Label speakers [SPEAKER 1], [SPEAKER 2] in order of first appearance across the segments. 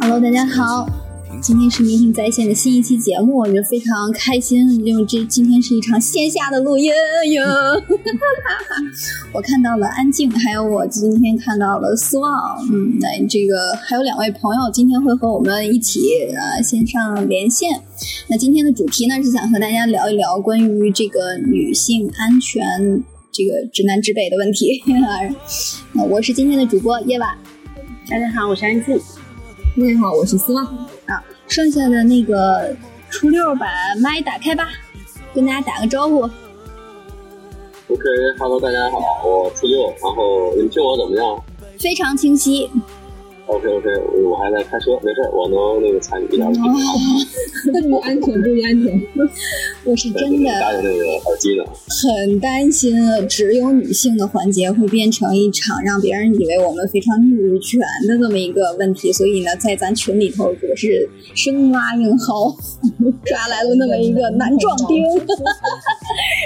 [SPEAKER 1] Hello，大家好，今天是《明星在线》的新一期节目，我觉得非常开心，因为这今天是一场线下的录音哟。 我看到了安静，还有我今天看到了苏旺，嗯，那这个还有两位朋友今天会和我们一起呃线上连线。那今天的主题呢是想和大家聊一聊关于这个女性安全这个直男直北的问题。 那我是今天的主播夜晚，
[SPEAKER 2] 大家好，我是安静。
[SPEAKER 3] 各位好，我是苏旺啊。
[SPEAKER 1] 剩下的那个初六，把麦打开吧，跟大家打个招呼。
[SPEAKER 4] OK，Hello，、okay, 大家好，我初六。然后你们听我怎么样？
[SPEAKER 1] 非常清晰。
[SPEAKER 4] OK，OK，okay, okay, 我还在开车，没事，我能那个参与一点。
[SPEAKER 1] 哦
[SPEAKER 3] 注意安全，注意安全。
[SPEAKER 1] 我是 真的
[SPEAKER 4] 搭着那个耳机呢，
[SPEAKER 1] 很担心只有女性的环节会变成一场让别人以为我们非常女权的这么一个问题，所以呢，在咱群里头我是生拉硬薅， 抓来了那么一个男壮丁，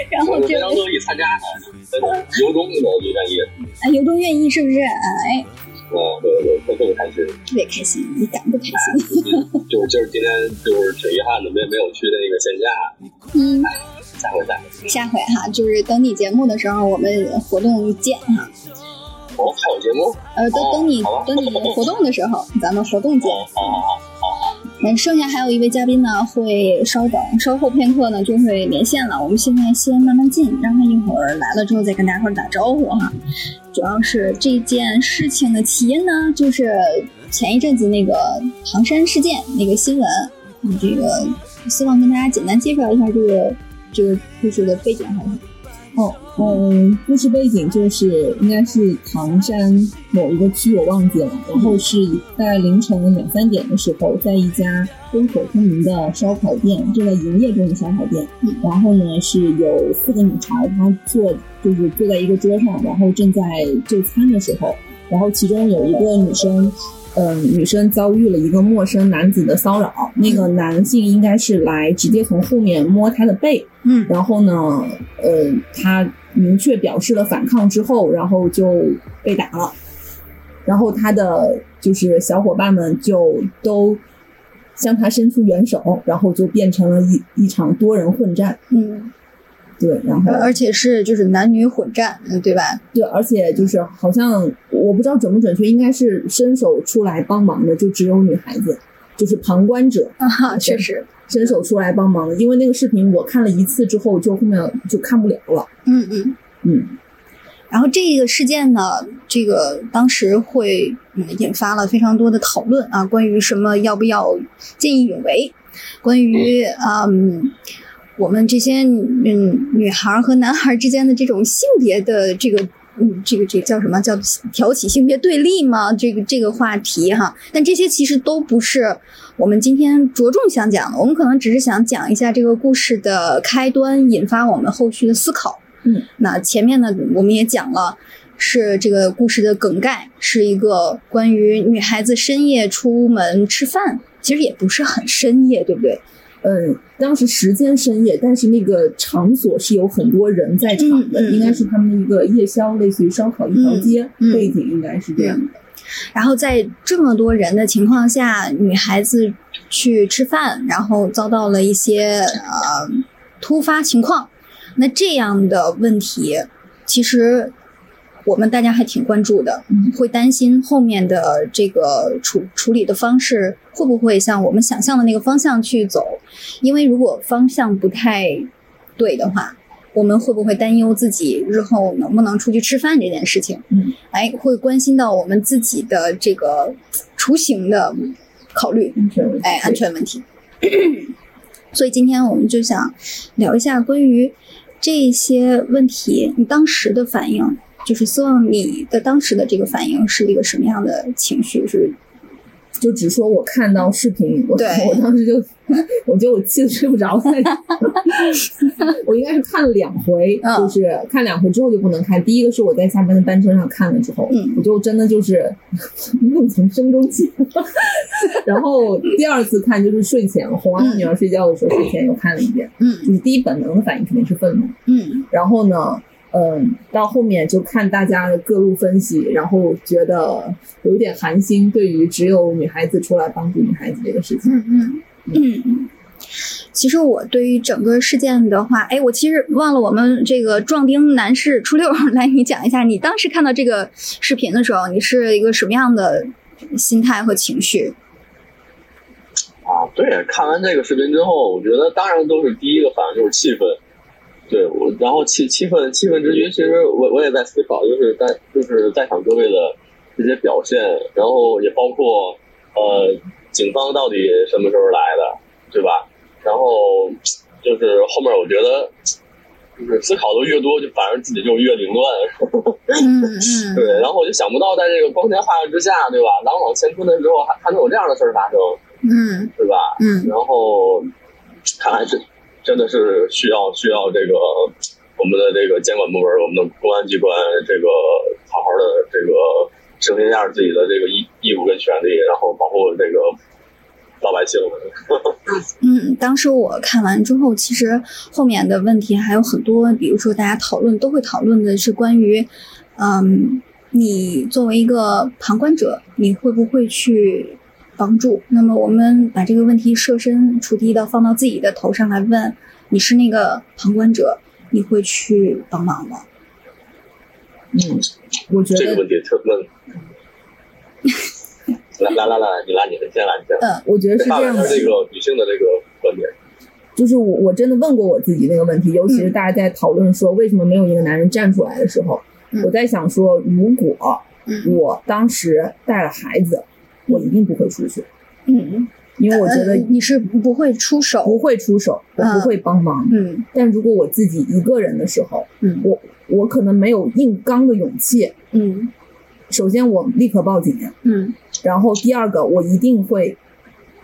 [SPEAKER 1] 然后这
[SPEAKER 4] 非常乐意参加啊的，由衷的愿意，
[SPEAKER 1] 哎，由衷愿意是不是？哎。
[SPEAKER 4] 哦，对对，特别开心，
[SPEAKER 1] 特别开心，一点不开心。
[SPEAKER 4] 就是就是今天就是挺遗憾的，没没有去那个线下。
[SPEAKER 1] 嗯，
[SPEAKER 4] 下回下回
[SPEAKER 1] 下回哈，就是等你节目的时候，我们活动见哈。
[SPEAKER 4] 哦，还有节目？
[SPEAKER 1] 呃，等等你等你活动的时候，咱们活动见。
[SPEAKER 4] 哦哦哦。
[SPEAKER 1] 那剩下还有一位嘉宾呢，会稍等稍后片刻呢就会连线了。我们现在先慢慢进，让他一会儿来了之后再跟大家伙打招呼哈。主要是这件事情的起因呢，就是前一阵子那个唐山事件那个新闻，嗯，这个希望跟大家简单介绍一下这个这个故事的背景好吗？
[SPEAKER 3] 哦，嗯，故事背景就是应该是唐山某一个区，我忘记了。然后是在凌晨两三点的时候，在一家众口通名的烧烤店，正在营业中的烧烤店。然后呢，是有四个女孩，她坐就是坐在一个桌上，然后正在就餐的时候，然后其中有一个女生，嗯、呃，女生遭遇了一个陌生男子的骚扰。那个男性应该是来直接从后面摸她的背。
[SPEAKER 1] 嗯，
[SPEAKER 3] 然后呢，呃，他明确表示了反抗之后，然后就被打了，然后他的就是小伙伴们就都向他伸出援手，然后就变成了一一场多人混战。
[SPEAKER 1] 嗯，
[SPEAKER 3] 对，然后
[SPEAKER 1] 而且是就是男女混战，嗯对吧？
[SPEAKER 3] 对，而且就是好像我不知道准不准确，应该是伸手出来帮忙的就只有女孩子，就是旁观者。
[SPEAKER 1] 啊， 确实。
[SPEAKER 3] 伸手出来帮忙的，因为那个视频我看了一次之后，就后面就看不了了。
[SPEAKER 1] 嗯嗯
[SPEAKER 3] 嗯。
[SPEAKER 1] 然后这个事件呢，这个当时会嗯引发了非常多的讨论啊，关于什么要不要见义勇为，关于嗯我们这些嗯女孩和男孩之间的这种性别的这个。嗯，这个这个、叫什么叫挑起性别对立吗？这个这个话题哈，但这些其实都不是我们今天着重想讲的，我们可能只是想讲一下这个故事的开端，引发我们后续的思考。
[SPEAKER 3] 嗯，
[SPEAKER 1] 那前面呢，我们也讲了，是这个故事的梗概，是一个关于女孩子深夜出门吃饭，其实也不是很深夜，对不对？
[SPEAKER 3] 嗯，当时时间深夜，但是那个场所是有很多人在场的，
[SPEAKER 1] 嗯嗯、
[SPEAKER 3] 应该是他们的一个夜宵，类似于烧烤一条街，
[SPEAKER 1] 嗯、
[SPEAKER 3] 背景应该是这样的。
[SPEAKER 1] 然后在这么多人的情况下，女孩子去吃饭，然后遭到了一些呃突发情况，那这样的问题，其实我们大家还挺关注的，会担心后面的这个处处理的方式。会不会向我们想象的那个方向去走？因为如果方向不太对的话，我们会不会担忧自己日后能不能出去吃饭这件事情？
[SPEAKER 3] 嗯，
[SPEAKER 1] 哎，会关心到我们自己的这个出行的考虑，
[SPEAKER 3] 嗯、
[SPEAKER 1] 哎，安全问题所以今天我们就想聊一下关于这些问题，你当时的反应，就是希望你的当时的这个反应是一个什么样的情绪？是？
[SPEAKER 3] 就只说我看到视频，我
[SPEAKER 1] 对
[SPEAKER 3] 我当时就，我觉得我气得睡不着了。 我应该是看了两回，
[SPEAKER 1] 嗯
[SPEAKER 3] 就是看两回之后就不能看。第一个是我在下班的班车上看了之后，
[SPEAKER 1] 嗯
[SPEAKER 3] 我就真的就是 怒从声中起。 然后第二次看就是睡前，哄完我女儿睡觉的时候，睡前又看了一遍。
[SPEAKER 1] 嗯
[SPEAKER 3] 就是第一本能的反应肯定是愤怒，
[SPEAKER 1] 嗯
[SPEAKER 3] 然后呢，嗯，到后面就看大家的各路分析，然后觉得有一点寒心，对于只有女孩子出来帮助女孩子这个事情，
[SPEAKER 1] 嗯嗯嗯嗯。其实我对于整个事件的话，哎，我其实忘了我们这个壮丁男士初六来，你讲一下，你当时看到这个视频的时候，你是一个什么样的心态和情绪？
[SPEAKER 4] 啊，对，看完这个视频之后，我觉得当然都是第一个反应就是气愤，对我，然后气气愤气愤之余，其实我我也在思考，就是在就是在场各位的这些表现，然后也包括呃警方到底什么时候来的，对吧？然后就是后面我觉得就是思考的越多，就反而自己就越凌乱，
[SPEAKER 1] 嗯嗯
[SPEAKER 4] 对，然后我就想不到，在这个光天化日之下，对吧？朗朗乾坤的时候，还还能有这样的事儿发生，
[SPEAKER 1] 嗯
[SPEAKER 4] 对吧？
[SPEAKER 1] 嗯
[SPEAKER 4] 然后看来这真的是需要需要这个我们的这个监管部门，我们的公安机关这个好好的这个执行一下自己的这个义义务跟权利，然后保护这个老百姓。
[SPEAKER 1] 嗯。当时我看完之后，其实后面的问题还有很多，比如说大家讨论都会讨论的是关于，嗯，你作为一个旁观者，你会不会去帮助？那么我们把这个问题设身处地的放到自己的头上来问，你是那个旁观者，你会去帮忙吗？
[SPEAKER 3] 嗯，我觉
[SPEAKER 4] 这个
[SPEAKER 3] 得
[SPEAKER 4] 问题特问。来来来来，你来，你先来，你先来。
[SPEAKER 3] 我觉呃得是
[SPEAKER 4] 大
[SPEAKER 3] 这
[SPEAKER 4] 概
[SPEAKER 3] 样的
[SPEAKER 4] 是，这个女性的这个观点。
[SPEAKER 3] 就是我我真的问过我自己那个问题，尤其是大家在讨论说为什么没有一个男人站出来的时候，
[SPEAKER 1] 嗯
[SPEAKER 3] 我在想说，如果
[SPEAKER 1] 嗯
[SPEAKER 3] 我当时带了孩子，我一定不会出去，
[SPEAKER 1] 嗯，
[SPEAKER 3] 因为我觉得
[SPEAKER 1] 呃你是不会出手。
[SPEAKER 3] 不会出手，我不会帮忙。
[SPEAKER 1] 嗯
[SPEAKER 3] 但如果我自己一个人的时候，
[SPEAKER 1] 嗯
[SPEAKER 3] 我我可能没有硬刚的勇气。
[SPEAKER 1] 嗯
[SPEAKER 3] 首先，我立刻报警，
[SPEAKER 1] 嗯
[SPEAKER 3] 然后第二个，我一定会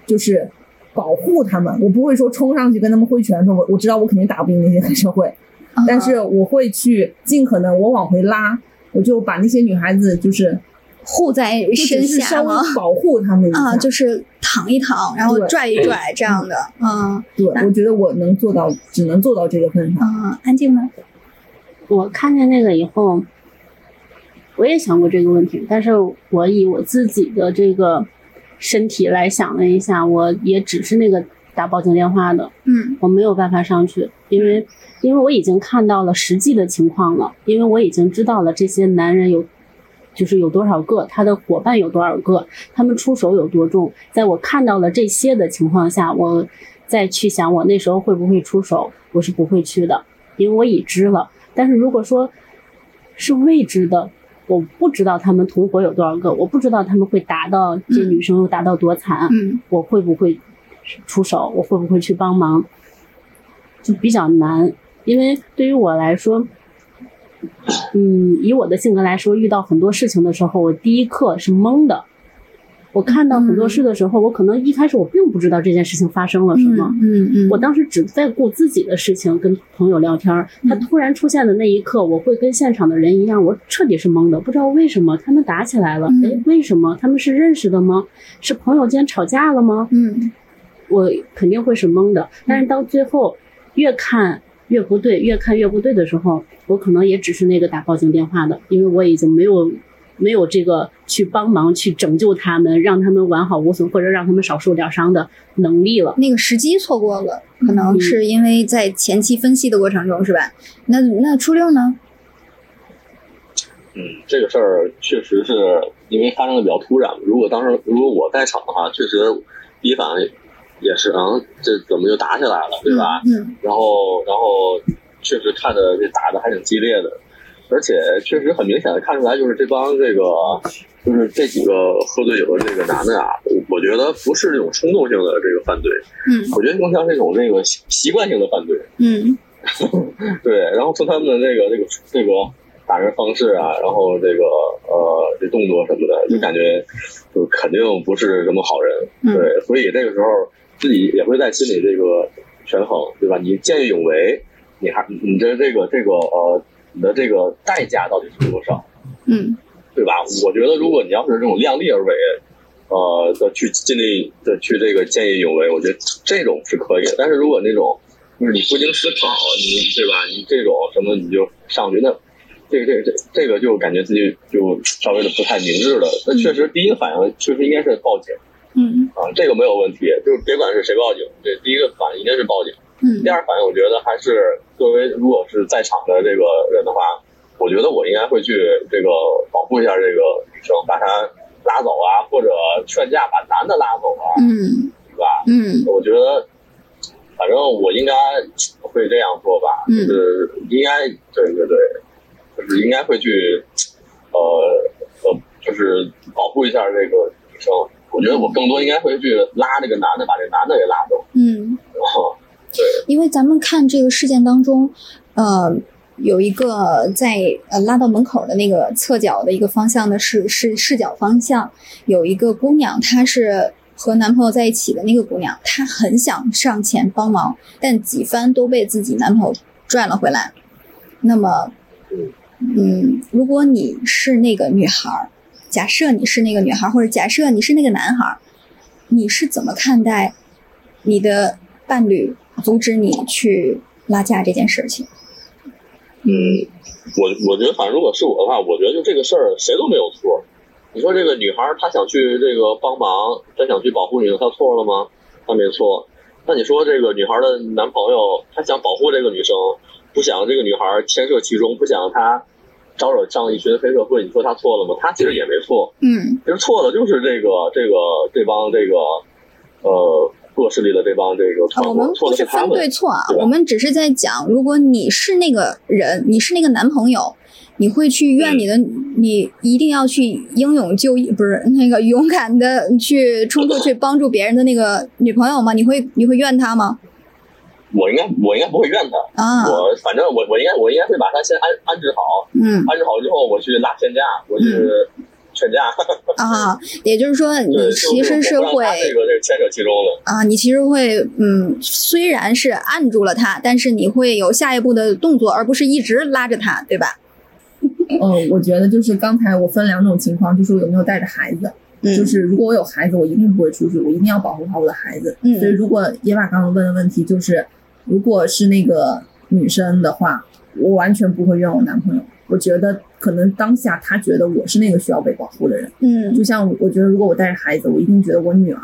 [SPEAKER 3] 就是保护他们，我不会说冲上去跟他们挥拳头，我我知道我肯定打不赢那些黑社会，
[SPEAKER 1] 嗯，
[SPEAKER 3] 但是我会去尽可能我往回拉，我就把那些女孩子就是
[SPEAKER 1] 护在
[SPEAKER 3] 就
[SPEAKER 1] 身
[SPEAKER 3] 只是
[SPEAKER 1] 下
[SPEAKER 3] 稍微
[SPEAKER 1] 吗？
[SPEAKER 3] 保护他们一下，
[SPEAKER 1] 啊，就是躺一躺，然后
[SPEAKER 3] 对
[SPEAKER 1] 拽一拽这样的。嗯
[SPEAKER 3] 对我觉得我能做到，只能做到这个份上。
[SPEAKER 1] 嗯，安静吗？
[SPEAKER 5] 我看见那个以后，我也想过这个问题，但是我以我自己的这个身体来想了一下，我也只是那个打报警电话的，
[SPEAKER 1] 嗯
[SPEAKER 5] 我没有办法上去，因为因为我已经看到了实际的情况了，因为我已经知道了这些男人有。就是有多少个，他的伙伴有多少个，他们出手有多重。在我看到了这些的情况下，我再去想我那时候会不会出手，我是不会去的，因为我已知了。但是如果说是未知的，我不知道他们同伙有多少个，我不知道他们会打到这
[SPEAKER 1] 嗯
[SPEAKER 5] 女生打到多惨，
[SPEAKER 1] 嗯
[SPEAKER 5] 我会不会出手，我会不会去帮忙，就比较难。因为对于我来说，嗯，以我的性格来说，遇到很多事情的时候，我第一刻是懵的。我看到很多事的时候，我可能一开始我并不知道这件事情发生了什么，
[SPEAKER 1] 嗯嗯，
[SPEAKER 5] 我当时只在顾自己的事情，跟朋友聊天儿。他
[SPEAKER 1] 嗯
[SPEAKER 5] 突然出现的那一刻，我会跟现场的人一样，我彻底是懵的，不知道为什么他们打起来了。
[SPEAKER 1] 嗯
[SPEAKER 5] 哎，为什么他们是认识的吗？是朋友间吵架了吗？
[SPEAKER 1] 嗯
[SPEAKER 5] 我肯定会是懵的。但是到最后，越看越不对，越看越不对的时候，我可能也只是那个打报警电话的，因为我已经没有没有这个去帮忙去拯救他们，让他们完好无损，或者让他们少受点伤的能力了。
[SPEAKER 1] 那个时机错过了，可能
[SPEAKER 5] 嗯
[SPEAKER 1] 是因为在前期分析的过程中，是吧？那那初六呢？
[SPEAKER 4] 嗯，这个事儿确实是因为发生的比较突然。如果当时如果我在场的话，确实第一反应也是，嗯，这怎么就打起来了，对吧？
[SPEAKER 1] 嗯
[SPEAKER 4] 然后，然后确实看着这打的还挺激烈的，而且确实很明显的看出来，就是这帮这个，就是这几个喝醉酒的这个男的啊，我我觉得不是这种冲动性的这个犯罪，
[SPEAKER 1] 嗯
[SPEAKER 4] 我觉得更像是一种这个习习惯性的犯罪。
[SPEAKER 1] 嗯
[SPEAKER 4] 对，然后从他们的这个这个这个打人方式啊，然后这个呃这动作什么的，就感觉就肯定不是什么好人。
[SPEAKER 6] 嗯
[SPEAKER 4] 对，所以这个时候自己也会在心里这个权衡，对吧？你见义勇为，你还你的这个这个呃你的这个代价到底是多少，
[SPEAKER 1] 嗯
[SPEAKER 4] 对吧？我觉得如果你要是这种量力而为。呃的去尽力的去这个见义勇为，我觉得这种是可以的。但是如果那种就是你不经思考，你对吧？你这种什么你就上去，那这个这个这这个就感觉自己就稍微的不太明智了。那确实第一个反应确实应该是报警
[SPEAKER 1] 嗯
[SPEAKER 4] 啊，这个没有问题，就是别管是谁报警，这第一个反应应该是报警。
[SPEAKER 1] 嗯
[SPEAKER 4] 第二反应，我觉得还是作为如果是在场的这个人的话，我觉得我应该会去这个保护一下这个女生，把她拉走啊，或者劝架把男的拉走啊，
[SPEAKER 1] 嗯
[SPEAKER 4] 对吧？
[SPEAKER 1] 嗯
[SPEAKER 4] 我觉得，反正我应该会这样说吧，
[SPEAKER 1] 嗯
[SPEAKER 4] 就是应该对对对，就是应该会去呃呃，就是保护一下这个女生。我觉得我更多应该会去拉这个男的，把这男的给拉走。
[SPEAKER 1] 嗯，因为咱们看这个事件当中，呃，有一个在呃拉到门口的那个侧角的一个方向的视视视角方向，有一个姑娘，她是和男朋友在一起的那个姑娘，她很想上前帮忙，但几番都被自己男朋友拽了回来。那么，嗯，如果你是那个女孩儿，假设你是那个女孩儿，或者假设你是那个男孩儿，你是怎么看待你的伴侣阻止你去拉架这件事情？
[SPEAKER 4] 嗯，我我觉得，反正如果是我的话，我觉得就这个事儿谁都没有错。你说这个女孩儿她想去这个帮忙，她想去保护你，她错了吗？她没错。那你说这个女孩儿的男朋友，他想保护这个女生，不想这个女孩儿牵涉其中，不想她招惹上一群黑社会，你说他错了吗？他其实也没错，
[SPEAKER 1] 嗯
[SPEAKER 4] 其实错的就是这个这个这帮这个呃恶势力的这帮这个团
[SPEAKER 1] 啊我们
[SPEAKER 4] 伙，
[SPEAKER 1] 不
[SPEAKER 4] 错的
[SPEAKER 1] 是
[SPEAKER 4] 是他
[SPEAKER 1] 分
[SPEAKER 4] 们。
[SPEAKER 1] 对错啊
[SPEAKER 4] 对，吧
[SPEAKER 1] 我们只是在讲，如果你是那个人，你是那个男朋友，你会去怨
[SPEAKER 4] 嗯
[SPEAKER 1] 你的，你一定要去英勇就义，不是那个勇敢的去冲出去帮助别人的那个女朋友吗？你会你会怨她吗？
[SPEAKER 4] 我应该我应该不会怨他，
[SPEAKER 1] 啊，
[SPEAKER 4] 我反正我我应该我应该会把他先安安置好，
[SPEAKER 1] 嗯
[SPEAKER 4] 安置好之后我去拉劝架，我去劝 架。
[SPEAKER 1] 啊，也就是说，嗯你
[SPEAKER 4] 对，
[SPEAKER 1] 其实
[SPEAKER 4] 就是
[SPEAKER 1] 是
[SPEAKER 4] 我不
[SPEAKER 1] 会
[SPEAKER 4] 让他这个这个牵扯其中的。
[SPEAKER 1] 啊，你其实会，嗯，虽然是按住了他，但是你会有下一步的动作，而不是一直拉着他，对吧？
[SPEAKER 3] 嗯，我觉得就是刚才我分两种情况，就是我有没有带着孩子。
[SPEAKER 1] 嗯，
[SPEAKER 3] 就是如果我有孩子，我一定不会出去，我一定要保护好我的孩子。
[SPEAKER 1] 嗯
[SPEAKER 3] 所以如果野马刚刚问的问题就是，如果是那个女生的话，我完全不会怨我男朋友。我觉得可能当下他觉得我是那个需要被保护的人，
[SPEAKER 1] 嗯
[SPEAKER 3] 就像我觉得如果我带着孩子，我一定觉得我女儿，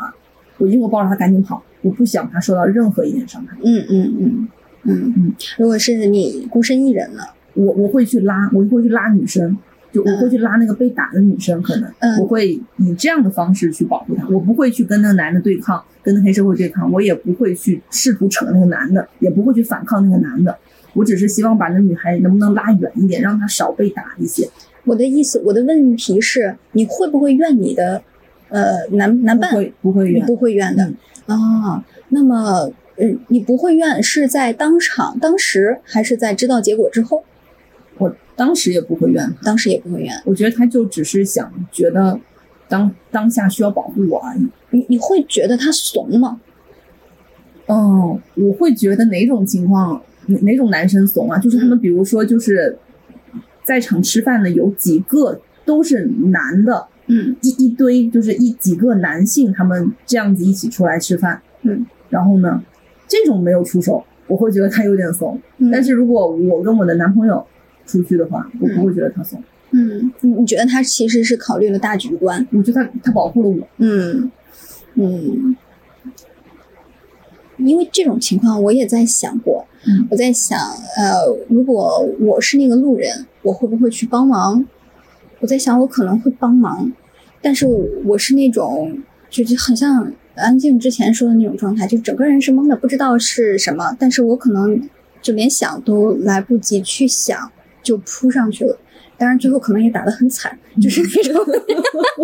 [SPEAKER 3] 我一定会抱着她赶紧跑，我不想她受到任何一点伤害。
[SPEAKER 1] 嗯嗯嗯嗯嗯
[SPEAKER 3] 嗯。
[SPEAKER 1] 如果是你孤身一人呢？
[SPEAKER 3] 我我会去拉，我会去拉女生，就我会去拉那个被打的女生，可能、
[SPEAKER 1] 嗯
[SPEAKER 3] 我会以这样的方式去保护她，我不会去跟那个男的对抗，跟那黑社会对抗，我也不会去试图扯那个男的，也不会去反抗那个男的，我只是希望把那女孩能不能拉远一点，让她少被打一些。
[SPEAKER 1] 我的意思，我的问题是，你会不会怨你的呃男男
[SPEAKER 3] 不
[SPEAKER 1] 伴？
[SPEAKER 3] 会嗯不会
[SPEAKER 1] 你
[SPEAKER 3] 远，
[SPEAKER 1] 不会怨的啊、那么，嗯，你不会怨是在当场、当时，还是在知道结果之后？
[SPEAKER 3] 我当时也不会怨，
[SPEAKER 1] 当时也不会怨。
[SPEAKER 3] 我觉得她就只是想觉得当当下需要保护我而已。
[SPEAKER 1] 你你会觉得他怂吗？
[SPEAKER 3] 嗯，我会觉得哪种情况哪哪种男生怂啊？就是他们，比如说，就是在场吃饭的有几个都是男的，
[SPEAKER 1] 嗯
[SPEAKER 3] 一一堆就是一几个男性，他们这样子一起出来吃饭，
[SPEAKER 1] 嗯，
[SPEAKER 3] 然后呢，这种没有出手，我会觉得他有点怂。
[SPEAKER 1] 嗯
[SPEAKER 3] 但是如果我跟我的男朋友出去的话，我不会觉得他怂，
[SPEAKER 1] 嗯，你你觉得他其实是考虑了大局观？
[SPEAKER 3] 我觉得他他保护了我。
[SPEAKER 1] 嗯嗯，因为这种情况我也在想过，
[SPEAKER 3] 嗯
[SPEAKER 1] 我在想，呃，如果我是那个路人，我会不会去帮忙？我在想，我可能会帮忙，但是我是那种就是很像安静之前说的那种状态，就整个人是懵的，不知道是什么，但是我可能就连想都来不及去想，就扑上去了。当然，最后可能也打得很惨，就是那种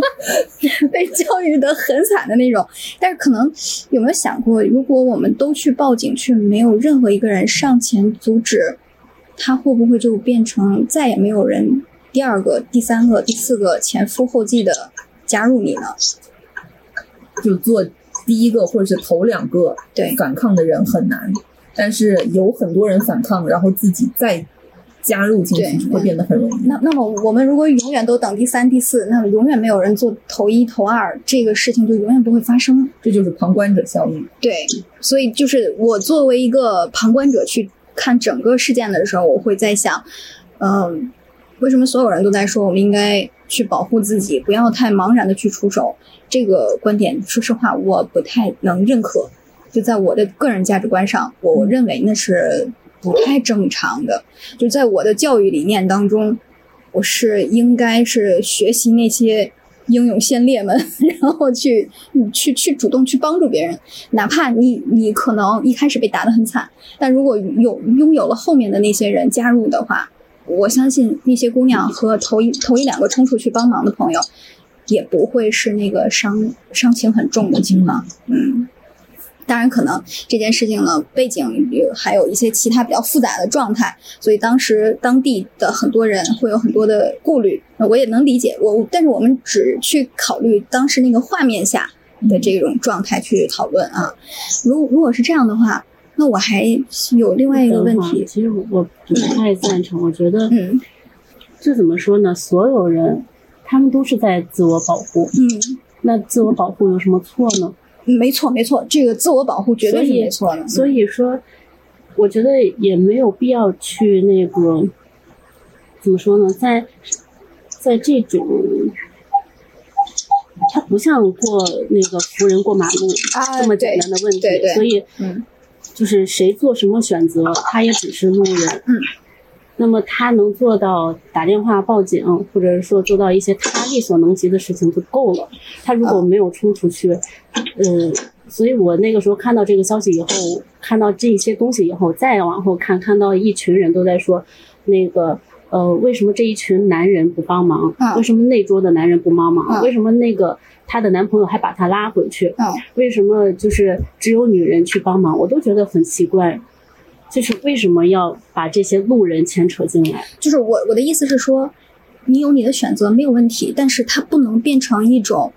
[SPEAKER 1] 被教育得很惨的那种。但是，可能有没有想过，如果我们都去报警，却没有任何一个人上前阻止，他会不会就变成再也没有人第二个、第三个、第四个前赴后继的加入你呢？
[SPEAKER 3] 就做第一个或者是头两个
[SPEAKER 1] 对
[SPEAKER 3] 反抗的人很难，但是有很多人反抗，然后自己再加入进去
[SPEAKER 1] 对
[SPEAKER 3] 会变得很容易。
[SPEAKER 1] 那那么我们如果永远都等第三、第四，那么永远没有人做头一、头二，这个事情就永远不会发生。
[SPEAKER 3] 这就是旁观者效应。
[SPEAKER 1] 对，所以就是我作为一个旁观者去看整个事件的时候，我会在想，嗯、为什么所有人都在说我们应该去保护自己，不要太茫然的去出手？这个观点，说实话，我不太能认可。就在我的个人价值观上，我认为那是不太正常的。就在我的教育理念当中，我是应该是学习那些英勇先烈们， 然后去去去主动去帮助别人，哪怕你你可能一开始被打得很惨，但如果有拥有了后面的那些人加入的话，我相信那些姑娘和头一头一两个冲出去帮忙的朋友，也不会是那个伤伤情很重的情况。嗯，当然可能这件事情呢背景有还有一些其他比较复杂的状态，所以当时当地的很多人会有很多的顾虑，那我也能理解。我但是我们只去考虑当时那个画面下的这种状态去讨论啊。如如果是这样的话，那我还有另外一个问
[SPEAKER 5] 等会
[SPEAKER 1] 题
[SPEAKER 5] 儿，其实我我不太赞成，我觉得
[SPEAKER 1] 嗯
[SPEAKER 5] 这怎么说呢？所有人他们都是在自我保护，
[SPEAKER 1] 嗯。
[SPEAKER 5] 那自我保护有什么错呢？
[SPEAKER 1] 没错，没错，这个自我保护绝对是
[SPEAKER 5] 所以
[SPEAKER 1] 没错的。
[SPEAKER 5] 所
[SPEAKER 1] 以，
[SPEAKER 5] 以说，我觉得也没有必要去那个怎么说呢，在在这种。它不像过那个扶人过马路、
[SPEAKER 1] 啊
[SPEAKER 5] 这么简单的问题，
[SPEAKER 1] 对对对
[SPEAKER 5] 所以
[SPEAKER 1] 嗯
[SPEAKER 5] 就是谁做什么选择，他也只是路人。
[SPEAKER 1] 嗯，
[SPEAKER 5] 那么他能做到打电话报警，或者是说做到一些他力所能及的事情就够了。他如果
[SPEAKER 1] 啊
[SPEAKER 5] 没有冲出去，呃，所以我那个时候看到这个消息以后，看到这些东西以后，再往后看，看到一群人都在说，那个呃，为什么这一群男人不帮忙？
[SPEAKER 1] 嗯
[SPEAKER 5] 为什么那桌的男人不帮忙？
[SPEAKER 1] 嗯
[SPEAKER 5] 为什么那个她的男朋友还把她拉回去？
[SPEAKER 1] 嗯
[SPEAKER 5] 为什么就是只有女人去帮忙？我都觉得很奇怪，就是为什么要把这些路人牵扯进来？
[SPEAKER 1] 就是我我的意思是说，你有你的选择没有问题，但是它不能变成一种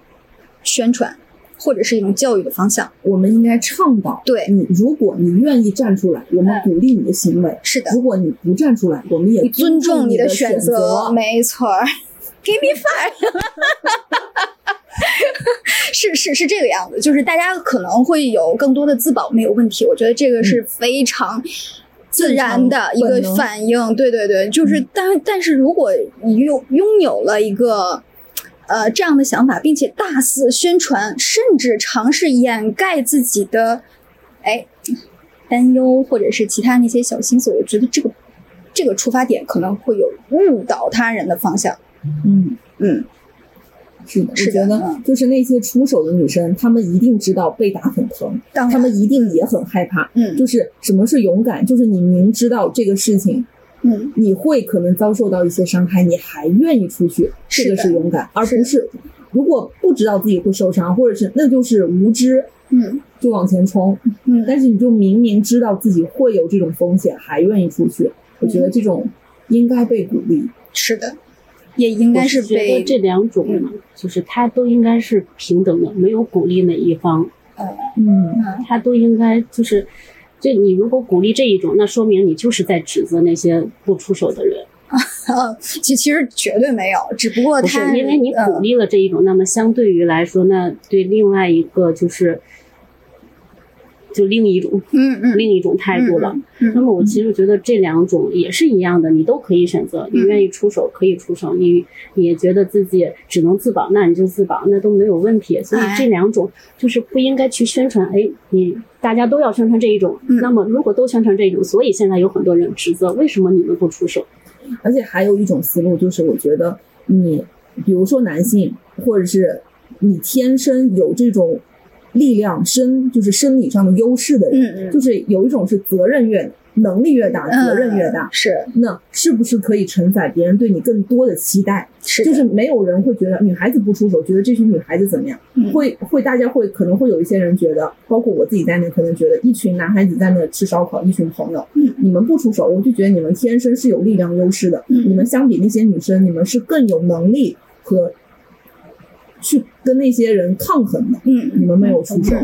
[SPEAKER 1] 宣传或者是一种教育的方向。
[SPEAKER 3] 我们应该倡导，
[SPEAKER 1] 对
[SPEAKER 3] 你，如果你愿意站出来，我们鼓励你的行为；
[SPEAKER 1] 是的，
[SPEAKER 3] 如果你不站出来，我们也
[SPEAKER 1] 尊重
[SPEAKER 3] 你
[SPEAKER 1] 的
[SPEAKER 3] 选
[SPEAKER 1] 择，没错儿。Give me five，是是是这个样子，就是大家可能会有更多的自保，没有问题，我觉得这个是非常自然的一个
[SPEAKER 3] 正常本能
[SPEAKER 1] 反应。对对对，就是但但是如果你拥拥有了一个。呃，这样的想法，并且大肆宣传，甚至尝试掩盖自己的，哎，担忧或者是其他那些小心思，我觉得这个这个出发点可能会有误导他人的方向。
[SPEAKER 3] 嗯，
[SPEAKER 1] 嗯，
[SPEAKER 3] 是的，我
[SPEAKER 1] 是的
[SPEAKER 3] 觉得
[SPEAKER 1] 嗯
[SPEAKER 3] 就是那些出手的女生，她们一定知道被打很疼，
[SPEAKER 1] 当
[SPEAKER 3] 她
[SPEAKER 1] 然，
[SPEAKER 3] 们一定也很害怕。
[SPEAKER 1] 嗯
[SPEAKER 3] 就是什么是勇敢？就是你明知道这个事情
[SPEAKER 1] 嗯，
[SPEAKER 3] 你会可能遭受到一些伤害，你还愿意出去，
[SPEAKER 1] 是
[SPEAKER 3] 这个
[SPEAKER 1] 的
[SPEAKER 3] 是勇敢，而
[SPEAKER 1] 是
[SPEAKER 3] 不是如果不知道自己会受伤，或者是那就是无知，
[SPEAKER 1] 嗯
[SPEAKER 3] 就往前冲。
[SPEAKER 1] 嗯，
[SPEAKER 3] 但是你就明明知道自己会有这种风险，还愿意出去，我觉得这种应该被鼓励。
[SPEAKER 1] 是的，也应该是
[SPEAKER 5] 我觉得
[SPEAKER 1] 被嗯
[SPEAKER 5] 这两种呢，就是它都应该是平等的，没有鼓励哪一方，
[SPEAKER 3] 嗯，
[SPEAKER 5] 它都应该就是，就你如果鼓励这一种，那说明你就是在指责那些不出手的人，
[SPEAKER 1] 呃，其其实绝对没有，只不过
[SPEAKER 5] 不是
[SPEAKER 1] 哦他呃
[SPEAKER 5] 因为你鼓励了这一种，那么相对于来说，那对另外一个就是。就另一种
[SPEAKER 1] 嗯嗯
[SPEAKER 5] 另一种态度了，
[SPEAKER 1] 嗯
[SPEAKER 5] 那
[SPEAKER 1] 嗯
[SPEAKER 5] 么我其实觉得这两种也是一样的，你都可以选择，你
[SPEAKER 1] 嗯
[SPEAKER 5] 愿意出手可以出手，你你也觉得自己只能自保，那你就自保，那都没有问题。所以
[SPEAKER 1] 哎
[SPEAKER 5] 这两种就是不应该去宣传，哎，你大家都要宣传这一种，
[SPEAKER 1] 嗯
[SPEAKER 5] 那么如果都宣传这一种，所以现在有很多人指责为什么你们不出手？
[SPEAKER 3] 而且还有一种思路，就是我觉得你，比如说男性，或者是你天生有这种力量生，就是生理上的优势的人，
[SPEAKER 1] 嗯嗯
[SPEAKER 3] 就是有一种是责任越能力越大，
[SPEAKER 1] 嗯
[SPEAKER 3] 责任越大。
[SPEAKER 1] 是
[SPEAKER 3] 那是不是可以承载别人对你更多的期待？
[SPEAKER 1] 是的，
[SPEAKER 3] 就是没有人会觉得女孩子不出手，觉得这群女孩子怎么样？
[SPEAKER 1] 嗯
[SPEAKER 3] 会会，大家会可能会有一些人觉得，包括我自己在内，可能觉得一群男孩子在那吃烧烤，一群朋友，你们不出手，我就觉得你们天生是有力量优势的。
[SPEAKER 1] 嗯
[SPEAKER 3] 你们相比那些女生，你们是更有能力和去跟那些人抗衡的。
[SPEAKER 1] 嗯
[SPEAKER 3] 你们没有出手，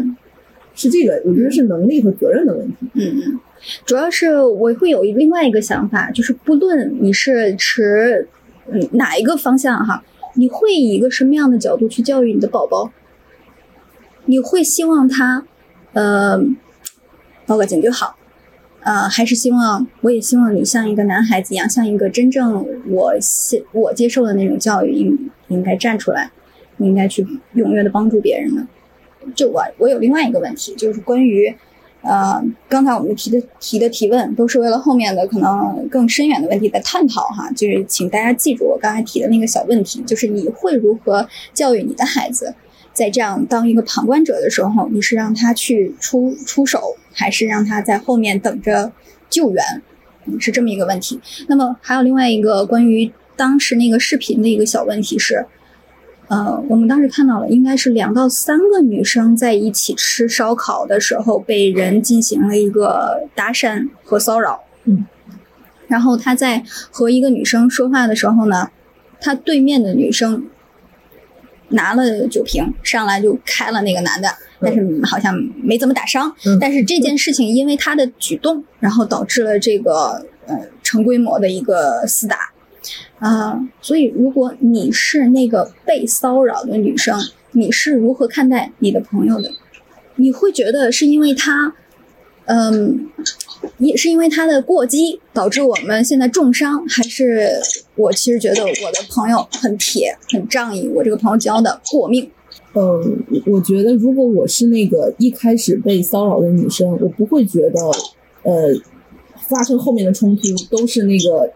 [SPEAKER 3] 是这个，我觉得是能力和责任的问题。
[SPEAKER 1] 嗯，主要是我会有另外一个想法，就是不论你是持嗯哪一个方向哈，你会以一个什么样的角度去教育你的宝宝？你会希望他呃报个警就好，呃，还是希望我也希望你像一个男孩子一样，像一个真正我接我接受的那种教育，应应该站出来，你应该去踊跃的帮助别人呢？就我我有另外一个问题，就是关于呃，刚才我们提的提的提问，都是为了后面的可能更深远的问题在探讨哈。就是请大家记住我刚才提的那个小问题，就是你会如何教育你的孩子？在这样当一个旁观者的时候，你是让他去出出手，还是让他在后面等着救援？嗯，是这么一个问题。那么还有另外一个关于当时那个视频的一个小问题是，呃，我们当时看到了，应该是两到三个女生在一起吃烧烤的时候，被人进行了一个搭讪和骚扰。
[SPEAKER 3] 嗯，
[SPEAKER 1] 然后他在和一个女生说话的时候呢，他对面的女生拿了酒瓶上来就开了那个男的，但是好像没怎么打伤。
[SPEAKER 3] 嗯
[SPEAKER 1] 但是这件事情因为他的举动，然后导致了这个呃成规模的一个厮打。啊、所以如果你是那个被骚扰的女生，你是如何看待你的朋友的？你会觉得是因为他，嗯，也是因为他的过激导致我们现在重伤，还是我其实觉得我的朋友很铁、很仗义，我这个朋友交的过命？
[SPEAKER 3] 呃，我觉得如果我是那个一开始被骚扰的女生，我不会觉得，呃，发生后面的冲突都是那个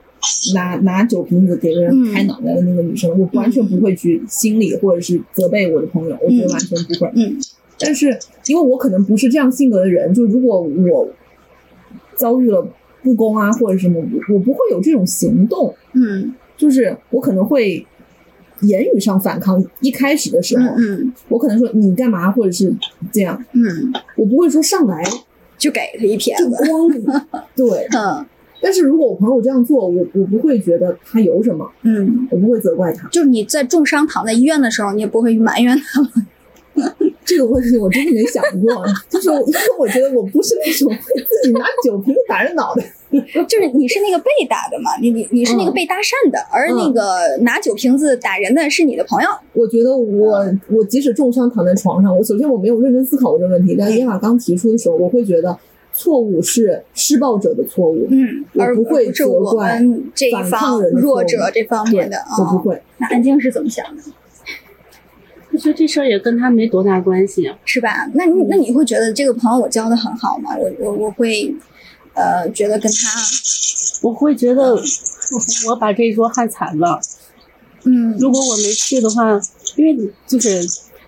[SPEAKER 3] 拿拿酒瓶子给人拍脑袋的那个女生，我完全不会去心里或者是责备我的朋友，我觉得完全不会。
[SPEAKER 1] 嗯
[SPEAKER 3] 但是因为我可能不是这样性格的人，就如果我遭遇了不公啊或者什么，我我不会有这种行动，
[SPEAKER 1] 嗯
[SPEAKER 3] 就是我可能会言语上反抗。一开始的时候，
[SPEAKER 1] 嗯
[SPEAKER 3] 我可能说你干嘛，或者是这样，
[SPEAKER 1] 嗯，
[SPEAKER 3] 我不会说上来
[SPEAKER 1] 就给他一撇
[SPEAKER 3] 就
[SPEAKER 1] 子。
[SPEAKER 3] 光你。对，
[SPEAKER 1] 嗯
[SPEAKER 3] 但是如果我朋友这样做，我我不会觉得他有什么，
[SPEAKER 1] 嗯，
[SPEAKER 3] 我不会责怪他。
[SPEAKER 1] 就是你在重伤躺在医院的时候，你也不会埋怨他们。
[SPEAKER 3] 这个问题我真的没想过，啊 就是我因为我觉得我不是那种会自己拿酒瓶打人脑袋的。
[SPEAKER 1] 就是你是那个被打的嘛，你你你是那个
[SPEAKER 3] 嗯
[SPEAKER 1] 被搭讪的，而那个拿酒瓶子打人的是你的朋友。
[SPEAKER 3] 我觉得我我即使重伤躺在床上，我首先我没有认真思考过这个问题。但叶玛刚提出的时候，我会觉得错误是施暴者的错误，
[SPEAKER 1] 嗯，
[SPEAKER 3] 我
[SPEAKER 1] 而
[SPEAKER 3] 不会
[SPEAKER 1] 而是
[SPEAKER 3] 责
[SPEAKER 1] 我
[SPEAKER 3] 怪
[SPEAKER 1] 们这一
[SPEAKER 3] 反
[SPEAKER 1] 方
[SPEAKER 3] 抗人的
[SPEAKER 1] 弱
[SPEAKER 3] 错误
[SPEAKER 1] 者这方
[SPEAKER 3] 对
[SPEAKER 1] 面的啊。
[SPEAKER 3] 我不会。
[SPEAKER 1] 那安静是怎么想的？
[SPEAKER 5] 我觉得这事儿也跟他没多大关系。啊
[SPEAKER 1] 是吧？那你那你会觉得这个朋友我交的很好吗？我我我会，呃，觉得跟他，
[SPEAKER 5] 我会觉得我我把这一桌害惨了。
[SPEAKER 1] 嗯
[SPEAKER 5] 如果我没去的话，因为就是，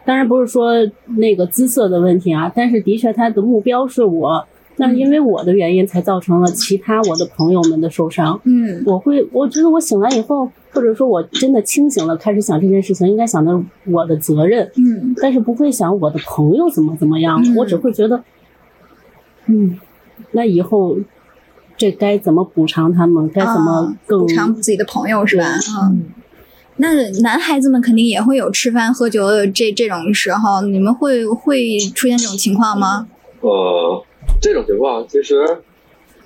[SPEAKER 5] 当然不是说那个姿色的问题啊，但是的确他的目标是我，那因为我的原因才造成了其他我的朋友们的受伤。
[SPEAKER 1] 嗯
[SPEAKER 5] 我会，我觉得我醒来以后，或者说我真的清醒了，开始想这件事情，应该想的我的责任，
[SPEAKER 1] 嗯
[SPEAKER 5] 但是不会想我的朋友怎么怎么样，
[SPEAKER 1] 嗯
[SPEAKER 5] 我只会觉得，嗯，那以后这该怎么补偿他们，该怎么
[SPEAKER 1] 啊
[SPEAKER 5] 更、
[SPEAKER 1] 补偿自己的朋友是吧？嗯
[SPEAKER 3] 嗯。
[SPEAKER 1] 那男孩子们肯定也会有吃饭喝酒的这这种时候，你们会会出现这种情况吗？
[SPEAKER 4] 呃，这种情况其实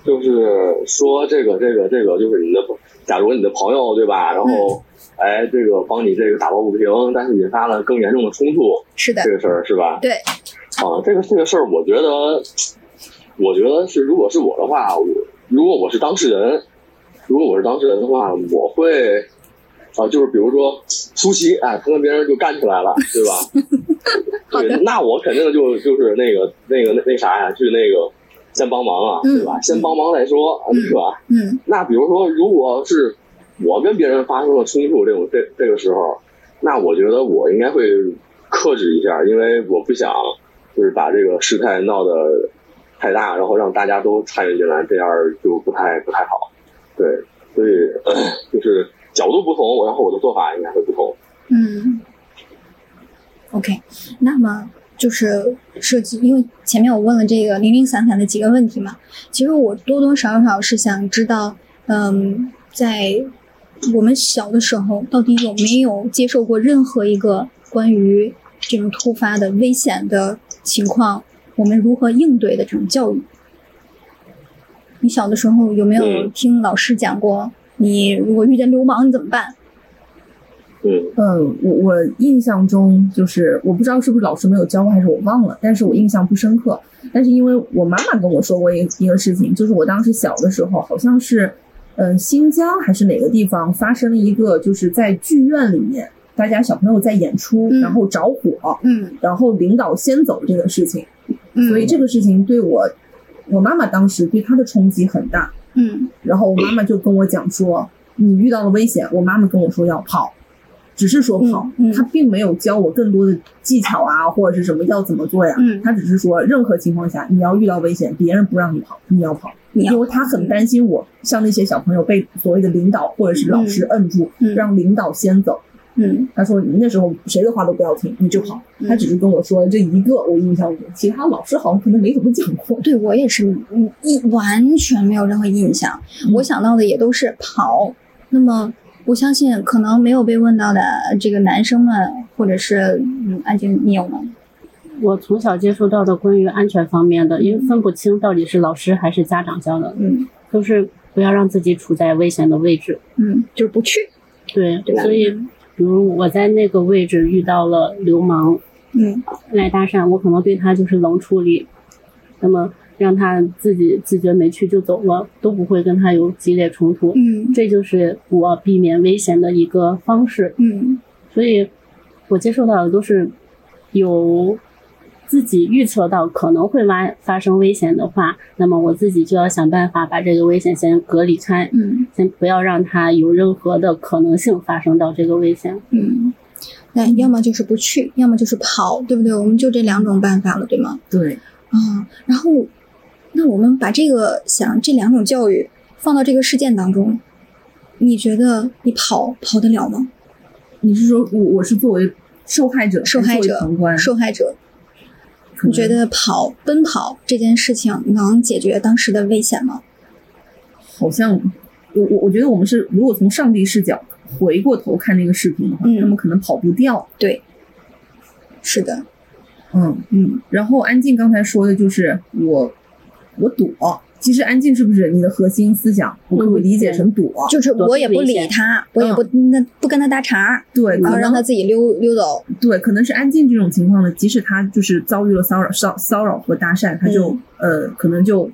[SPEAKER 4] 就是说这个这个这个，就是你的，假如你的朋友对吧？然
[SPEAKER 1] 嗯
[SPEAKER 4] 后，哎，这个帮你这个打抱不平，但是引发了更严重的冲突，
[SPEAKER 1] 是的
[SPEAKER 4] 这，个事儿是吧？
[SPEAKER 1] 对。
[SPEAKER 4] 啊，这个这个事儿，我觉得，我觉得是，如果是我的话，我如果我是当事人，如果我是当事人的话，我会啊，就是比如说苏西，哎，他跟别人就干起来了，对吧？ 对，那我肯定就就是那个那个那那啥呀、去那个先帮忙啊，
[SPEAKER 1] 嗯
[SPEAKER 4] 对吧？先帮忙再说，啊
[SPEAKER 1] 嗯
[SPEAKER 4] 对吧？
[SPEAKER 1] 嗯
[SPEAKER 4] 那比如说，如果是我跟别人发生了冲突这种这这个时候，那我觉得我应该会克制一下，因为我不想就是把这个事态闹得太大，然后让大家都参与进来，这样就不太不太好。对，所以 就是角度不同，我然后我的做法应该会不同。
[SPEAKER 1] 嗯，OK，那么就是设计，因为前面我问了这个零零散散的几个问题嘛，其实我多多少少是想知道，嗯，在我们小的时候到底有没有接受过任何一个关于这种突发的危险的情况，我们如何应对的这种教育？你小的时候有没有
[SPEAKER 4] 嗯
[SPEAKER 1] 听老师讲过，你如果遇见流氓你怎么办？
[SPEAKER 4] 嗯
[SPEAKER 3] 嗯，我我印象中就是我不知道是不是老师没有教过，还是我忘了，但是我印象不深刻。但是因为我妈妈跟我说过一一个事情，就是我当时小的时候，好像是，嗯、新疆还是哪个地方发生了一个，就是在剧院里面，大家小朋友在演出，
[SPEAKER 1] 嗯
[SPEAKER 3] 然后着火，
[SPEAKER 1] 嗯
[SPEAKER 3] 然后领导先走这个事情，
[SPEAKER 1] 嗯，
[SPEAKER 3] 所以这个事情对我，我妈妈当时对她的冲击很大。
[SPEAKER 1] 嗯
[SPEAKER 3] 然后我妈妈就跟我讲说，你遇到了危险，我妈妈跟我说要跑，只是说跑，
[SPEAKER 1] 嗯嗯
[SPEAKER 3] 她并没有教我更多的技巧啊，或者是什么要怎么做呀，
[SPEAKER 1] 嗯
[SPEAKER 3] 她只是说任何情况下你要遇到危险，别人不让你跑，你要跑，
[SPEAKER 1] 你要嗯
[SPEAKER 3] 因为她很担心我像那些小朋友被所谓的领导或者是老师摁住，
[SPEAKER 1] 嗯
[SPEAKER 3] 让领导先走。
[SPEAKER 1] 嗯
[SPEAKER 3] 她说：“你那时候谁的话都不要听，你就跑。
[SPEAKER 1] 嗯
[SPEAKER 3] 她只是跟我说这一个，我印象中，其他老师好像可能没怎么讲过。
[SPEAKER 1] 对我也是，嗯一完全没有任何印象。
[SPEAKER 3] 嗯
[SPEAKER 1] 我想到的也都是跑。那么，我相信可能没有被问到的这个男生们，或者是嗯，安静，你有吗？
[SPEAKER 5] 我从小接触到的关于安全方面的，因为分不清到底是老师还是家长教的，
[SPEAKER 1] 嗯
[SPEAKER 5] 都是不要让自己处在危险的位置。
[SPEAKER 1] 嗯，就是不去。
[SPEAKER 5] 对，
[SPEAKER 1] 对吧
[SPEAKER 5] 所以比如我在那个位置遇到了流氓
[SPEAKER 1] 嗯
[SPEAKER 5] 来搭讪，我可能对他就是冷处理，那么让他自己自觉没去就走了，都不会跟他有激烈冲突。
[SPEAKER 1] 嗯
[SPEAKER 5] 这就是我避免危险的一个方式。
[SPEAKER 1] 嗯
[SPEAKER 5] 所以我接受到的都是有自己预测到可能会发发生危险的话，那么我自己就要想办法把这个危险先隔离开，
[SPEAKER 1] 嗯
[SPEAKER 5] 先不要让它有任何的可能性发生到这个危险。
[SPEAKER 1] 嗯，那要么就是不去，要么就是跑，对不对？我们就这两种办法了，对吗？
[SPEAKER 3] 对，
[SPEAKER 1] 啊，然后，那我们把这个想这两种教育放到这个事件当中，你觉得你跑跑得了吗？
[SPEAKER 3] 你是说我我是作为受害者，
[SPEAKER 1] 受害
[SPEAKER 3] 还
[SPEAKER 1] 者
[SPEAKER 3] 是作为旁观，
[SPEAKER 1] 受害者，
[SPEAKER 3] 可
[SPEAKER 1] 你
[SPEAKER 3] 能
[SPEAKER 1] 觉得跑奔跑这件事情能解决当时的危险吗？
[SPEAKER 3] 好像我我我觉得我们是如果从上帝视角回过头看那个视频的话，
[SPEAKER 1] 嗯
[SPEAKER 3] 他们可能跑不掉，
[SPEAKER 1] 对，是的，
[SPEAKER 3] 嗯。
[SPEAKER 1] 嗯
[SPEAKER 3] 然后安静刚才说的就是我我躲，其实安静是不是你的核心思想？我可不
[SPEAKER 1] 嗯
[SPEAKER 3] 可以理解成躲？
[SPEAKER 1] 就是
[SPEAKER 5] 躲
[SPEAKER 1] 我
[SPEAKER 5] 避
[SPEAKER 1] 也不
[SPEAKER 5] 危
[SPEAKER 1] 理
[SPEAKER 5] 险
[SPEAKER 1] 他，我也不跟不跟他搭茬儿，
[SPEAKER 3] 对，
[SPEAKER 1] 然
[SPEAKER 3] 可
[SPEAKER 1] 后让他
[SPEAKER 3] 能
[SPEAKER 1] 自己溜溜走。
[SPEAKER 3] 对，可能是安静这种情况呢，即使他就是遭遇了骚扰、骚骚扰和搭讪，他就、呃可能就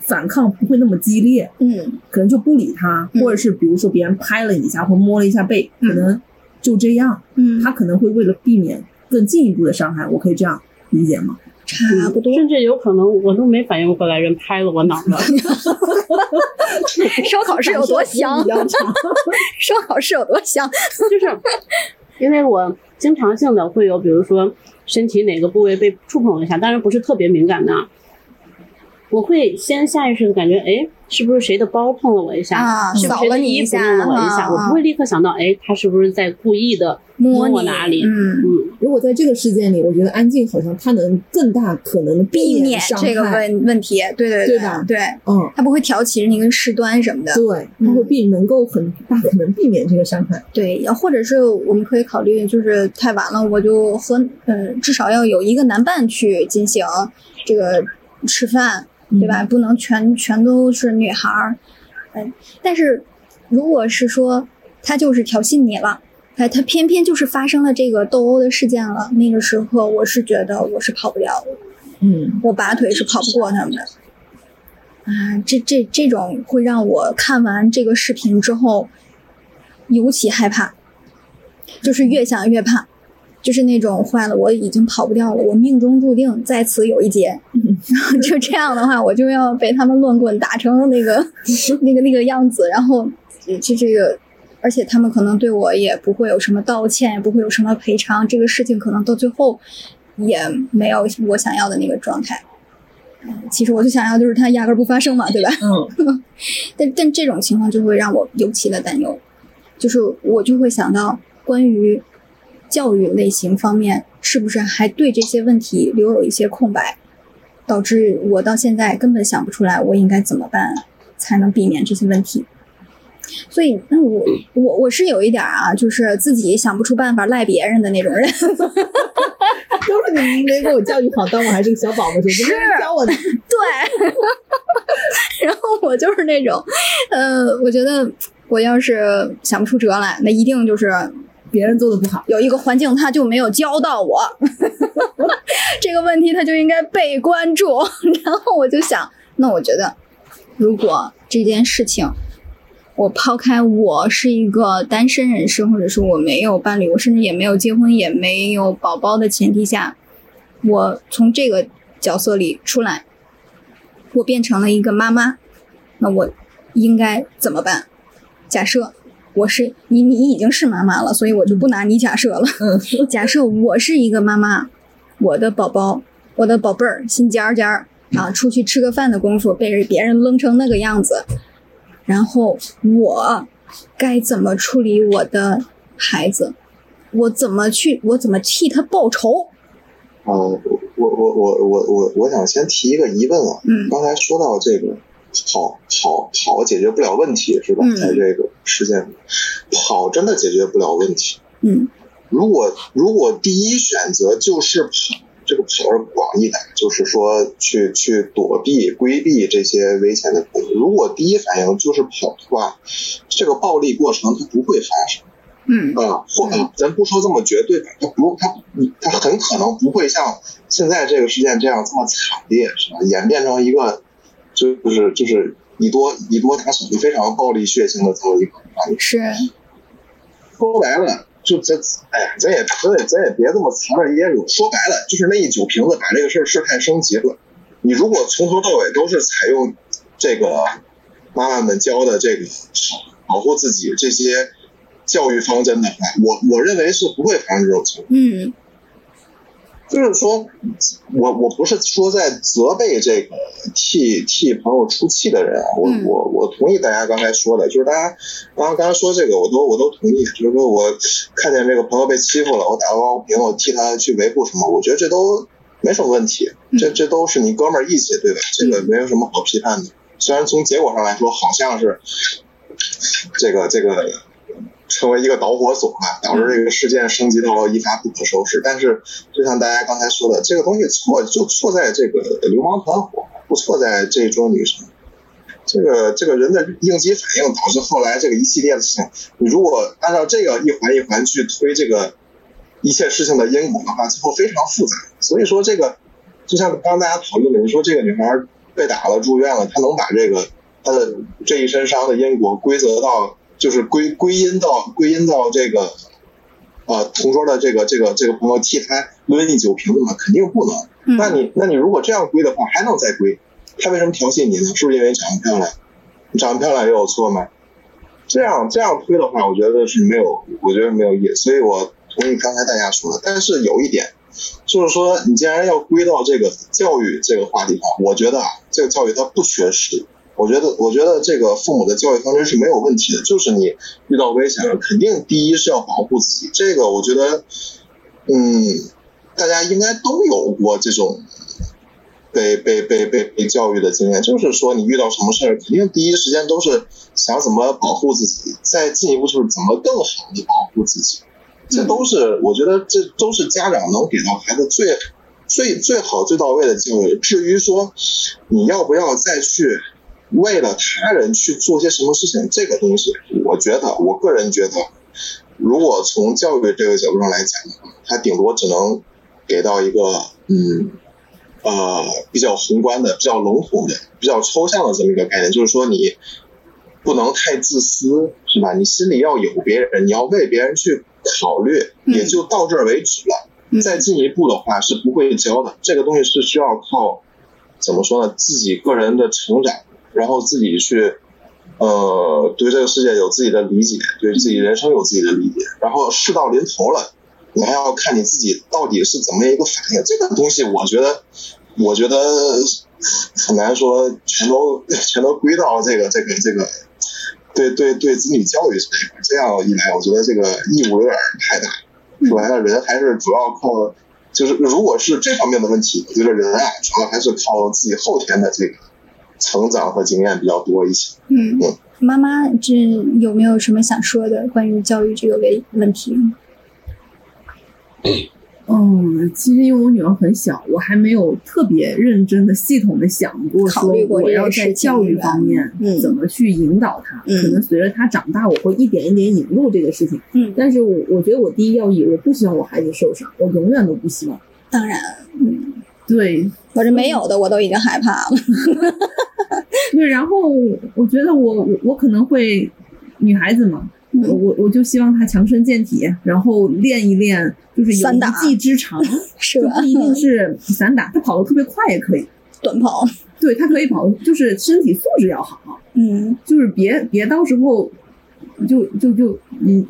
[SPEAKER 3] 反抗不会那么激烈，
[SPEAKER 1] 嗯
[SPEAKER 3] 可能就不理他，
[SPEAKER 1] 嗯
[SPEAKER 3] 或者是比如说别人拍了一下或摸了一下背，
[SPEAKER 1] 嗯
[SPEAKER 3] 可能就这样。
[SPEAKER 1] 嗯，
[SPEAKER 3] 他可能会为了避免更进一步的伤害，我可以这样理解吗？
[SPEAKER 1] 差不多。
[SPEAKER 5] 嗯甚至有可能我都没反应过来，人拍了我 脑袋。
[SPEAKER 1] 烧烤是有多香
[SPEAKER 3] 比？较 长
[SPEAKER 1] 烧烤是有多香？
[SPEAKER 5] 就是 因为我经常性的会有，比如说身体哪个部位被触碰一下，当然不是特别敏感的啊，我会先下意识的感觉，哎，是不是谁的包碰了我一下？
[SPEAKER 1] 啊
[SPEAKER 5] 是不是
[SPEAKER 1] 扫
[SPEAKER 5] 谁
[SPEAKER 1] 了
[SPEAKER 5] 的
[SPEAKER 1] 你
[SPEAKER 5] 衣
[SPEAKER 1] 一
[SPEAKER 5] 服
[SPEAKER 1] 下
[SPEAKER 5] 弄了我一下？
[SPEAKER 1] 啊
[SPEAKER 5] 我不会立刻想到，哎，他是不是在故意的
[SPEAKER 1] 摸
[SPEAKER 5] 我
[SPEAKER 1] 你
[SPEAKER 5] 哪里？
[SPEAKER 1] 嗯，
[SPEAKER 5] 嗯，
[SPEAKER 7] 如果在这个事件里，我觉得安静好像他能更大可能的
[SPEAKER 1] 避免
[SPEAKER 7] 免伤害，
[SPEAKER 1] 这个问问题，对对
[SPEAKER 7] 对吧
[SPEAKER 1] 对，
[SPEAKER 7] 嗯，
[SPEAKER 1] 他不会挑起你一个事端什么的。
[SPEAKER 7] 对，他会避能够很大可能避免这个伤害，
[SPEAKER 1] 对，或者是我们可以考虑，就是太晚了，我就和嗯，至少要有一个男伴去进行这个吃饭，对吧？不能全全都是女孩儿。嗯，但是如果是说他就是挑衅你了，哎，他偏偏就是发生了这个斗殴的事件了，那个时候我是觉得我是跑不了的
[SPEAKER 7] 嗯，
[SPEAKER 1] 我拔腿是跑不过他们的。啊，这这这种会让我看完这个视频之后尤其害怕，就是越想越怕，就是那种坏了，我已经跑不掉了，我命中注定在此有一劫。 就这样的话，我就要被他们乱棍打成那个 那个那个样子，然后这这个。而且他们可能对我也不会有什么道歉，也不会有什么赔偿，这个事情可能到最后也没有我想要的那个状态。其实我就想要就是它压根儿不发生嘛，对吧？
[SPEAKER 3] 嗯，
[SPEAKER 1] 但但这种情况就会让我尤其的担忧，就是我就会想到关于教育类型方面是不是还对这些问题留有一些空白，导致我到现在根本想不出来我应该怎么办才能避免这些问题。所以，那我我我是有一点儿啊，就是自己想不出办法赖别人的那种人。
[SPEAKER 3] 都是你没给我教育好，当我还是个小宝宝的时候，
[SPEAKER 1] 是
[SPEAKER 3] 就没人教我的。
[SPEAKER 1] 对，然后我就是那种，呃，我觉得我要是想不出辙来，那一定就是
[SPEAKER 3] 别人做的不好，
[SPEAKER 1] 有一个环境他就没有教到我， 这个问题他就应该被关注。然后我就想，那我觉得，如果这件事情，我抛开我是一个单身人士，或者是我没有伴侣，我甚至也没有结婚，也没有宝宝的前提下，我从这个角色里出来，我变成了一个妈妈，那我应该怎么办？假设我是你，你已经是妈妈了，所以我
[SPEAKER 8] 嗯
[SPEAKER 1] 就不拿你假设了。 假设我是一个妈妈，我的宝宝，我的宝贝儿，心尖儿尖儿啊，出去吃个饭的功夫被别人扔成那个样子，然后我该怎么处理我的孩子？我怎么去？我怎么替他报仇？
[SPEAKER 8] 啊，我我我我我我我想先提一个疑问啊，
[SPEAKER 1] 嗯
[SPEAKER 8] 刚才说到这个跑跑跑解决不了问题是吧？
[SPEAKER 1] 嗯
[SPEAKER 8] 在这个事件里，跑真的解决不了问题。
[SPEAKER 1] 嗯
[SPEAKER 8] 如果如果第一选择就是跑，这个跑是广义的，就是说去去躲避、规避这些危险的可能。如果第一反应就是跑的话，这个暴力过程它不会发生。
[SPEAKER 1] 嗯
[SPEAKER 8] 啊，或
[SPEAKER 1] 嗯
[SPEAKER 8] 咱不说这么绝对吧，它不，它它很可能不会像现在这个事件这样这么惨烈，是吧？演变成一个就就是就是以多以多打少，就非常暴力血腥的这么一个场面。
[SPEAKER 1] 是
[SPEAKER 8] 说白了，就咱哎呀，咱也咱也咱也别这么藏着掖着。说白了，就是那一酒瓶子把这个事儿事态升级了。你如果从头到尾都是采用这个妈妈们教的这个保护自己这些教育方针的话，我我认为是不会发生这种情况。
[SPEAKER 1] 嗯
[SPEAKER 8] 就是说，我我不是说在责备这个替替朋友出气的人啊，我
[SPEAKER 1] 嗯
[SPEAKER 8] 我我同意大家刚才说的，就是大家刚刚才说这个，我都我都同意。就是说我看见这个朋友被欺负了，我打个抱不平，我替他去维护什么，我觉得这都没什么问题，这这都是你哥们儿义气，对吧？这个没有什么好批判的。虽然从结果上来说，好像是这个这个成为一个导火索吧，导致这个事件升级到一发不可收拾。但是，就像大家刚才说的，这个东西错就错在这个流氓团伙，不错在这一桌女生。这个这个人的应激反应导致后来这个一系列的事情，你如果按照这个一环一环去推这个一切事情的因果的话，最后非常复杂。所以说这个，就像刚刚大家讨论的，你说这个女孩被打了住院了，她能把这个她的这一身伤的因果归责到，就是归归因到归因到这个，呃，同桌的这个这个这个朋友替她抡一酒瓶子吗？肯定不能。
[SPEAKER 1] 嗯
[SPEAKER 8] 那你那你如果这样归的话，还能再归？他为什么调戏你呢？是不是因为你长得漂亮？你长得漂亮也有错吗？这样这样推的话，我觉得是没有，我觉得没有意思。所以我同意刚才大家说的，但是有一点，就是说你既然要归到这个教育这个话题上，我觉得啊，这个教育它不缺失。我觉得，我觉得这个父母的教育方针是没有问题的，就是你遇到危险了，肯定第一是要保护自己。这个我觉得，嗯，大家应该都有过这种被被被被被教育的经验，就是说你遇到什么事儿，肯定第一时间都是想怎么保护自己，再进一步就是怎么更好的保护自己。这都是我觉得这都是家长能给到孩子最最最好最到位的教育。至于说你要不要再去为了他人去做些什么事情，这个东西，我觉得我个人觉得，如果从教育这个角度上来讲的话，他顶多只能给到一个嗯呃比较宏观的、比较笼统的、比较抽象的这么一个概念，就是说你不能太自私，是吧？你心里要有别人，你要为别人去考虑，
[SPEAKER 1] 嗯
[SPEAKER 8] 也就到这儿为止了。
[SPEAKER 1] 嗯
[SPEAKER 8] 再进一步的话是不会教的，这个东西是需要靠怎么说呢？自己个人的成长，然后自己去。呃，对这个世界有自己的理解，对自己
[SPEAKER 1] 嗯
[SPEAKER 8] 人生有自己的理解，然后事到临头了，你还要看你自己到底是怎么一个反应。这个东西，我觉得我觉得很难说全都 全都归到这个这个这个对对对子女教育这一块。这样一来，我觉得这个义务有点太大。说白了，人还是主要靠，就是如果是这方面的问题，我觉得人啊，主要还是靠自己后天的这个成长和经验比较多一些。
[SPEAKER 1] 嗯
[SPEAKER 8] 嗯，
[SPEAKER 1] 妈妈这有没有什么想说的关于教育这个问问题？
[SPEAKER 3] 嗯，其实因为我女儿很小，我还没有特别认真的、系统的想过
[SPEAKER 1] 考
[SPEAKER 3] 说
[SPEAKER 1] 虑过这
[SPEAKER 3] 我
[SPEAKER 1] 个
[SPEAKER 3] 要
[SPEAKER 1] 事
[SPEAKER 3] 在
[SPEAKER 1] 情
[SPEAKER 3] 教育
[SPEAKER 1] 对吧
[SPEAKER 3] 方面
[SPEAKER 1] 嗯
[SPEAKER 3] 怎么去引导她。
[SPEAKER 1] 嗯
[SPEAKER 3] 可能随着她长大，我会一点一点引入这个事情。
[SPEAKER 1] 嗯，
[SPEAKER 3] 但是我我觉得我第一要义，我不希望我孩子受伤，我永远都不希望。
[SPEAKER 1] 当然，嗯，
[SPEAKER 3] 对，
[SPEAKER 1] 我这没有的我都已经害怕了。
[SPEAKER 3] 对，然后我觉得我我我可能会，女孩子嘛，
[SPEAKER 1] 嗯
[SPEAKER 3] 我我我就希望她强身健体，然后练一练，就是有
[SPEAKER 1] 散
[SPEAKER 3] 一
[SPEAKER 1] 打
[SPEAKER 3] 技之长，
[SPEAKER 1] 是
[SPEAKER 3] 就
[SPEAKER 1] 吧
[SPEAKER 3] 不？一定是散打，她跑得特别快也可以，
[SPEAKER 1] 短跑，
[SPEAKER 3] 对，她可以跑，就是身体素质要好，
[SPEAKER 1] 嗯，
[SPEAKER 3] 就是别别到时候就就就嗯，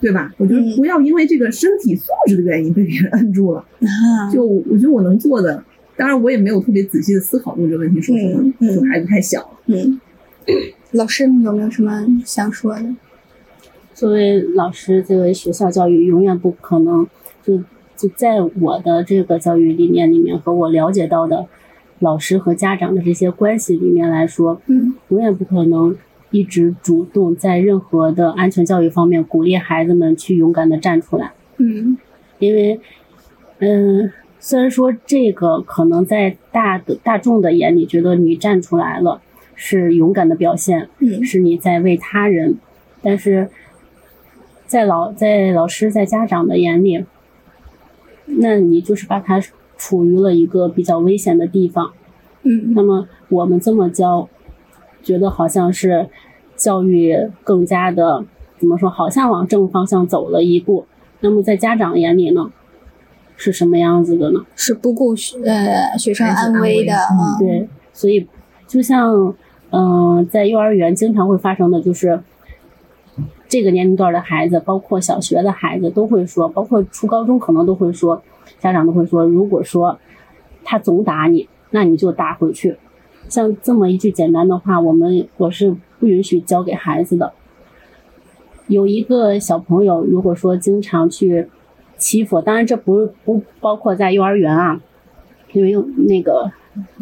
[SPEAKER 3] 对吧？我觉得
[SPEAKER 1] 嗯
[SPEAKER 3] 不要因为这个身体素质的原因被别人摁住了。
[SPEAKER 1] 啊，
[SPEAKER 3] 就我觉得我能做的，当然我也没有特别仔细的思考过这个问题，说实话
[SPEAKER 1] 嗯，嗯
[SPEAKER 3] 就孩子太小了。
[SPEAKER 1] 嗯，老师有没有什么想说的？
[SPEAKER 5] 作为老师，作为学校教育，永远不可能就就在我的这个教育理念里面和我了解到的老师和家长的这些关系里面来说，
[SPEAKER 1] 嗯
[SPEAKER 5] 永远不可能一直主动在任何的安全教育方面鼓励孩子们去勇敢的站出来。
[SPEAKER 1] 嗯
[SPEAKER 5] 因为，嗯，虽然说这个可能在大的大众的眼里觉得你站出来了是勇敢的表现，
[SPEAKER 1] 嗯
[SPEAKER 5] 是你在为他人，但是在老在老师在家长的眼里，那你就是把他处于了一个比较危险的地方。
[SPEAKER 1] 嗯
[SPEAKER 5] 那么我们这么教，觉得好像是教育更加的怎么说，好像往正方向走了一步。那么在家长眼里呢，是什么样子的呢？
[SPEAKER 1] 是不顾学呃学生
[SPEAKER 3] 孩子
[SPEAKER 1] 安
[SPEAKER 3] 安
[SPEAKER 1] 危
[SPEAKER 3] 危
[SPEAKER 1] 的
[SPEAKER 3] 嗯
[SPEAKER 1] 啊，
[SPEAKER 5] 对，所以就像嗯、呃在幼儿园经常会发生的就是。这个年龄段的孩子，包括小学的孩子，都会说，包括初高中可能都会说，家长都会说，如果说他总打你，那你就打回去。像这么一句简单的话，我们我是不允许教给孩子的。有一个小朋友，如果说经常去欺负，当然这不不包括在幼儿园啊，因为有那个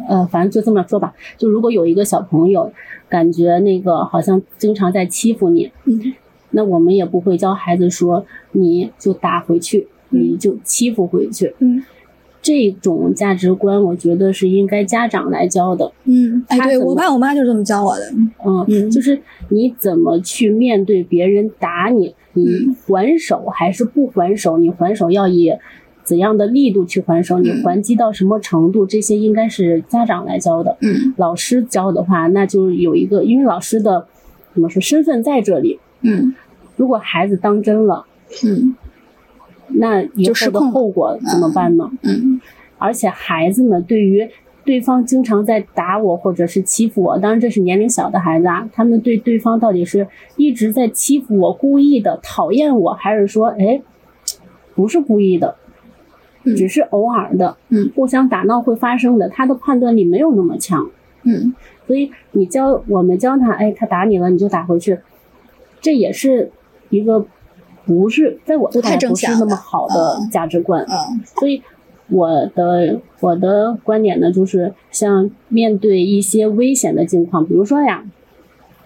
[SPEAKER 5] 呃，反正就这么说吧，就如果有一个小朋友感觉那个好像经常在欺负你，
[SPEAKER 1] 嗯
[SPEAKER 5] 那我们也不会教孩子说你就打回去，
[SPEAKER 1] 嗯
[SPEAKER 5] 你就欺负回去。
[SPEAKER 1] 嗯
[SPEAKER 5] 这种价值观，我觉得是应该家长来教的。
[SPEAKER 1] 嗯，哎，
[SPEAKER 5] 他
[SPEAKER 1] 对
[SPEAKER 5] 怎
[SPEAKER 1] 我
[SPEAKER 5] 么
[SPEAKER 1] 爸我妈就是这么教我的，
[SPEAKER 5] 嗯，
[SPEAKER 1] 嗯
[SPEAKER 5] 就是你怎么去面对别人打你，
[SPEAKER 1] 嗯
[SPEAKER 5] 你还手还是不还手？你还手要以怎样的力度去还手？你
[SPEAKER 1] 嗯
[SPEAKER 5] 还击到什么程度？这些应该是家长来教的。
[SPEAKER 1] 嗯
[SPEAKER 5] 老师教的话，那就有一个，因为老师的怎么说身份在这里。
[SPEAKER 1] 嗯
[SPEAKER 5] 如果孩子当真了，
[SPEAKER 1] 嗯
[SPEAKER 5] 那以
[SPEAKER 1] 就失
[SPEAKER 5] 后的
[SPEAKER 1] 控了
[SPEAKER 5] 后果怎么办呢？
[SPEAKER 1] 嗯
[SPEAKER 5] 而且孩子们对于对方经常在打我或者是欺负我，当然这是年龄小的孩子啊，他们对对方到底是一直在欺负我、故意的讨厌我，还是说哎不是故意的
[SPEAKER 1] 嗯，
[SPEAKER 5] 只是偶尔的，
[SPEAKER 1] 嗯，
[SPEAKER 5] 互相打闹会发生的，他的判断力没有那么强，
[SPEAKER 1] 嗯
[SPEAKER 5] 所以你教我们教他，哎，他打你了你就打回去，这也是一个不是在我
[SPEAKER 1] 不太
[SPEAKER 5] 看来
[SPEAKER 1] 正
[SPEAKER 5] 不是
[SPEAKER 1] 向
[SPEAKER 5] 那
[SPEAKER 1] 的
[SPEAKER 5] 么好的
[SPEAKER 1] 嗯
[SPEAKER 5] 价值观，
[SPEAKER 1] 嗯
[SPEAKER 5] 所以我的我的观点呢，就是像面对一些危险的境况，比如说呀，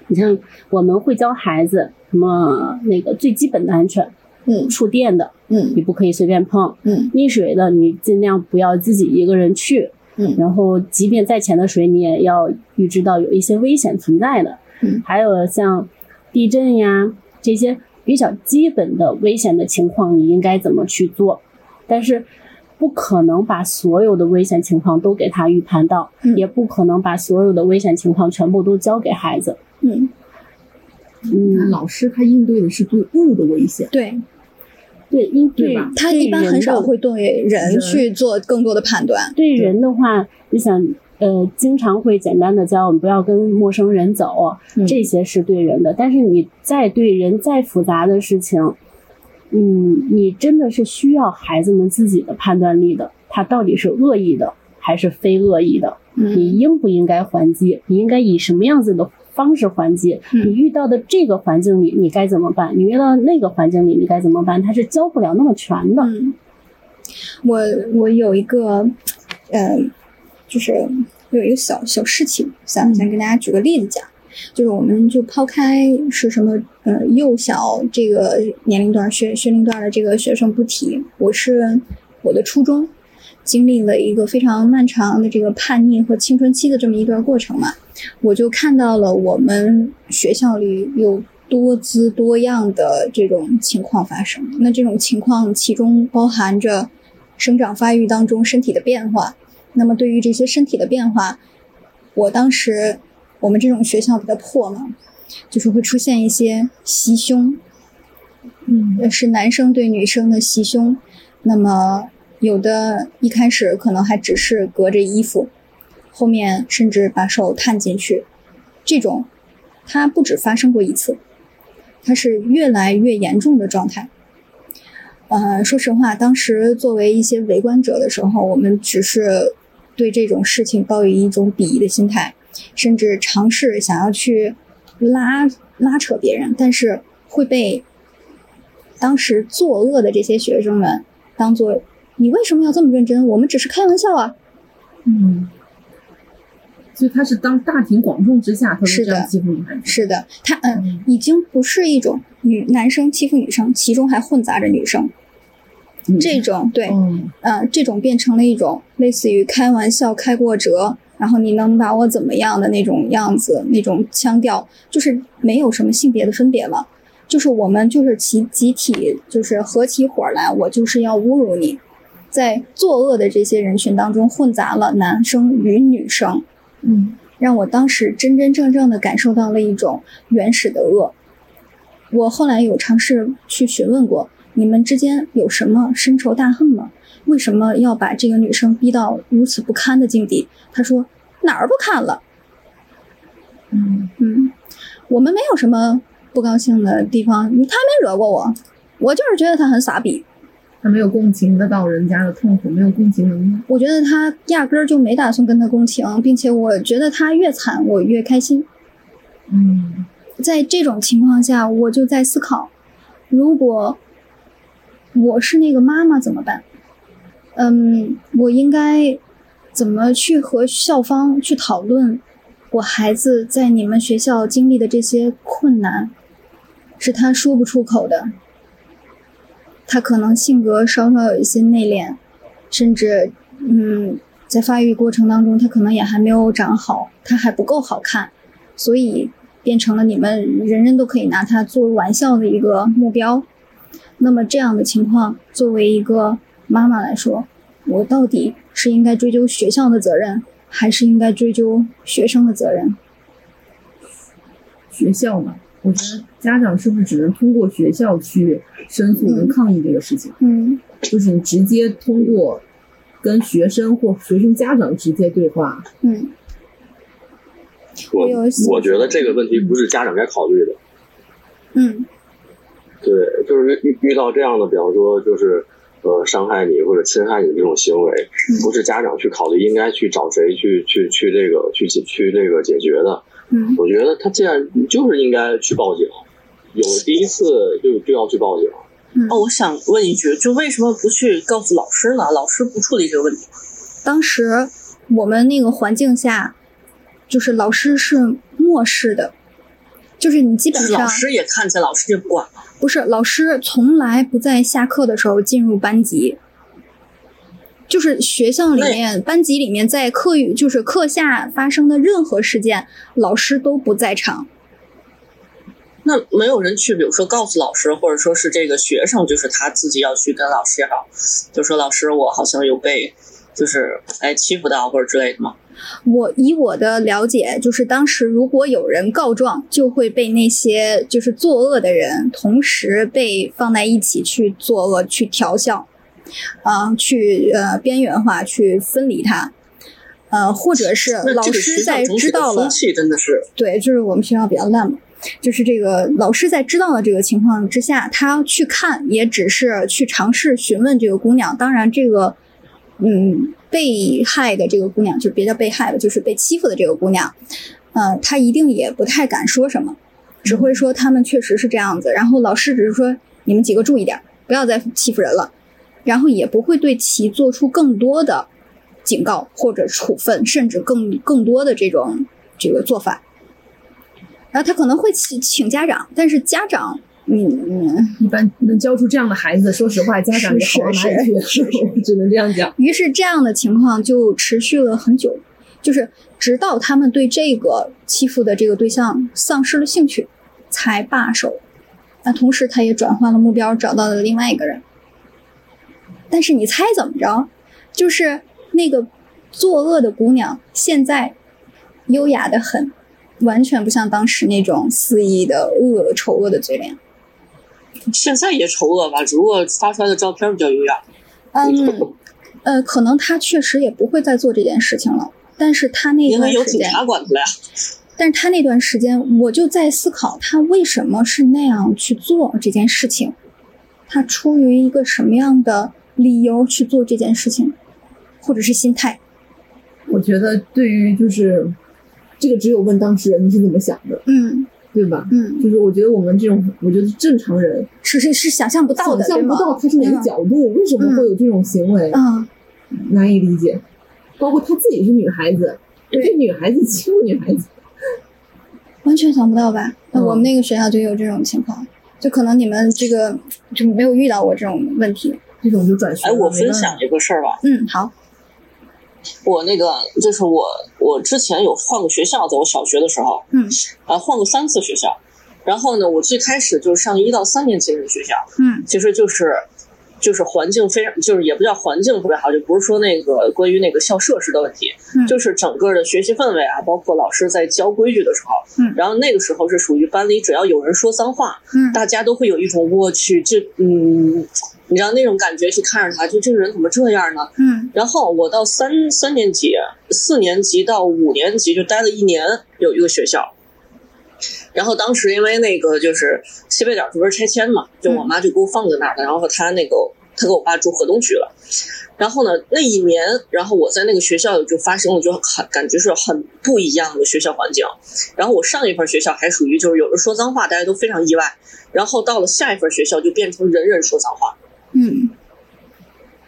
[SPEAKER 5] 你像我们会教孩子什么那个最基本的安全，
[SPEAKER 1] 嗯
[SPEAKER 5] 触电的
[SPEAKER 1] 嗯
[SPEAKER 5] 你不可以随便碰，
[SPEAKER 1] 嗯
[SPEAKER 5] 溺水的你尽量不要自己一个人去，
[SPEAKER 1] 嗯
[SPEAKER 5] 然后即便在浅的水，你也要预知到有一些危险存在的，
[SPEAKER 1] 嗯
[SPEAKER 5] 还有像地震呀这些比较基本的危险的情况，你应该怎么去做？但是不可能把所有的危险情况都给他预判到，
[SPEAKER 1] 嗯
[SPEAKER 5] 也不可能把所有的危险情况全部都交给孩子。
[SPEAKER 1] 嗯，
[SPEAKER 5] 嗯，
[SPEAKER 3] 老师他应对的是对物的危险，
[SPEAKER 1] 对
[SPEAKER 5] 对，因
[SPEAKER 3] 对
[SPEAKER 5] 对
[SPEAKER 3] 吧
[SPEAKER 1] 他一般
[SPEAKER 5] 对人
[SPEAKER 1] 很少
[SPEAKER 5] 的嗯
[SPEAKER 1] 会对人
[SPEAKER 3] 人
[SPEAKER 1] 去做更多的判断，
[SPEAKER 5] 对人的话，你想，呃，经常会简单的教我们不要跟陌生人走，
[SPEAKER 1] 嗯
[SPEAKER 5] 这些是对人的。但是你再对人再复杂的事情，嗯，你真的是需要孩子们自己的判断力的，他到底是恶意的。还是非恶意的，
[SPEAKER 1] 嗯
[SPEAKER 5] 你应不应该还击？你应该以什么样子的方式还击？
[SPEAKER 1] 嗯
[SPEAKER 5] 你遇到的这个环境里，你该怎么办？你遇到那个环境里，你该怎么办？他是教不了那么全的。
[SPEAKER 1] 嗯，我我有一个，呃，就是有一个小小事情，想想跟大家举个例子讲，就是我们就抛开是什么呃幼小这个年龄段学学龄段的这个学生不提，我是我的初中经历了一个非常漫长的这个叛逆和青春期的这么一段过程嘛，我就看到了我们学校里有多姿多样的这种情况发生。那这种情况其中包含着生长发育当中身体的变化。那么对于这些身体的变化，我当时我们这种学校比较破嘛，就是会出现一些袭胸，
[SPEAKER 3] 嗯，
[SPEAKER 1] 呃是男生对女生的袭胸。那么有的一开始可能还只是隔着衣服，后面甚至把手探进去，这种它不止发生过一次，它是越来越严重的状态。呃，说实话，当时作为一些围观者的时候，我们只是对这种事情抱有一种鄙夷的心态，甚至尝试想要去拉拉扯别人，但是会被当时作恶的这些学生们当做你为什么要这么认真？我们只是开玩笑啊，
[SPEAKER 3] 嗯，所以他是当大庭广众之下，他
[SPEAKER 1] 是
[SPEAKER 3] 是这样
[SPEAKER 1] 的
[SPEAKER 3] 欺负女孩子。
[SPEAKER 1] 是的，他嗯、
[SPEAKER 3] 嗯
[SPEAKER 1] 已经不是一种女男生欺负女生，其中还混杂着女生，
[SPEAKER 3] 嗯
[SPEAKER 1] 这种对，
[SPEAKER 3] 嗯，
[SPEAKER 1] 呃，这种变成了一种类似于开玩笑开过折，然后你能把我怎么样的那种样子、那种腔调，就是没有什么性别的分别了，就是我们就是集集体就是合起伙来，我就是要侮辱你。在作恶的这些人群当中，混杂了男生与女生，
[SPEAKER 3] 嗯，
[SPEAKER 1] 让我当时真真正正的感受到了一种原始的恶。我后来有尝试去询问过，你们之间有什么深仇大恨吗？为什么要把这个女生逼到如此不堪的境地？他说哪儿不堪了？嗯嗯，我们没有什么不高兴的地方，他没惹过我，我就是觉得他很傻逼，
[SPEAKER 3] 他没有共情得到人家的痛苦，没有共情能力。
[SPEAKER 1] 我觉得他压根儿就没打算跟他共情，并且我觉得他越惨我越开心。
[SPEAKER 3] 嗯，
[SPEAKER 1] 在这种情况下，我就在思考，如果我是那个妈妈怎么办？嗯，我应该怎么去和校方去讨论我孩子在你们学校经历的这些困难，是他说不出口的。他可能性格稍稍有一些内敛，甚至嗯，在发育过程当中，他可能也还没有长好，他还不够好看。所以变成了你们人人都可以拿它做玩笑的一个目标。那么这样的情况，作为一个妈妈来说，我到底是应该追究学校的责任，还是应该追究学生的责任？
[SPEAKER 3] 学校嘛，我觉得家长是不是只能通过学校去申诉跟抗议这个事情？
[SPEAKER 1] 嗯
[SPEAKER 3] 就是你直接通过跟学生或学生家长直接对话，
[SPEAKER 1] 嗯
[SPEAKER 4] 我
[SPEAKER 1] 有些
[SPEAKER 4] 我觉得这个问题不是家长该考虑的。
[SPEAKER 1] 嗯
[SPEAKER 4] 对，就是遇遇到这样的，比方说就是呃伤害你或者侵害你这种行为，不是家长去考虑应该去找谁去去去这个去解去这个解决的。
[SPEAKER 1] 嗯
[SPEAKER 4] 我觉得他既然就是应该去报警，有第一次就就要去报警。
[SPEAKER 1] 嗯。
[SPEAKER 9] 哦，我想问一句，就为什么不去告诉老师呢？老师不处理这个问题，
[SPEAKER 1] 当时我们那个环境下，就是老师是漠视的，就是你基
[SPEAKER 9] 就
[SPEAKER 1] 本
[SPEAKER 9] 是
[SPEAKER 1] 上
[SPEAKER 9] 老师也看见，老师就不管了。
[SPEAKER 1] 不是，老师从来不在下课的时候进入班级，就是学校里面、班级里面，在课语就是课下发生的任何事件，老师都不在场。
[SPEAKER 9] 那没有人去，比如说告诉老师，或者说是这个学生，就是他自己要去跟老师也好，就说老师，我好像有被，就是哎欺负到或者之类的吗？
[SPEAKER 1] 我以我的了解，就是当时如果有人告状，就会被那些就是作恶的人同时被放在一起去作恶、去调笑，啊、去呃边缘化、去分离他，呃，或者是
[SPEAKER 9] 那
[SPEAKER 1] 老
[SPEAKER 9] 这个
[SPEAKER 1] 师
[SPEAKER 9] 学校
[SPEAKER 1] 在
[SPEAKER 9] 整
[SPEAKER 1] 知
[SPEAKER 9] 体的
[SPEAKER 1] 道了
[SPEAKER 9] 风。气真的是，
[SPEAKER 1] 对，就是我们学校比较烂嘛，就是这个老师在知道了这个情况之下，他去看也只是去尝试询问这个姑娘，当然这个嗯被害的这个姑娘，就别叫被害了，就是被欺负的这个姑娘，呃，她一定也不太敢说什么，只会说他们确实是这样子。然后老师只是说你们几个注意点，不要再欺负人了，然后也不会对其做出更多的警告或者处分，甚至更更多的这种这个做法。然后他可能会请请家长，但是家长，嗯嗯，
[SPEAKER 3] 一般能教出这样的孩子，说实话，家长也好到哪里去， 只能这样讲。
[SPEAKER 1] 于是这样的情况就持续了很久，就是直到他们对这个欺负的这个对象丧失了兴趣，才罢手。那同时，他也转换了目标，找到了另外一个人。但是你猜怎么着？就是那个作恶的姑娘，现在优雅的很。完全不像当时那种肆意的恶、丑恶的嘴脸。
[SPEAKER 9] 现在也丑恶吧，只不过发出来的照片比较优雅。
[SPEAKER 1] 嗯，呃，可能他确实也不会再做这件事情了，但是他那
[SPEAKER 9] 因
[SPEAKER 1] 段
[SPEAKER 9] 为有
[SPEAKER 1] 时
[SPEAKER 9] 警
[SPEAKER 1] 间，
[SPEAKER 9] 察管他了呀。
[SPEAKER 1] 但是他那段时间，我就在思考他为什么是那样去做这件事情，他出于一个什么样的理由去做这件事情，或者是心态。
[SPEAKER 3] 我觉得对于就是这个，只有问当事人你是怎么想的，
[SPEAKER 1] 嗯
[SPEAKER 3] 对吧？
[SPEAKER 1] 嗯，
[SPEAKER 3] 就是我觉得我们这种，我觉得正常人
[SPEAKER 1] 是是是想象不到
[SPEAKER 3] 想
[SPEAKER 1] 的，
[SPEAKER 3] 象不到他是哪个
[SPEAKER 1] 嗯
[SPEAKER 3] 角度，为什么会有这种行为
[SPEAKER 1] 对，吗？嗯，
[SPEAKER 3] 难以理解。包括她自己是女孩子，
[SPEAKER 1] 对
[SPEAKER 3] 这女孩子欺负女孩子，
[SPEAKER 1] 完全想不到吧？那
[SPEAKER 3] 嗯
[SPEAKER 1] 我们那个学校就有这种情况，就可能你们这个就没有遇到过这种问题。
[SPEAKER 3] 这种就转学
[SPEAKER 9] 哎，
[SPEAKER 3] 了。
[SPEAKER 9] 我
[SPEAKER 3] 没办
[SPEAKER 9] 分
[SPEAKER 3] 法
[SPEAKER 9] 享一个事儿吧，
[SPEAKER 1] 嗯，好，
[SPEAKER 9] 我那个就是我，我之前有换过学校，在我小学的时候，
[SPEAKER 1] 嗯，
[SPEAKER 9] 啊，换过三次学校。然后呢，我最开始就是上一到三年级那个学校，
[SPEAKER 1] 嗯
[SPEAKER 9] 其实就是就是环境非常，就是也不叫环境特别好，就不是说那个关于那个校设施的问题，
[SPEAKER 1] 嗯
[SPEAKER 9] 就是整个的学习氛围啊，包括老师在教规矩的时候，
[SPEAKER 1] 嗯
[SPEAKER 9] 然后那个时候是属于班里只要有人说脏话，
[SPEAKER 1] 嗯
[SPEAKER 9] 大家都会有一种我去，这嗯，你知道那种感觉去看着他，就这个人怎么这样呢？
[SPEAKER 1] 嗯
[SPEAKER 9] 然后我到三三年级、啊四年级到五年级就待了一年，有一个学校。然后当时因为那个就是西北角这边拆迁嘛，就我妈就给我放在那儿了。然后她那个她跟我爸住河东区了。然后呢，那一年，然后我在那个学校就发生了，就很感觉是很不一样的学校环境。然后我上一份学校还属于就是有人说脏话，大家都非常意外。然后到了下一份学校就变成人人说脏话。
[SPEAKER 1] 嗯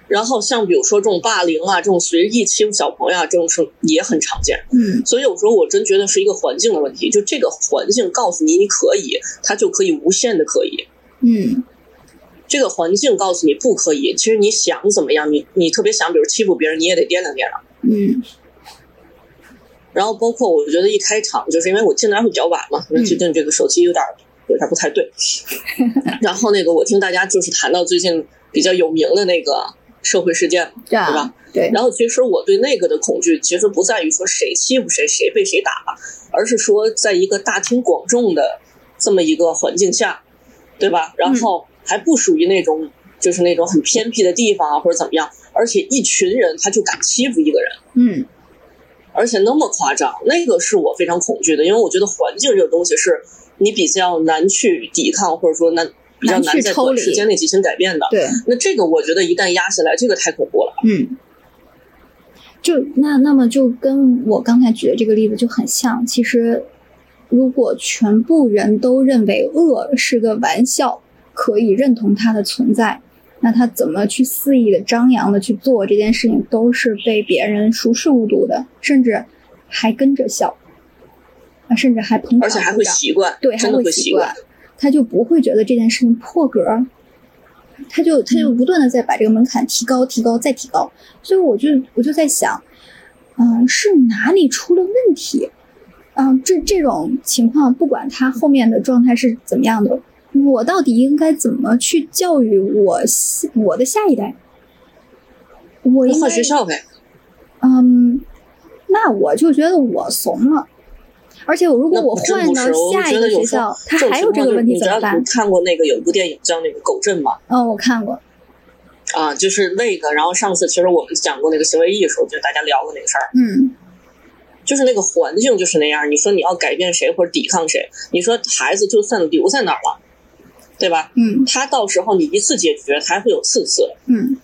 [SPEAKER 9] 然后像比如说这种霸凌啊，这种随意欺负小朋友啊，这种事也很常见。
[SPEAKER 1] 嗯
[SPEAKER 9] 所以有时候我真觉得是一个环境的问题，就这个环境告诉你你可以，它就可以无限的可以。
[SPEAKER 1] 嗯
[SPEAKER 9] 这个环境告诉你不可以，其实你想怎么样，你你特别想，比如欺负别人，你也得掂量掂量。
[SPEAKER 1] 嗯
[SPEAKER 9] 然后包括我觉得一开场就是因为我进来会比较晚嘛，因为最近这个手机有点儿有点儿不太对。然后那个我听大家就是谈到最近比较有名的那个社会事件嘛，
[SPEAKER 1] 对
[SPEAKER 9] 对吧？
[SPEAKER 1] 啊，对，
[SPEAKER 9] 然后其实我对那个的恐惧，其实不在于说谁欺负谁、谁被谁打，而是说在一个大庭广众的这么一个环境下，对
[SPEAKER 1] 嗯
[SPEAKER 9] 吧？然后还不属于那种就是那种很偏僻的地方啊，或者怎么样，而且一群人他就敢欺负一个人。
[SPEAKER 1] 嗯
[SPEAKER 9] 而且那么夸张，那个是我非常恐惧的，因为我觉得环境这个东西是你比较难去抵抗，或者说难比较
[SPEAKER 1] 难
[SPEAKER 9] 难
[SPEAKER 1] 去
[SPEAKER 9] 在
[SPEAKER 1] 抽
[SPEAKER 9] 短
[SPEAKER 1] 离
[SPEAKER 9] 时间内进行改变的。
[SPEAKER 1] 对，
[SPEAKER 9] 那这个我觉得一旦压下来，这个太恐怖了。
[SPEAKER 1] 嗯。就那那么就跟我刚才举的这个例子就很像。其实，如果全部人都认为恶是个玩笑，可以认同它的存在，那他怎么去肆意的张扬的去做这件事情，都是被别人熟视无睹的，甚至还跟着笑，啊，甚至还捧场，
[SPEAKER 9] 而且还会
[SPEAKER 1] 鼓掌
[SPEAKER 9] 习惯，
[SPEAKER 1] 对，还
[SPEAKER 9] 真的会
[SPEAKER 1] 习
[SPEAKER 9] 惯。，
[SPEAKER 1] 他就不会觉得这件事情破格儿，他就他
[SPEAKER 9] 嗯
[SPEAKER 1] 就不断的在把这个门槛提高、提高、再提高。所以我就我就在想，嗯、是哪里出了问题？嗯、这这种情况，不管他后面的状态是怎么样的，我到底应该怎么去教育我下我的下一代？我应该
[SPEAKER 9] 换学校呗，
[SPEAKER 1] 嗯，那我就觉得我怂了。而且我如果
[SPEAKER 9] 那
[SPEAKER 1] 我
[SPEAKER 9] 真
[SPEAKER 1] 换
[SPEAKER 9] 不
[SPEAKER 1] 到
[SPEAKER 9] 是，我
[SPEAKER 1] 下一个
[SPEAKER 9] 觉得
[SPEAKER 1] 学
[SPEAKER 9] 有时
[SPEAKER 1] 校
[SPEAKER 9] 候，
[SPEAKER 1] 他
[SPEAKER 9] 种
[SPEAKER 1] 还
[SPEAKER 9] 情
[SPEAKER 1] 有这
[SPEAKER 9] 况
[SPEAKER 1] 个
[SPEAKER 9] 就
[SPEAKER 1] 问
[SPEAKER 9] 是
[SPEAKER 1] 题
[SPEAKER 9] 你
[SPEAKER 1] 怎
[SPEAKER 9] 知道
[SPEAKER 1] 么办
[SPEAKER 9] 你？看过那个有一部电影叫那个《狗镇》吗？
[SPEAKER 1] 嗯，我看过，
[SPEAKER 9] 啊，就是那个。然后上次其实我们讲过那个行为艺术，就大家聊过那个事儿，
[SPEAKER 1] 嗯
[SPEAKER 9] 就是那个环境就是那样。你说你要改变谁或者抵抗谁，你说孩子就算留在那儿了，对吧？
[SPEAKER 1] 嗯
[SPEAKER 9] 他到时候你一次解决，他还会有次次。
[SPEAKER 1] 嗯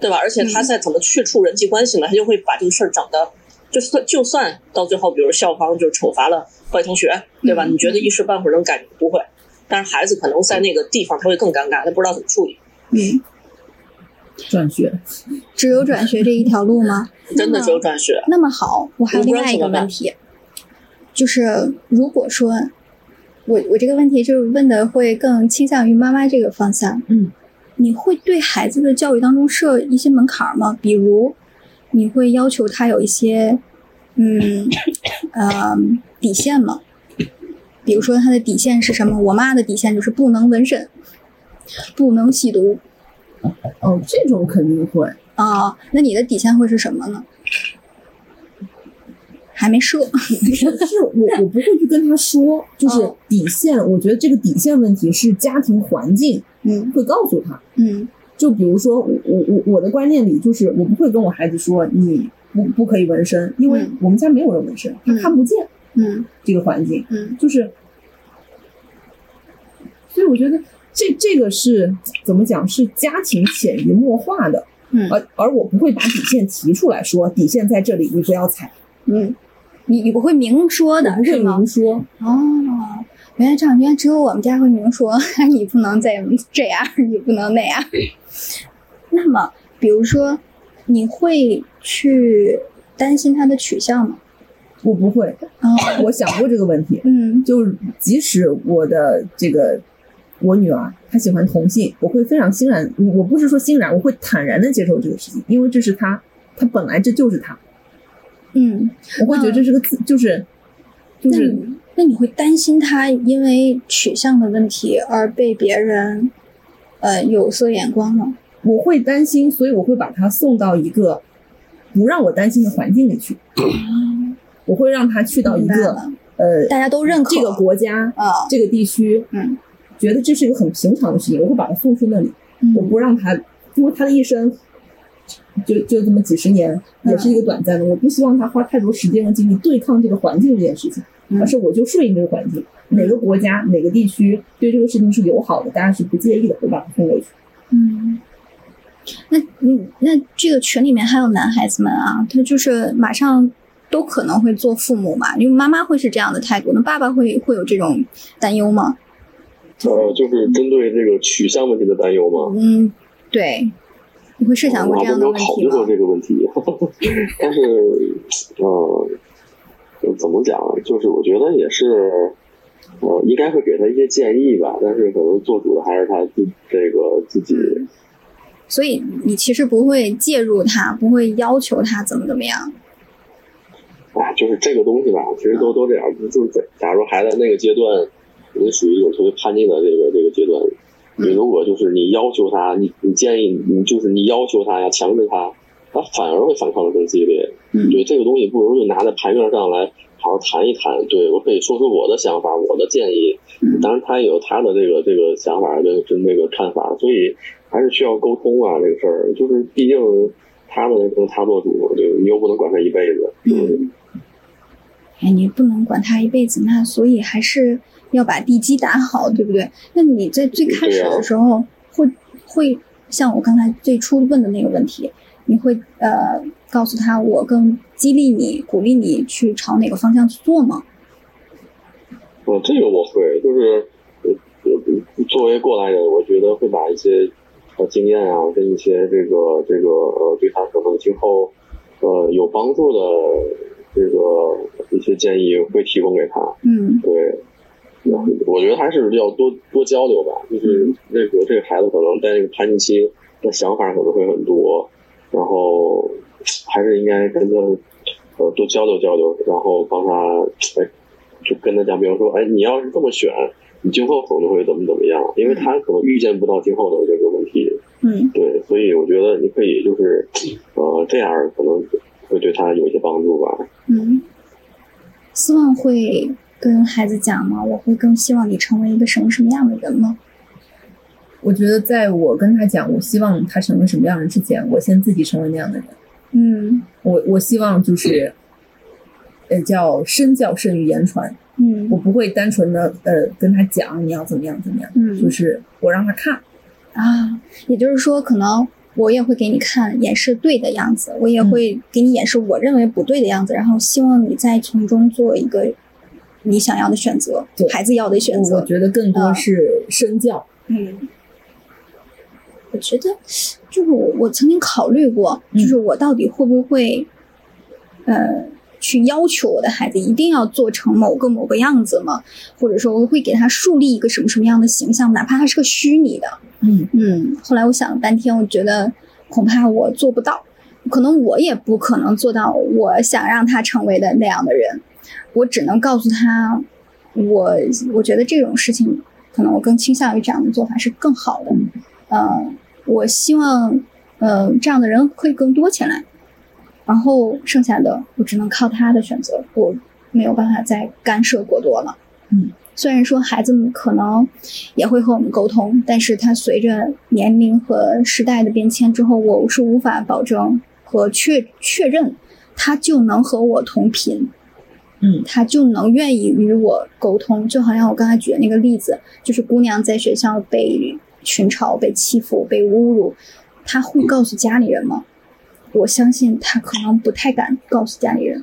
[SPEAKER 9] 对吧？而且他再怎么去处人际关系呢，他就会把这个事儿整的，就算就算到最后，比如校方就惩罚了坏同学，对吧？你觉得一时半会儿能改不会，但是孩子可能在那个地方他会更尴尬，他不知道怎么处理。
[SPEAKER 1] 嗯，
[SPEAKER 3] 转学，
[SPEAKER 1] 只有转学这一条路吗？
[SPEAKER 9] 真
[SPEAKER 1] 那
[SPEAKER 9] 的
[SPEAKER 1] 么
[SPEAKER 9] 只有转学，
[SPEAKER 1] 那么好，我还有
[SPEAKER 9] 我
[SPEAKER 1] 另
[SPEAKER 9] 不知道
[SPEAKER 1] 外一
[SPEAKER 9] 怎
[SPEAKER 1] 个
[SPEAKER 9] 么办
[SPEAKER 1] 问题，就是如果说我我这个问题就是问的会更倾向于妈妈这个方向，
[SPEAKER 3] 嗯，
[SPEAKER 1] 你会对孩子的教育当中设一些门槛儿吗？比如你会要求他有一些嗯呃底线吗？比如说他的底线是什么？我妈的底线就是不能纹身，不能吸毒
[SPEAKER 3] 哦，这种肯定 会。
[SPEAKER 1] 啊、那你的底线会是什么呢？还没设。
[SPEAKER 3] 是我我不会去跟他说，就是
[SPEAKER 1] 哦
[SPEAKER 3] 底线。我觉得这个底线问题是家庭环境
[SPEAKER 1] 嗯
[SPEAKER 3] 会告诉他。
[SPEAKER 1] 嗯
[SPEAKER 3] 就比如说我我我我的观念里，就是我不会跟我孩子说你不不可以纹身，因为
[SPEAKER 1] 嗯
[SPEAKER 3] 我们家没有人纹身，他
[SPEAKER 1] 嗯
[SPEAKER 3] 看不见
[SPEAKER 1] 嗯
[SPEAKER 3] 这个环境，
[SPEAKER 1] 嗯
[SPEAKER 3] 就是。所以我觉得这这个是怎么讲，是家庭潜移默化的，
[SPEAKER 1] 嗯
[SPEAKER 3] 而而我不会把底线提出来说，底线在这里，你不要踩，
[SPEAKER 1] 嗯，你你不会明说
[SPEAKER 3] 我
[SPEAKER 1] 的
[SPEAKER 3] 不
[SPEAKER 1] 是
[SPEAKER 3] 会
[SPEAKER 1] 吗
[SPEAKER 3] 明？说。
[SPEAKER 1] 哦，原来这样，原来只有我们家会明说， 你不能这这样，你不能那样。那么，比如说，你会去担心他的取向吗？
[SPEAKER 3] 我不会，
[SPEAKER 1] 哦，
[SPEAKER 3] 我想过这个问题，
[SPEAKER 1] 嗯
[SPEAKER 3] 就是即使我的这个我女儿她喜欢同性，我会非常欣然，我不是说欣然，我会坦然的接受这个事情，因为这是她，她本来这就是她，
[SPEAKER 1] 嗯，
[SPEAKER 3] 我会觉得这是个自，就是就
[SPEAKER 1] 那
[SPEAKER 3] 是
[SPEAKER 1] 你那你会担心他因为取向的问题而被别人呃有色眼光吗？
[SPEAKER 3] 我会担心，所以我会把她送到一个不让我担心的环境里去，我会让她去到一
[SPEAKER 1] 嗯明白
[SPEAKER 3] 个
[SPEAKER 1] 了，
[SPEAKER 3] 呃
[SPEAKER 1] 大家都认可
[SPEAKER 3] 这个国家
[SPEAKER 1] 啊，
[SPEAKER 3] 这个地区，
[SPEAKER 1] 嗯，
[SPEAKER 3] 觉得这是一个很平常的事情，我会把她送去那里。
[SPEAKER 1] 嗯
[SPEAKER 3] 我不让他，因为他的一生就就这么几十年，
[SPEAKER 1] 嗯
[SPEAKER 3] 也是一个短暂的。我不希望他花太多时间和精力对抗这个环境这件事情，
[SPEAKER 1] 嗯
[SPEAKER 3] 而是我就顺应这个环境。哪个国家、哪个地区对这个事情是友好的，大家是不介意的，我把他送回去。
[SPEAKER 1] 嗯，那嗯，那这个群里面还有男孩子们啊，他就是马上都可能会做父母嘛，因为妈妈会是这样的态度，那爸爸会会有这种担忧吗？
[SPEAKER 4] 呃，就是针对这个取向问题的担忧吗？
[SPEAKER 1] 嗯，对，你会设想
[SPEAKER 4] 我
[SPEAKER 1] 过
[SPEAKER 4] 还
[SPEAKER 1] 这样
[SPEAKER 4] 都没
[SPEAKER 1] 的
[SPEAKER 4] 有
[SPEAKER 1] 问
[SPEAKER 4] 考
[SPEAKER 1] 题吗？
[SPEAKER 4] 虑过这个问题， 但是，呃，就怎么讲？啊就是我觉得也是，呃，应该会给他一些建议吧，但是可能做主的还是他自这个自己。
[SPEAKER 1] 所以你其实不会介入他，不会要求他怎么怎么样。
[SPEAKER 4] 哎，就是这个东西吧，其实都都这样，就是在假如还在那个阶段，你属于一种特别叛逆的这个这个阶段，
[SPEAKER 1] 嗯
[SPEAKER 4] 你如果就是你要求他，你你建议你就是你要求他呀，强制他，他反而会反抗的更激烈。
[SPEAKER 1] 嗯
[SPEAKER 4] 对这个东西，不如就拿在牌面上来好好谈一谈。对我可以说出我的想法，我的建议
[SPEAKER 1] 嗯。
[SPEAKER 4] 当然，他也有他的这个这个想法跟跟这个看法，所以还是需要沟通啊，这个事儿就是毕竟。他们可能他做主，对，你又不能管他一辈子，嗯，
[SPEAKER 1] 哎，你不能管他一辈子，那所以还是要把地基打好，对不对？那你在最开始的时候，会会像我刚才最初问的那个问题，你会呃告诉他我更激励你、鼓励你去朝哪个方向去做吗？
[SPEAKER 4] 呃，这个我会，就是呃呃，作为过来人，我觉得会把一些呃经验啊，跟一些这个这个呃，对他可能今后呃有帮助的这个一些建议会提供给他。
[SPEAKER 1] 嗯
[SPEAKER 4] 对，然后我觉得还是要多多交流吧。就是这个这个孩子可能在这个叛逆期的想法可能会很多，然后还是应该跟他呃多交流交流，然后帮他哎就跟他讲，比如说哎你要是这么选，你今后可能会怎么怎么样，因为他可能预见不到今后的这个问题。
[SPEAKER 1] 嗯
[SPEAKER 4] 对，所以我觉得你可以就是呃这样可能会对他有一些帮助吧。
[SPEAKER 1] 嗯，希望会跟孩子讲吗？我会更希望你成为一个什么什么样的人吗？
[SPEAKER 3] 我觉得，在我跟他讲我希望他成为什么样的人之前，我先自己成为那样的人。
[SPEAKER 1] 嗯
[SPEAKER 3] 我我希望就是，呃，叫身教胜于言传。我
[SPEAKER 1] 嗯
[SPEAKER 3] 不会单纯的呃跟他讲你要怎么样怎么样，
[SPEAKER 1] 嗯
[SPEAKER 3] 就是我让他看，
[SPEAKER 1] 啊，也就是说，可能我也会给你看演示对的样子，我也
[SPEAKER 3] 嗯
[SPEAKER 1] 会给你演示我认为不对的样子，然后希望你再从中做一个你想要的选择，
[SPEAKER 3] 对
[SPEAKER 1] 孩子要的选
[SPEAKER 3] 我
[SPEAKER 1] 择。
[SPEAKER 3] 觉得更多
[SPEAKER 1] 嗯
[SPEAKER 3] 是身教，
[SPEAKER 1] 嗯，我觉得就是我我曾经考虑过，
[SPEAKER 3] 嗯
[SPEAKER 1] 就是我到底会不会，呃，去要求我的孩子一定要做成某个某个样子嘛，或者说我会给他树立一个什么什么样的形象，哪怕他是个虚拟的。
[SPEAKER 3] 嗯
[SPEAKER 1] 嗯，后来我想了半天，我觉得恐怕我做不到，可能我也不可能做到我想让他成为的那样的人，我只能告诉他，我我觉得这种事情，可能我更倾向于这样的做法是更好的。呃，我希望，呃，这样的人会更多起来，然后剩下的我只能靠他的选择，我没有办法再干涉过多了。虽然说孩子们可能也会和我们沟通，但是他随着年龄和时代的变迁之后，我是无法保证和确确认他就能和我同频，
[SPEAKER 3] 嗯，
[SPEAKER 1] 他就能愿意与我沟通。就好像我刚才举的那个例子，就是姑娘在学校被群嘲、被欺负、被侮辱，她会告诉家里人吗？我相信她可能不太敢告诉家里人，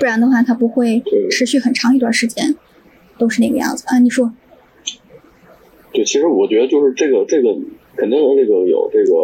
[SPEAKER 1] 不然的话，她不会持续很长一段时间都是那个样子啊。你说，
[SPEAKER 4] 对，其实我觉得就是这个这个肯定有这个有这个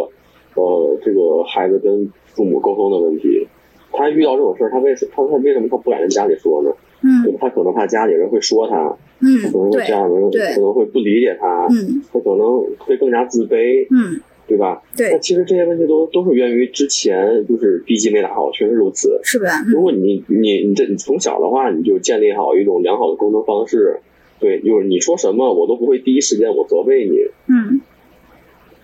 [SPEAKER 4] 呃这个孩子跟父母沟通的问题。他遇到这种事儿，他为什他他为什么他不敢跟家里说呢？
[SPEAKER 1] 嗯
[SPEAKER 4] 对吧他可能怕家里人会说他，可
[SPEAKER 1] 嗯，
[SPEAKER 4] 能会
[SPEAKER 1] 对
[SPEAKER 4] 家，里人
[SPEAKER 1] 对
[SPEAKER 4] 可能会不理解他，
[SPEAKER 1] 嗯
[SPEAKER 4] 他可能会更加自卑，
[SPEAKER 1] 嗯，
[SPEAKER 4] 对吧？那
[SPEAKER 1] 对，
[SPEAKER 4] 其实这些问题都都是源于之前就是地基没打好，确实如此。
[SPEAKER 1] 是吧？
[SPEAKER 4] 如果你你你这你从小的话，你就建立好一种良好的沟通方式，对，就是你说什么我都不会第一时间我责备你，
[SPEAKER 1] 嗯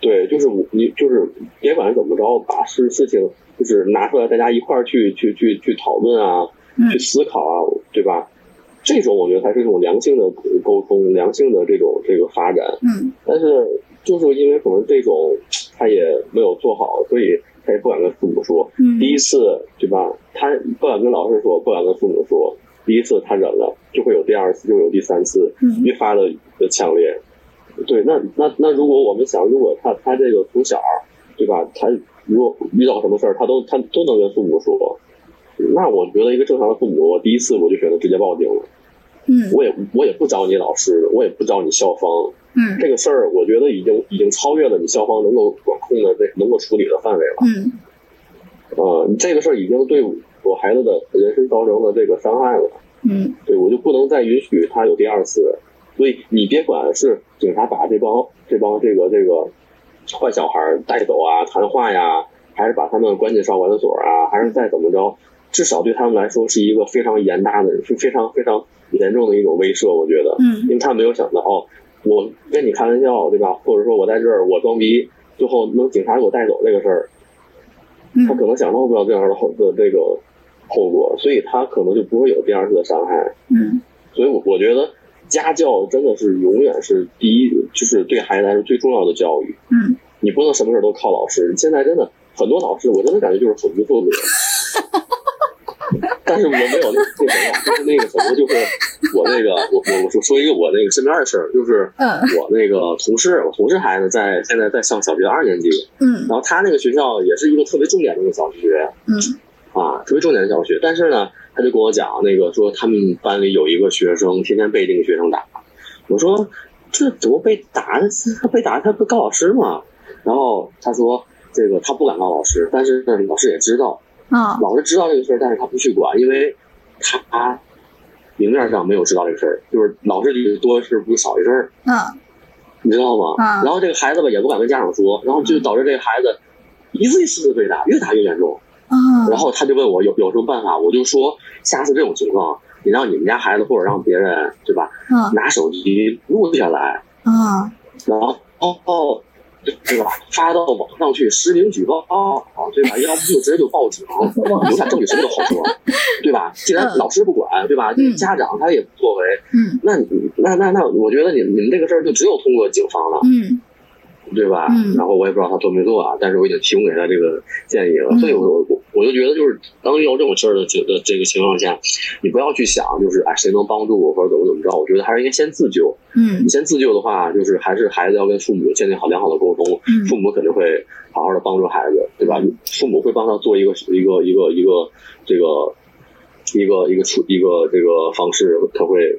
[SPEAKER 4] 对，就是我你就是别管怎么着，把事事情就是拿出来大家一块儿去去去去讨论啊，
[SPEAKER 1] 嗯
[SPEAKER 4] 去思考啊，对吧？这种我觉得才是一种良性的沟通，良性的这种这个发展。
[SPEAKER 1] 嗯
[SPEAKER 4] 但是就是因为可能这种他也没有做好，所以他也不敢跟父母说。
[SPEAKER 1] 嗯，
[SPEAKER 4] 第一次对吧？他不敢跟老师说，不敢跟父母说。第一次他忍了，就会有第二次，就会有第三次，
[SPEAKER 1] 嗯
[SPEAKER 4] 越发的的强烈。对，那那那如果我们想，如果他他这个从小对吧？他如果遇到什么事儿，他都他都能跟父母说。那我觉得一个正常的父母，我第一次我就选择直接报警了，
[SPEAKER 1] 嗯
[SPEAKER 4] 我也我也不找你老师，我也不找你校方，
[SPEAKER 1] 嗯
[SPEAKER 4] 这个事儿，我觉得已经已经超越了你校方能够管控的、这能够处理的范围了。
[SPEAKER 1] 嗯
[SPEAKER 4] 呃，这个事儿已经对我孩子的人身造成的这个伤害了，
[SPEAKER 1] 嗯
[SPEAKER 4] 对我就不能再允许他有第二次。所以你别管是警察把这帮这帮这个这个坏小孩儿带走啊、谈话呀，还是把他们关进少管所啊，还是再怎么着，至少对他们来说是一个非常严大的、是非常非常严重的一种威慑，我觉得。
[SPEAKER 1] 嗯
[SPEAKER 4] 因为他没有想到，哦，我跟你开玩笑，对吧？或者说我在这儿我装逼，最后能警察给我带走这个事儿，他
[SPEAKER 1] 嗯
[SPEAKER 4] 可能想到不了这样的后的这个后果，所以他可能就不会有第二次的伤害。
[SPEAKER 1] 嗯
[SPEAKER 4] 所以我我觉得家教真的是永远是第一，就是对孩子来说最重要的教育。
[SPEAKER 1] 嗯，
[SPEAKER 4] 你不能什么事儿都靠老师。现在真的很多老师，我真的感觉就是混不作者。但是我没有那那什么，就是那个什么，就是我那个我我我说说一个我那个身边的事儿，就是
[SPEAKER 1] 嗯
[SPEAKER 4] 我那个同事，我同事孩子在现在在上小学二年级，
[SPEAKER 1] 嗯
[SPEAKER 4] 然后他那个学校也是一个特别重点的一个小学，
[SPEAKER 1] 嗯
[SPEAKER 4] 啊，特别重点的小学。但是呢，他就跟我讲那个说他们班里有一个学生天天被这个学生打，我说这怎么被打？他被打他不告老师吗？然后他说这个他不敢告老师，但是呢老师也知道，
[SPEAKER 1] 啊
[SPEAKER 4] 老师知道这个事儿，但是他不去管，因为他明面上没有知道这个事儿，就是老师就是多一事不如少一事儿。
[SPEAKER 1] 啊
[SPEAKER 4] 你知道吗？
[SPEAKER 1] 啊
[SPEAKER 4] 然后这个孩子吧也不敢跟家长说，然
[SPEAKER 1] 嗯
[SPEAKER 4] 后就导致这个孩子一次一次的被打，越打越严重。
[SPEAKER 1] 啊
[SPEAKER 4] 然后他就问我有有什么办法，我就说下次这种情况，你让你们家孩子或者让别人对吧，
[SPEAKER 1] 啊
[SPEAKER 4] 拿手机录下来，
[SPEAKER 1] 啊
[SPEAKER 4] 然后哦哦，对吧，发到网上去实名举报哦，对 吧？要不就直接就报警，留下证据什么都好说，对吧？既然
[SPEAKER 1] 嗯
[SPEAKER 4] 老师不管，对吧？
[SPEAKER 1] 嗯
[SPEAKER 4] 家长他也不作为，
[SPEAKER 1] 嗯
[SPEAKER 4] 那你那那那，我觉得你你们这个事儿就只有通过警方了。
[SPEAKER 1] 嗯
[SPEAKER 4] 对吧？
[SPEAKER 1] 嗯
[SPEAKER 4] 然后我也不知道他做没做啊，但是我已经提供给他这个建议了，
[SPEAKER 1] 嗯
[SPEAKER 4] 所以我我我我就觉得就是当遇到这种事儿的这的这个情况下，你不要去想就是哎谁能帮助我或者怎么怎么着，我觉得还是应该先自救。
[SPEAKER 1] 嗯
[SPEAKER 4] 你先自救的话，就是还是孩子要跟父母建立好良好的沟通，
[SPEAKER 1] 嗯
[SPEAKER 4] 父母肯定会好好的帮助孩子，对吧？父母会帮他做一个一个一个一个这个一个一个处一个这个方式，他会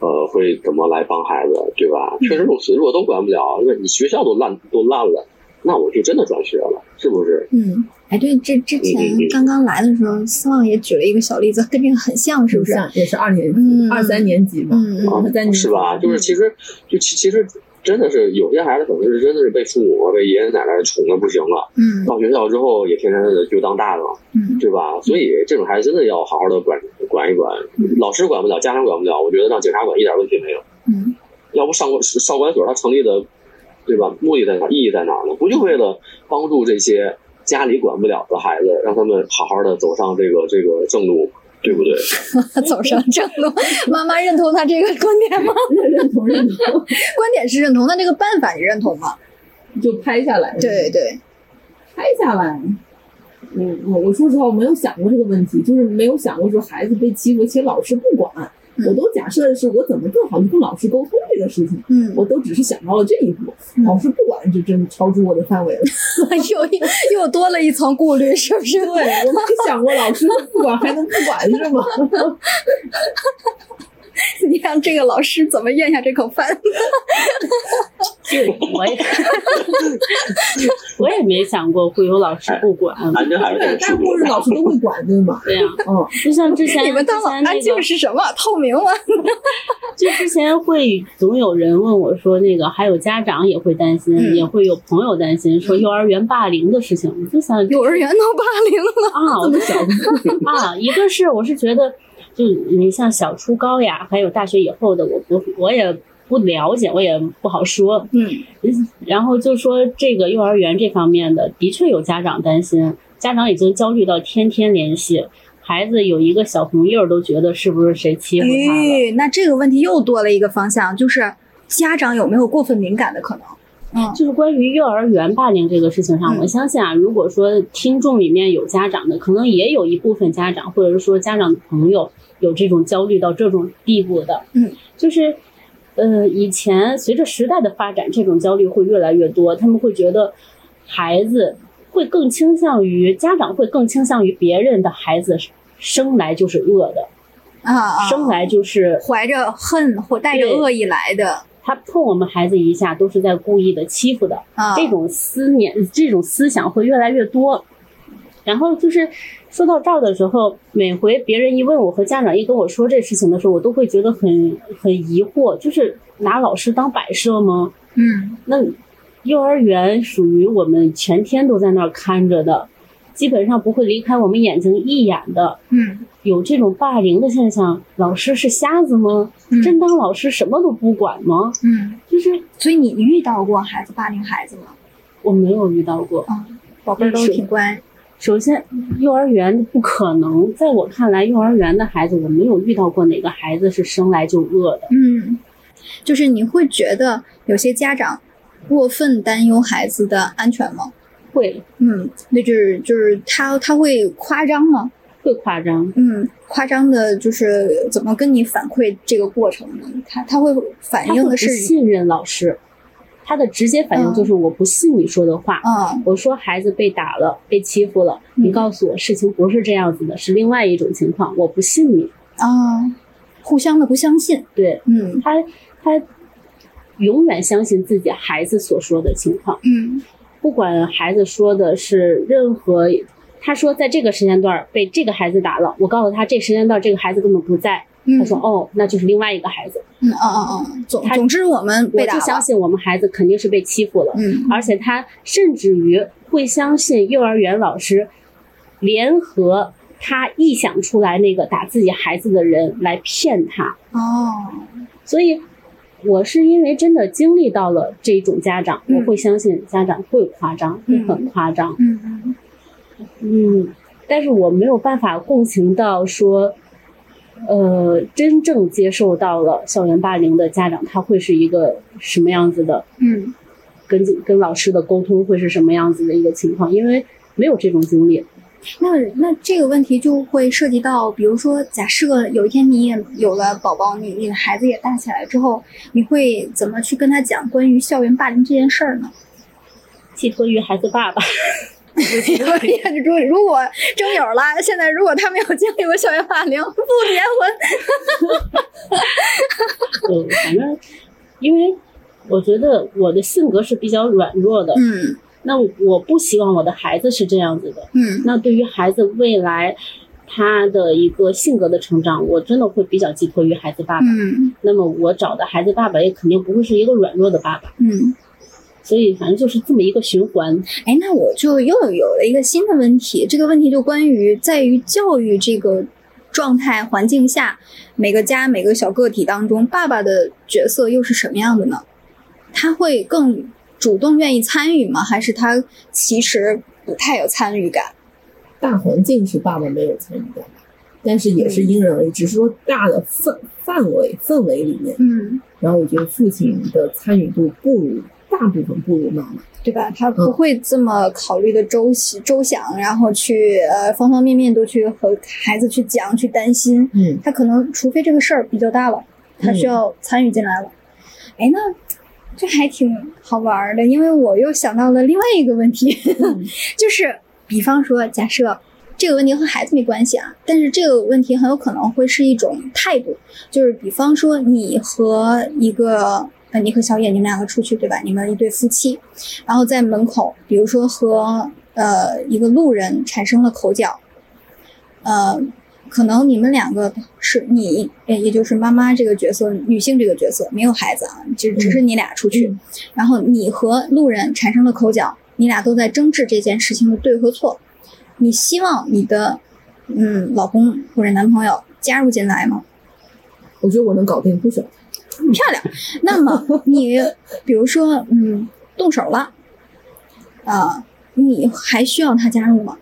[SPEAKER 4] 呃会怎么来帮孩子，对吧？
[SPEAKER 1] 嗯
[SPEAKER 4] 确实如此，如果都管不了，那你学校都烂都烂了，那我就真的转学了，是不是？
[SPEAKER 1] 嗯，哎，对，这之前
[SPEAKER 4] 嗯嗯嗯
[SPEAKER 1] 刚刚来的时候，思旺也举了一个小例子，跟这个很像，是不是？
[SPEAKER 3] 像也是二年
[SPEAKER 1] 嗯
[SPEAKER 3] 二三年级嘛，
[SPEAKER 1] 嗯
[SPEAKER 4] 啊
[SPEAKER 1] 嗯
[SPEAKER 3] 他在，你
[SPEAKER 4] 是吧？就是其实就其其实真的是有些孩子可能是真的是被父母啊被爷爷奶奶宠的不行了。
[SPEAKER 1] 嗯
[SPEAKER 4] 到学校之后也天天的就当大人了，
[SPEAKER 1] 嗯
[SPEAKER 4] 对吧？所以这种孩子真的要好好的管管一管，老师管不了，家长管不了，我觉得让警察管一点问题没有。
[SPEAKER 1] 嗯
[SPEAKER 4] 要不上管少管所它成立的，对吧？目的在哪？意义在哪呢？不就为了帮助这些家里管不了的孩子，让他们好好的走上这个这个正路，对不对？
[SPEAKER 1] 他走上正路。妈妈认同他这个观点吗？
[SPEAKER 3] 认同认同，
[SPEAKER 1] 观点是认同，那这个办法你认同吗？
[SPEAKER 3] 就拍下来，
[SPEAKER 1] 对，对，
[SPEAKER 3] 拍下来。我我我说实话，我没有想过这个问题，就是没有想过说孩子被欺负，其实老师不管，
[SPEAKER 1] 嗯
[SPEAKER 3] 我都假设的是我怎么更好的跟老师沟通这个事情，
[SPEAKER 1] 嗯，
[SPEAKER 3] 我都只是想到了这一步，老师不管就真超出我的范围了。
[SPEAKER 1] 又又多了一层顾虑，是不是？
[SPEAKER 3] 对，我没想过老师不管还能不管是吗？
[SPEAKER 1] 你让这个老师怎么咽下这口饭？
[SPEAKER 5] 对，我也我也没想过会有老师不管。啊
[SPEAKER 4] 安真还是这
[SPEAKER 3] 对，
[SPEAKER 4] 个
[SPEAKER 3] 大
[SPEAKER 4] 区
[SPEAKER 3] 部分
[SPEAKER 4] 别。
[SPEAKER 3] 老师都会管对吗？
[SPEAKER 5] 对呀、
[SPEAKER 3] 嗯，
[SPEAKER 5] 就像 之前
[SPEAKER 1] 你们当老
[SPEAKER 5] 之前那
[SPEAKER 1] 安
[SPEAKER 5] 个
[SPEAKER 1] 静是什么？透明吗？
[SPEAKER 5] 就之前会总有人问我说，那个还有家长也会担心，
[SPEAKER 1] 嗯
[SPEAKER 5] 也会有朋友担心说幼儿园霸凌的事情。我就想
[SPEAKER 1] 幼儿园都霸凌了，
[SPEAKER 5] 啊，我小啊，一个是我是觉得，就你像小初高呀，还有大学以后的，我我我也不了解，我也不好说。
[SPEAKER 1] 嗯
[SPEAKER 5] 然后就说这个幼儿园这方面的，的确有家长担心，家长已经焦虑到天天联系孩子，有一个小红印儿都觉得是不是谁欺负他了。
[SPEAKER 1] 咦，那这个问题又多了一个方向，就是家长有没有过分敏感的可能？
[SPEAKER 5] 就是关于幼儿园霸凌这个事情上，
[SPEAKER 1] 嗯
[SPEAKER 5] 我相信啊，如果说听众里面有家长的，可能也有一部分家长，或者是说家长的朋友有这种焦虑到这种地步的，
[SPEAKER 1] 嗯，
[SPEAKER 5] 就是。呃，以前随着时代的发展，这种焦虑会越来越多。他们会觉得，孩子会更倾向于家长会更倾向于别人的孩子生来就是恶的，
[SPEAKER 1] 啊啊！
[SPEAKER 5] 生来就是
[SPEAKER 1] 怀着恨或带着
[SPEAKER 5] 对
[SPEAKER 1] 恶意来的
[SPEAKER 5] 他碰我们孩子一下都是在故意的欺负的。
[SPEAKER 1] 啊，
[SPEAKER 5] 这种思念、这种思想会越来越多。然后就是说到这儿的时候，每回别人一问我和家长一跟我说这事情的时候，我都会觉得很很疑惑，就是拿老师当摆设吗？
[SPEAKER 1] 嗯
[SPEAKER 5] 那幼儿园属于我们全天都在那儿看着的，基本上不会离开我们眼睛一眼的。
[SPEAKER 1] 嗯
[SPEAKER 5] 有这种霸凌的现象，老师是瞎子吗？
[SPEAKER 1] 嗯
[SPEAKER 5] 真当老师什么都不管吗？
[SPEAKER 1] 嗯，
[SPEAKER 5] 就是
[SPEAKER 1] 所以你遇到过孩子霸凌孩子吗？
[SPEAKER 5] 我没有遇到过。
[SPEAKER 1] 宝
[SPEAKER 5] 嗯
[SPEAKER 1] 贝儿都挺乖，
[SPEAKER 5] 首先，幼儿园不可能，在我看来，幼儿园的孩子，我没有遇到过哪个孩子是生来就恶的。
[SPEAKER 1] 嗯，就是你会觉得有些家长过分担忧孩子的安全吗？
[SPEAKER 5] 会
[SPEAKER 1] 嗯，那就是就是他他会夸张吗？
[SPEAKER 5] 会夸张，
[SPEAKER 1] 嗯，夸张的就是怎么跟你反馈这个过程呢？他他会反
[SPEAKER 5] 他会
[SPEAKER 1] 映
[SPEAKER 5] 不
[SPEAKER 1] 的是
[SPEAKER 5] 信任老师，他的直接反应就是我不信你说的话。
[SPEAKER 1] 嗯
[SPEAKER 5] 我说孩子被打了，被欺负了，
[SPEAKER 1] 嗯
[SPEAKER 5] 你告诉我事情不是这样子的，是另外一种情况，我不信你。
[SPEAKER 1] 啊，互相的不相信，
[SPEAKER 5] 对
[SPEAKER 1] 嗯
[SPEAKER 5] 他，他永远相信自己孩子所说的情况。
[SPEAKER 1] 嗯
[SPEAKER 5] 不管孩子说的是任何，他说在这个时间段儿被这个孩子打了，我告诉他这时间段儿这个孩子根本不在，
[SPEAKER 1] 嗯，
[SPEAKER 5] 他说哦，那就是另外一个孩子，
[SPEAKER 1] 嗯啊啊啊！总
[SPEAKER 5] 他
[SPEAKER 1] 总之，我们
[SPEAKER 5] 我
[SPEAKER 1] 被打
[SPEAKER 5] 就
[SPEAKER 1] 了。
[SPEAKER 5] 相信我们孩子肯定是被欺负了，
[SPEAKER 1] 嗯
[SPEAKER 5] 而且他甚至于会相信幼儿园老师联合他臆想出来那个打自己孩子的人来骗他，
[SPEAKER 1] 哦，
[SPEAKER 5] 所以。我是因为真的经历到了这种家长，
[SPEAKER 1] 嗯
[SPEAKER 5] 我会相信家长会夸张，会很夸张。
[SPEAKER 1] 嗯嗯
[SPEAKER 5] 嗯，但是我没有办法共情到说，呃，真正接受到了校园霸凌的家长，他会是一个什么样子的？
[SPEAKER 1] 嗯
[SPEAKER 5] 跟跟老师的沟通会是什么样子的一个情况？因为没有这种经历，
[SPEAKER 1] 那那这个问题就会涉及到，比如说，假设有一天你也有了宝宝，你你的孩子也大起来之后，你会怎么去跟他讲关于校园霸凌这件事儿呢？
[SPEAKER 5] 寄托于孩子爸爸。
[SPEAKER 1] 如果如果征友了，现在如果他没有经历过校园霸凌，不结婚。
[SPEAKER 5] 嗯，反正因为我觉得我的性格是比较软弱的，
[SPEAKER 1] 嗯
[SPEAKER 5] 那我不希望我的孩子是这样子的。
[SPEAKER 1] 嗯
[SPEAKER 5] 那对于孩子未来他的一个性格的成长，我真的会比较寄托于孩子爸爸。
[SPEAKER 1] 嗯
[SPEAKER 5] 那么我找的孩子爸爸也肯定不会是一个软弱的爸爸，
[SPEAKER 1] 嗯。
[SPEAKER 5] 所以反正就是这么一个循环。
[SPEAKER 1] 哎，那我就又有了一个新的问题，这个问题就关于在于教育这个状态环境下，每个家每个小个体当中，爸爸的角色又是什么样的呢？他会更主动愿意参与吗？还是他其实不太有参与感？
[SPEAKER 3] 大环境是爸爸没有参与到的，但是也是因人而异，只是说大的范范围氛围里面，
[SPEAKER 1] 嗯，
[SPEAKER 3] 然后我觉得父亲的参与度不如大部分不如妈妈。
[SPEAKER 1] 对吧？他不会这么考虑的周细周详，然后去呃方方面面都去和孩子去讲去担心。
[SPEAKER 3] 嗯，
[SPEAKER 1] 他可能除非这个事儿比较大了，他需要参与进来了。哎、那这还挺好玩儿的，因为我又想到了另外一个问题， 就是比方说，假设这个问题和孩子没关系啊，但是这个问题很有可能会是一种态度，就是比方说你和一个。呃，你和小野你们两个出去对吧？你们一对夫妻，然后在门口，比如说和呃一个路人产生了口角，呃，可能你们两个是你，呃也就是妈妈这个角色，女性这个角色没有孩子啊，只只是你俩出去，然后你和路人产生了口角，你俩都在争执这件事情的对和错，你希望你的嗯老公或者男朋友加入进来吗？
[SPEAKER 3] 我觉得我能搞定不少。
[SPEAKER 1] 漂亮。那么你比如说，嗯，动手了，啊、你还需要他加入吗？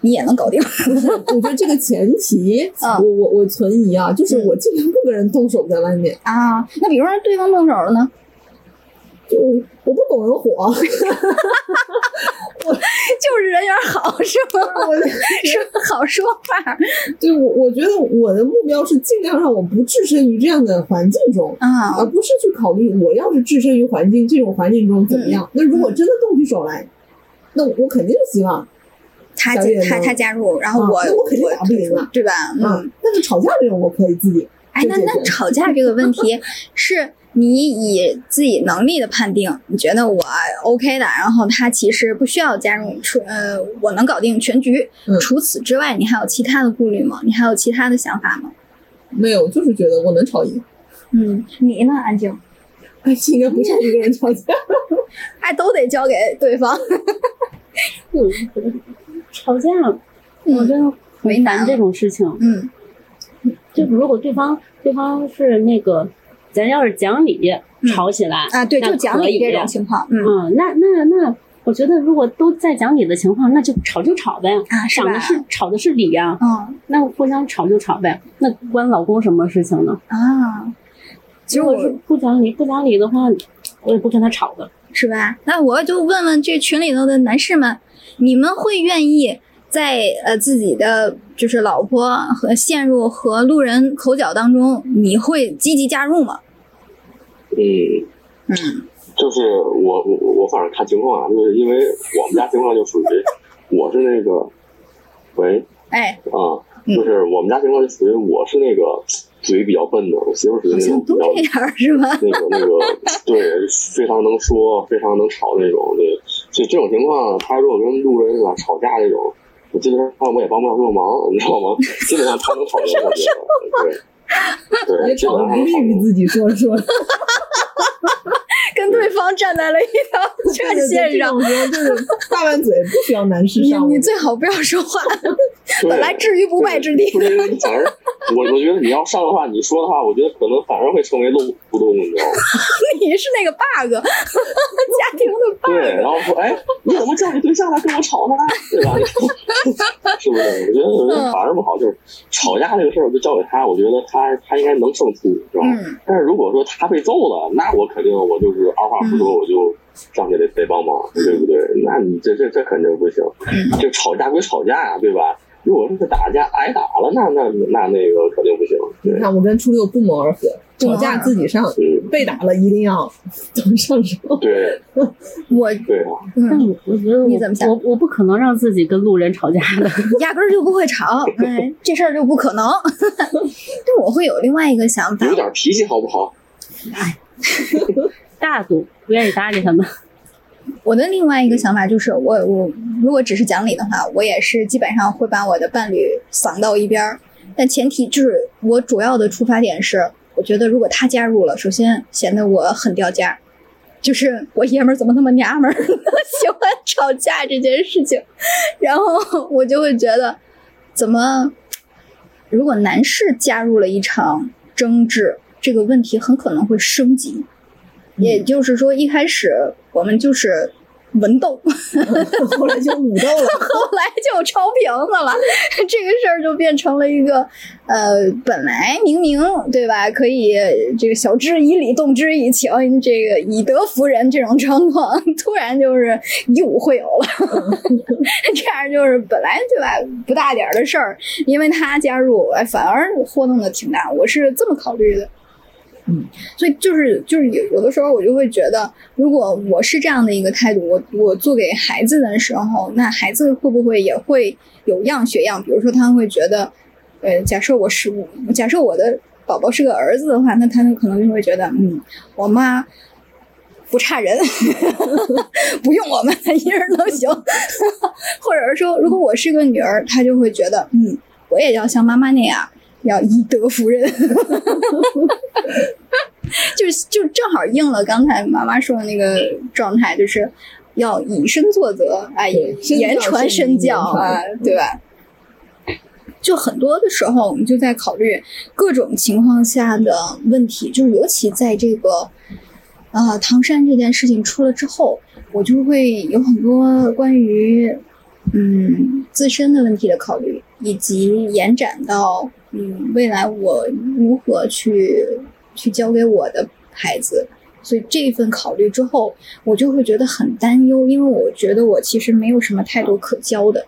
[SPEAKER 1] 你也能搞定。
[SPEAKER 3] 我觉得这个前提，
[SPEAKER 1] 嗯
[SPEAKER 3] 我我我存疑啊，就是
[SPEAKER 1] 嗯
[SPEAKER 3] 我尽量不跟人动手在外面，
[SPEAKER 1] 啊， 那比如说对方动手了呢？
[SPEAKER 3] 就我不拱人 火，
[SPEAKER 1] 就是人缘好是吗？
[SPEAKER 3] 我
[SPEAKER 1] 是好说法
[SPEAKER 3] 对我我觉得我的目标是尽量让我不置身于这样的环境中。
[SPEAKER 1] 啊
[SPEAKER 3] 而不是去考虑我要是置身于环境这种环境中怎么
[SPEAKER 1] 嗯
[SPEAKER 3] 样。那如果真的动起手来，那我肯定是希望，
[SPEAKER 1] 他
[SPEAKER 3] 小
[SPEAKER 1] 进
[SPEAKER 3] 野
[SPEAKER 1] 他
[SPEAKER 3] 呢
[SPEAKER 1] 他加入，然后
[SPEAKER 3] 啊
[SPEAKER 1] 我、
[SPEAKER 3] 那我肯定打不赢啊
[SPEAKER 1] 对吧？嗯
[SPEAKER 3] 嗯，但是吵架这种我可以自己。
[SPEAKER 1] 哎，那
[SPEAKER 3] 对对
[SPEAKER 1] 那
[SPEAKER 3] 对
[SPEAKER 1] 吵架这个问 题是你以自己能力的判定，你觉得我 OK 的，然后他其实不需要加入，除呃，我能搞定全局。
[SPEAKER 3] 嗯
[SPEAKER 1] 除此之外，你还有其他的顾虑吗？你还有其他的想法吗？
[SPEAKER 3] 没有，就是觉得我能吵赢，
[SPEAKER 1] 嗯，你呢，安静？
[SPEAKER 3] 哎，应该不是 一个人吵 架。
[SPEAKER 1] 哎，都得交给对方。
[SPEAKER 5] 我觉得吵架，
[SPEAKER 1] 嗯
[SPEAKER 5] 我真的
[SPEAKER 1] 为
[SPEAKER 5] 很
[SPEAKER 1] 难
[SPEAKER 5] 烦这种事情。
[SPEAKER 1] 嗯
[SPEAKER 5] 就如果对方对方是那个，咱要是讲理吵起来
[SPEAKER 1] 啊，对，
[SPEAKER 5] 那
[SPEAKER 1] 就讲
[SPEAKER 5] 可
[SPEAKER 1] 理
[SPEAKER 5] 以
[SPEAKER 1] 这种情况，嗯
[SPEAKER 5] 嗯，那那那，我觉得如果都在讲理的情况，那就吵就吵呗。
[SPEAKER 1] 啊，是
[SPEAKER 5] 讲
[SPEAKER 1] 吧
[SPEAKER 5] 的？是吵的是理呀、
[SPEAKER 1] 嗯。
[SPEAKER 5] 那互相吵就吵呗，那关老公什么事情呢？
[SPEAKER 1] 啊，其实
[SPEAKER 5] 如
[SPEAKER 1] 我
[SPEAKER 5] 果是不讲理，不讲理的话，我也不跟他吵的。
[SPEAKER 1] 是吧？那我就问问这群里头的男士们，你们会愿意在呃自己的就是老婆和陷入和路人口角当中，你会积极加入吗？
[SPEAKER 4] 嗯，
[SPEAKER 1] 嗯，
[SPEAKER 4] 就是我我我反正看情况啊，就是因为我们家情况就属于我是那个，喂
[SPEAKER 1] 哎，
[SPEAKER 4] 啊，
[SPEAKER 1] 嗯
[SPEAKER 4] 就是我们家情况就属于我是那个嘴比较笨的，我媳妇儿属于
[SPEAKER 1] 好
[SPEAKER 4] 那
[SPEAKER 1] 像
[SPEAKER 4] 种
[SPEAKER 1] 都
[SPEAKER 4] 比较
[SPEAKER 1] 这样儿是吧？
[SPEAKER 4] 那个那个，对，非常能说，非常能吵那种。对，就这种情况，他如果跟路人啊吵架这种，我基本上我也帮不了多少忙，你知道吗？基本上他能吵赢，我觉得。对，对，
[SPEAKER 3] 别
[SPEAKER 4] 基
[SPEAKER 3] 吵
[SPEAKER 4] 本
[SPEAKER 3] 得
[SPEAKER 4] 上他能
[SPEAKER 3] 不利
[SPEAKER 4] 吵
[SPEAKER 3] 于
[SPEAKER 4] 赢。
[SPEAKER 3] 自己，说着 说着，
[SPEAKER 1] 跟对方站在了一条
[SPEAKER 3] 对
[SPEAKER 1] 战
[SPEAKER 3] 对对
[SPEAKER 1] 线
[SPEAKER 3] 这
[SPEAKER 1] 上。
[SPEAKER 3] 种时候 就是大拌嘴，不需要男士
[SPEAKER 1] 你
[SPEAKER 3] 上位
[SPEAKER 1] 你。最好不要说话，
[SPEAKER 4] 对
[SPEAKER 1] 本来置于不败之地。
[SPEAKER 4] 对就是你反而，我我觉得你要上的话，你说的话，我觉得可能反而会成为漏不动，你知道吗？
[SPEAKER 1] 你是那个 bug，家庭的 bug。
[SPEAKER 4] 对，然后说，哎，你怎么叫你对象来跟我吵呢？对吧？ 是不是？我觉得有人反而不好，就是吵架这个事儿，我就交给他，我觉得他他应该能胜出，是吧？
[SPEAKER 1] 嗯
[SPEAKER 4] 但是如果说他被揍了，那我肯定我就是二话不说，我就上去得得帮忙，对不对？那你这这这肯定不行。就吵架归吵架呀，对吧？如果说是打架挨打了，那那那那个肯定不行。
[SPEAKER 3] 你
[SPEAKER 4] 对，
[SPEAKER 3] 看，我跟初六不谋而合，
[SPEAKER 1] 不谋
[SPEAKER 3] 吵架
[SPEAKER 1] 而
[SPEAKER 3] 自己上，
[SPEAKER 4] 嗯，
[SPEAKER 3] 被打了一定要上手。
[SPEAKER 4] 对
[SPEAKER 1] 我
[SPEAKER 4] 对啊，
[SPEAKER 5] 但
[SPEAKER 1] 嗯，
[SPEAKER 5] 我我觉得我
[SPEAKER 1] 你怎么想
[SPEAKER 5] 我我不可能让自己跟路人吵架的。
[SPEAKER 1] 压根儿就不会吵，哎，这事儿就不可能。 但我会有另外一个想法
[SPEAKER 4] 有，点脾气好不好？
[SPEAKER 5] 大度，不愿意搭理他
[SPEAKER 1] 哦
[SPEAKER 5] 们。
[SPEAKER 1] 我的另外一个想法就是，我我如果只是讲理的话，我也是基本上会把我的伴侣搡到一边儿。但前提就是，我主要的出发点是，我觉得如果他加入了，首先显得我很掉价儿，就是 我爷们儿怎么那么娘们儿，喜欢吵架这件事情。然后我就会觉得，怎么如果男士加入了一场争执，这个问题很可能会升级。也就是说，一开始我们就是文斗，
[SPEAKER 3] 后来就武斗了，
[SPEAKER 1] 后来就超瓶子了。 这个事儿就变成了一个，呃，本来明明对吧，可以这个晓之以理，动之以情，这个以德服人这种状况，突然就是以武会友了。 这样就是本来对吧不大点儿的事儿，因为他加入，哎，反而豁弄的挺大。我是这么考虑的。
[SPEAKER 3] 嗯，
[SPEAKER 1] 所以就是就是有有的时候我就会觉得，如果我是这样的一个态度，我我做给孩子的时候，那孩子会不会也会有样学样？比如说他会觉得，呃，假设我是假设我的宝宝是个儿子的话，那他可能就会觉得，嗯，我妈不差人， 不用我们 一人都行。 或者是说，如果我是个女儿，她就会觉得，嗯，我也要像妈妈那样，要以德服人。 就就正好应了刚才妈妈说的那个状态，就是要以身作则，哎，
[SPEAKER 3] 对身
[SPEAKER 1] 言
[SPEAKER 3] 教
[SPEAKER 1] 传
[SPEAKER 3] 是
[SPEAKER 1] 身
[SPEAKER 3] 一
[SPEAKER 1] 教
[SPEAKER 3] 言
[SPEAKER 1] 啊
[SPEAKER 3] 传，嗯
[SPEAKER 1] 对吧？就很多的时候，我们就在考虑各种情况下的问题，就是尤其在这个呃唐山这件事情出了之后，我就会有很多关于嗯自身的问题的考虑，以及延展到嗯未来我如何去去教给我的孩子。所以这一份考虑之后，我就会觉得很担忧，因为我觉得我其实没有什么太多可教的。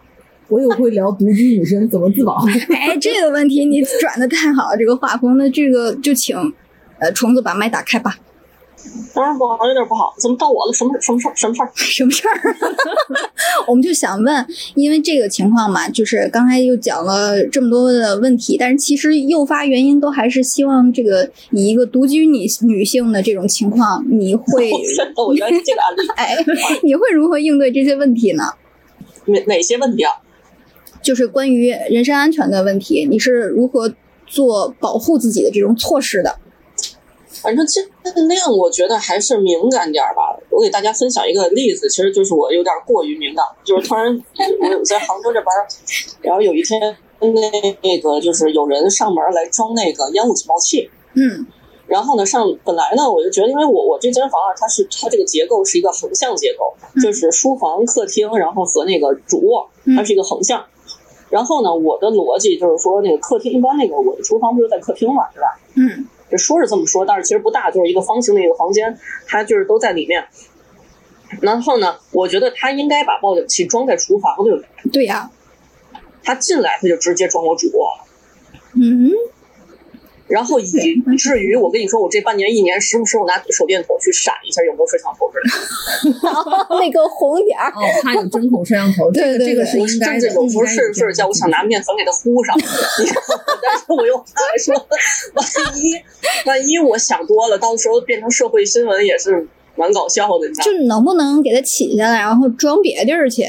[SPEAKER 3] 我也会聊独居女生怎么自保。
[SPEAKER 1] 哎，这个问题你转的太好了，这个画风，那这个就请呃虫子把麦打开吧。
[SPEAKER 9] 当然不好，有点不好，怎么到我了？什么什么事儿？什么事儿？
[SPEAKER 1] 什么事儿？ 我们就想问，因为这个情况嘛，就是刚才又讲了这么多的问题，但是其实诱发原因都还是希望这个以一个独居女女性的这种情况，你会
[SPEAKER 9] 我原来是这个案例，
[SPEAKER 1] 哎，你会如何应对这些问题呢？
[SPEAKER 9] 哪哪些问题啊？
[SPEAKER 1] 就是关于人身安全的问题，你是如何做保护自己的这种措施的？
[SPEAKER 9] 反正尽量，我觉得还是敏感点儿吧。我给大家分享一个例子，其实就是我有点过于敏感，就是突然 我在杭州这边儿，然后有一天那那个就是有人上门儿来装那个烟雾警报器，
[SPEAKER 1] 嗯
[SPEAKER 9] 然后呢，上本来呢，我就觉得，因为我我这间房啊，它是它这个结构是一个横向结构，就是书房、客厅，然后和那个主卧，它是一个横向。然后呢，我的逻辑就是说，那个客厅一般那个我的厨房不是在客厅嘛，对吧？
[SPEAKER 1] 嗯
[SPEAKER 9] 这说是这么说，但是其实不大，就是一个方形的一个房间，它就是都在里面。然后呢，我觉得他应该把报警器装在厨房，对不对？
[SPEAKER 1] 对呀、
[SPEAKER 9] 他进来他就直接装我主卧了，
[SPEAKER 1] 嗯，
[SPEAKER 9] 然后以以至于我跟你说，我这半年一年时不时我拿手电筒去闪一下有没有摄像头之类的。
[SPEAKER 1] 那个红点儿，
[SPEAKER 3] 哦，他有针孔摄像头，
[SPEAKER 1] 对对
[SPEAKER 3] 这个
[SPEAKER 1] 对
[SPEAKER 3] 这
[SPEAKER 9] 我
[SPEAKER 3] 个是应该
[SPEAKER 9] 甚
[SPEAKER 3] 的。
[SPEAKER 9] 至有时候
[SPEAKER 3] 应该有
[SPEAKER 9] 睡着睡着觉，我想拿面粉给它糊上，你知道吗但是我又怕说，万一万一我想多了，到时候变成社会新闻也是蛮搞笑的，你知道吗？
[SPEAKER 1] 就能不能给它起下来，然后装别地儿去？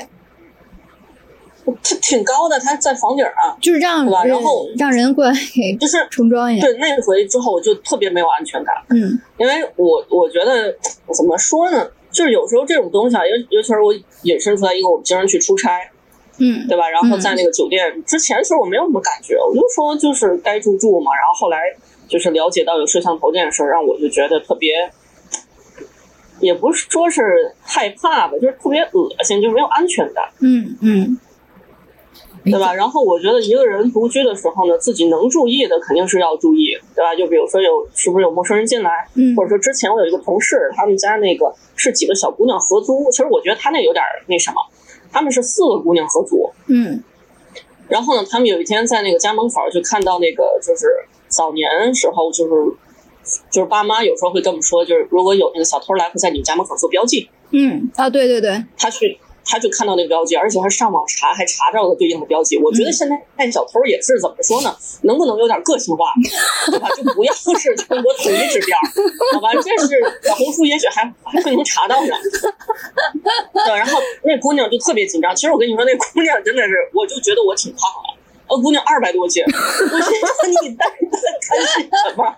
[SPEAKER 9] 它挺高的，它在房顶儿啊，
[SPEAKER 1] 就是让
[SPEAKER 9] 对吧
[SPEAKER 1] 人
[SPEAKER 9] 然后
[SPEAKER 1] 让人过来给
[SPEAKER 9] 就是
[SPEAKER 1] 重装一下。
[SPEAKER 9] 对那回之后我就特别没有安全感，
[SPEAKER 1] 嗯
[SPEAKER 9] 因为我我觉得怎么说呢，就是有时候这种东西啊，尤尤其是我引申出来一个，我们经常去出差，
[SPEAKER 1] 嗯
[SPEAKER 9] 对吧？然后在那个酒店、之前的时候，我没有什么感觉，我就说就是该住住嘛。然后后来就是了解到有摄像头这件事儿，让我就觉得特别，也不是说是害怕吧，就是特别恶心，就没有安全感。
[SPEAKER 3] 哎
[SPEAKER 1] 嗯嗯，
[SPEAKER 9] 对吧？然后我觉得一个人独居的时候呢，自己能注意的肯定是要注意，对吧？就比如说有是不是有陌生人进来，
[SPEAKER 1] 嗯
[SPEAKER 9] 或者说之前我有一个同事，他们家那个是几个小姑娘合租，其实我觉得他那有点儿那什么，他们是四个姑娘合租，
[SPEAKER 1] 嗯
[SPEAKER 9] 然后呢，他们有一天在那个家门口就看到那个，就是早年时候，就是就是爸妈有时候会跟我们说，就是如果有那个小偷来，会在你们家门口做标记。
[SPEAKER 1] 嗯啊，对对对，
[SPEAKER 9] 他去，他就看到那个标记，而且还上网查，还查到了对应的标记。我觉得现在看小偷也是怎么说呢？能不能有点个性化，对吧？就不要是全国统一指标，好吧？这是小红书，也许还还会能查到呢。 对，然后那姑娘就特别紧张。其实我跟你说，那姑娘真的是，我就觉得我挺胖的。呃，姑娘二百多斤，我心想你担担 担心什么，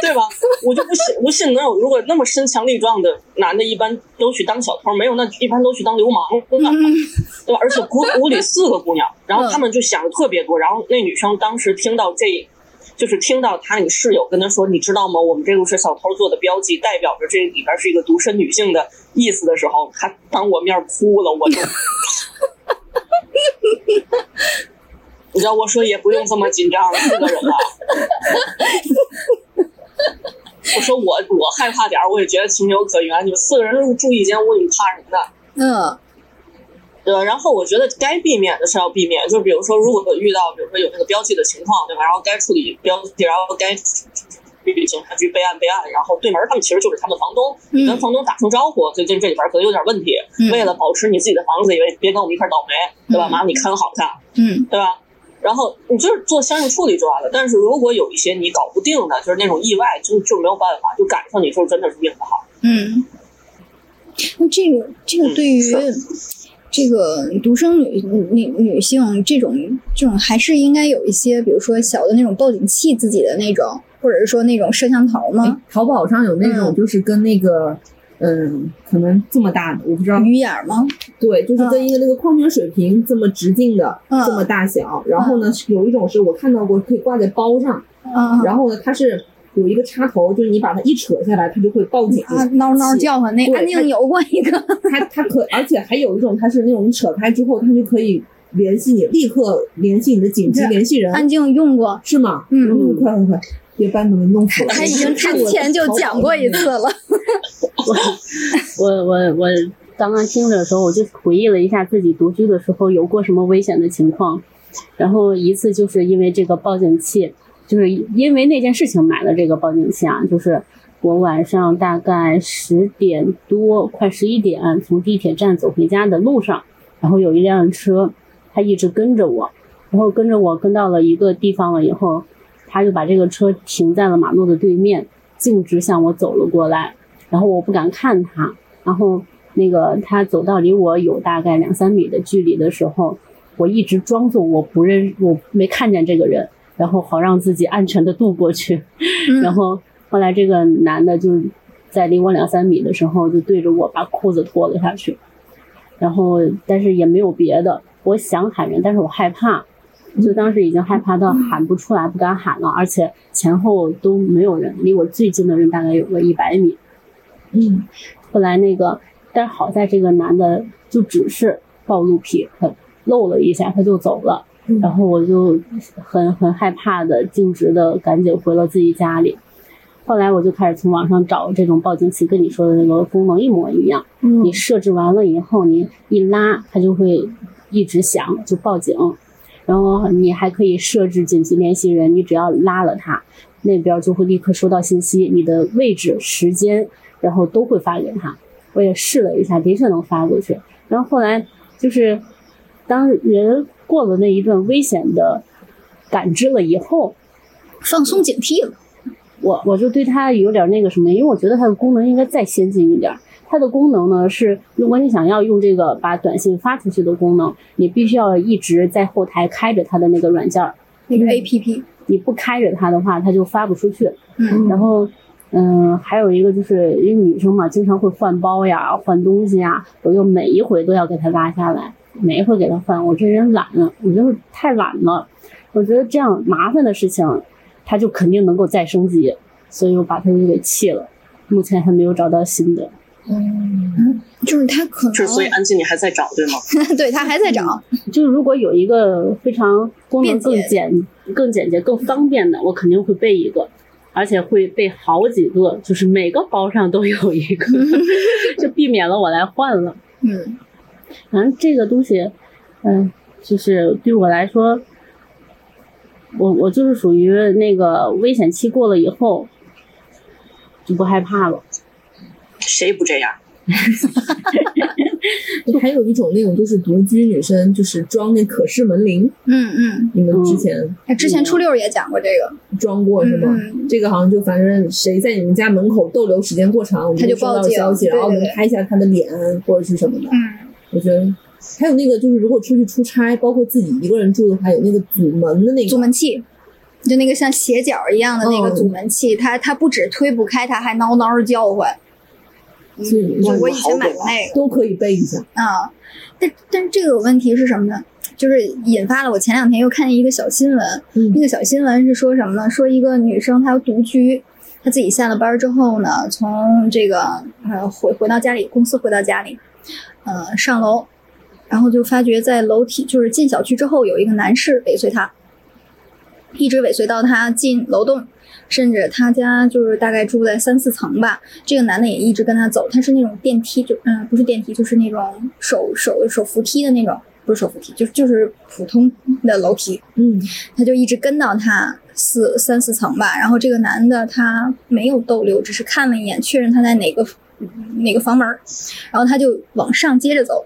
[SPEAKER 9] 对吧？我就不信不信能有，如果那么身强力壮的男的，一般都去当小偷，没有那一般都去当流氓，真的，对吧？而且屋屋里四个姑娘，然后他们就想的特别多，然后那女生当时听到这。就是听到她那个室友跟她说：“你知道吗？我们这个是小偷做的标记，代表着这里边是一个独身女性的意思的时候，她当我面哭了，我就，你知道，我说也不用这么紧张，四个人啊了，我说我我害怕点儿，我也觉得情有可原。你们四个人入住一间屋，你怕什么呢？
[SPEAKER 1] 嗯
[SPEAKER 9] 对吧？然后我觉得该避免的是要避免，就比如说，如果遇到比如说有那个标记的情况，对吧？然后该处理标记，然后该去警察局备案备案，然后对门儿他们其实就是他们房东，你跟
[SPEAKER 1] 嗯
[SPEAKER 9] 房东打声招呼，最近这里边儿可能有点问题，
[SPEAKER 1] 嗯
[SPEAKER 9] 为了保持你自己的房子，也别跟我们一块儿倒霉，对吧？
[SPEAKER 1] 嗯
[SPEAKER 9] 麻烦你看好它。
[SPEAKER 1] 嗯
[SPEAKER 9] 对吧？然后你就是做相应处理就完了。但是如果有一些你搞不定的，就是那种意外，就就没有办法，就赶上你就真的是命不好。
[SPEAKER 1] 嗯，那这个这个
[SPEAKER 9] 嗯
[SPEAKER 1] 对于这个独生女女女性这种这种还是应该有一些，比如说小的那种报警器自己的那种，或者是说那种摄像头吗？
[SPEAKER 3] 哎淘宝上有那种
[SPEAKER 1] 嗯
[SPEAKER 3] 就是跟那个。嗯，可能这么大的，我不知道。
[SPEAKER 1] 鱼眼儿吗？
[SPEAKER 3] 对，就是跟一个那个矿泉水瓶这么直径的，
[SPEAKER 1] 嗯
[SPEAKER 3] 这么大小。然后呢，有一种是我看到过，可以挂在包上。
[SPEAKER 1] 啊
[SPEAKER 3] 然后呢，它是有一个插头，就是你把它一扯下来，它就会报警。
[SPEAKER 1] 啊，嗷嗷叫唤那
[SPEAKER 3] 对
[SPEAKER 1] 安静游过一个，
[SPEAKER 9] 嗯
[SPEAKER 3] 它它可，而且还有一种，它是那种你扯开之后，它就可以联系你，立刻联系你的紧急
[SPEAKER 1] 对
[SPEAKER 3] 联系人，
[SPEAKER 1] 安静用过。
[SPEAKER 3] 是吗？
[SPEAKER 1] 啊嗯
[SPEAKER 3] 嗯，快快快，别把你们弄死了。
[SPEAKER 1] 他已经
[SPEAKER 3] 这是
[SPEAKER 1] 之
[SPEAKER 3] 我
[SPEAKER 1] 前就讲过一次了，
[SPEAKER 5] 我我我刚刚听着的时候，我就回忆了一下自己独居的时候有过什么危险的情况，然后一次就是因为这个报警器，就是因为那件事情买了这个报警器啊，就是我晚上大概十点多，快十一点从地铁站走回家的路上，然后有一辆车，它一直跟着我，然后跟着我跟到了一个地方了以后，他就把这个车停在了马路的对面，径直向我走了过来，然后我不敢看他，然后那个他走到离我有大概两三米的距离的时候，我一直装作我不认，我没看见这个人，然后好让自己安全的度过去。 然后后来这个男的就在离我两三米的时候，就对着我把裤子脱了下去，然后但是也没有别的，我想喊人，但是我害怕。就当时已经害怕到喊不出来，不敢喊了，而且前后都没有人，离我最近的人大概有个一百米，
[SPEAKER 3] 嗯，
[SPEAKER 5] 后来那个，但是好在这个男的就只是暴露癖，他露了一下他就走了，
[SPEAKER 3] 嗯
[SPEAKER 5] 然后我就很很害怕的径直的赶紧回了自己家里。后来我就开始从网上找这种报警器，跟你说的那个功能一模一样。
[SPEAKER 3] 嗯
[SPEAKER 5] 你设置完了以后，你一拉它就会一直响，就报警。然后你还可以设置紧急联系人，你只要拉了它，那边就会立刻收到信息，你的位置、时间，然后都会发给他。我也试了一下，的确能发过去。然后后来就是，当人过了那一段危险的感知了以后，
[SPEAKER 1] 放松警惕了。
[SPEAKER 5] 我我就对它有点那个什么，因为我觉得它的功能应该再先进一点儿。它的功能呢是，如果你想要用这个把短信发出去的功能，你必须要一直在后台开着它的那个软件儿，
[SPEAKER 1] 那个 A P P，
[SPEAKER 5] 你不开着它的话，它就发不出去。
[SPEAKER 1] 嗯
[SPEAKER 5] 然后，嗯、还有一个就是因为女生嘛，经常会换包呀、换东西呀，我就每一回都要给她拉下来，每一回给她换。我这人懒，我就是太懒了。我觉得这样麻烦的事情，她就肯定能够再升级，所以我把她就给弃了。目前还没有找到新的。
[SPEAKER 1] 就是他可
[SPEAKER 9] 就是所以
[SPEAKER 1] 能
[SPEAKER 9] 安静你还在找对吗？
[SPEAKER 1] 对他还在找，
[SPEAKER 5] 就是如果有一个非常功能更
[SPEAKER 1] 便捷
[SPEAKER 5] 简、更简洁、更方便的，我肯定会备一个，而且会备好几个，就是每个包上都有一个，就避免了我来换了。
[SPEAKER 1] 嗯，
[SPEAKER 5] 反正这个东西，嗯，就是对我来说，我我就是属于那个危险期过了以后就不害怕了。
[SPEAKER 9] 谁不这样？
[SPEAKER 3] 就还有一种那种就是独居女生，就是装那可视门铃，
[SPEAKER 1] 嗯嗯，
[SPEAKER 3] 你们之前
[SPEAKER 1] 哎之前初六也讲过这个，
[SPEAKER 3] 装过是吗？
[SPEAKER 1] 嗯
[SPEAKER 3] 这个好像就反正谁在你们家门口逗留时间过长，我们
[SPEAKER 1] 他就
[SPEAKER 3] 收到
[SPEAKER 1] 报警
[SPEAKER 3] 消息，
[SPEAKER 1] 对对
[SPEAKER 3] 然后我们
[SPEAKER 1] 对
[SPEAKER 3] 拍一下他的脸或者是什么的。
[SPEAKER 1] 嗯，
[SPEAKER 3] 我觉得还有那个就是如果出去出差，包括自己一个人住的话，有那个阻门的那个
[SPEAKER 1] 阻门器。就那个像斜角一样的那个
[SPEAKER 3] 嗯
[SPEAKER 1] 阻门器，它它不止推不开，它还挠挠的叫唤。嗯
[SPEAKER 3] 所以
[SPEAKER 1] 就
[SPEAKER 3] 我
[SPEAKER 1] 我以前买过那个，
[SPEAKER 3] 都可以备一下。
[SPEAKER 1] 啊，但但这个问题是什么呢？就是引发了我前两天又看见一个小新闻，
[SPEAKER 3] 嗯
[SPEAKER 1] 那个小新闻是说什么呢？说一个女生她独居，她自己下了班之后呢，从这个呃回回到家里，公司回到家里，呃上楼，然后就发觉在楼梯就是进小区之后有一个男士尾随她，一直尾随到她进楼栋。甚至她家就是大概住在三四层吧，这个男的也一直跟她走，他是那种电梯，就嗯、不是电梯，就是那种手手手扶梯的那种，不是手扶梯，就是就是普通的楼梯。
[SPEAKER 3] 嗯，
[SPEAKER 1] 他就一直跟到他四三四层吧。然后这个男的他没有逗留，只是看了一眼，确认他在哪个哪个房门儿，然后他就往上接着走。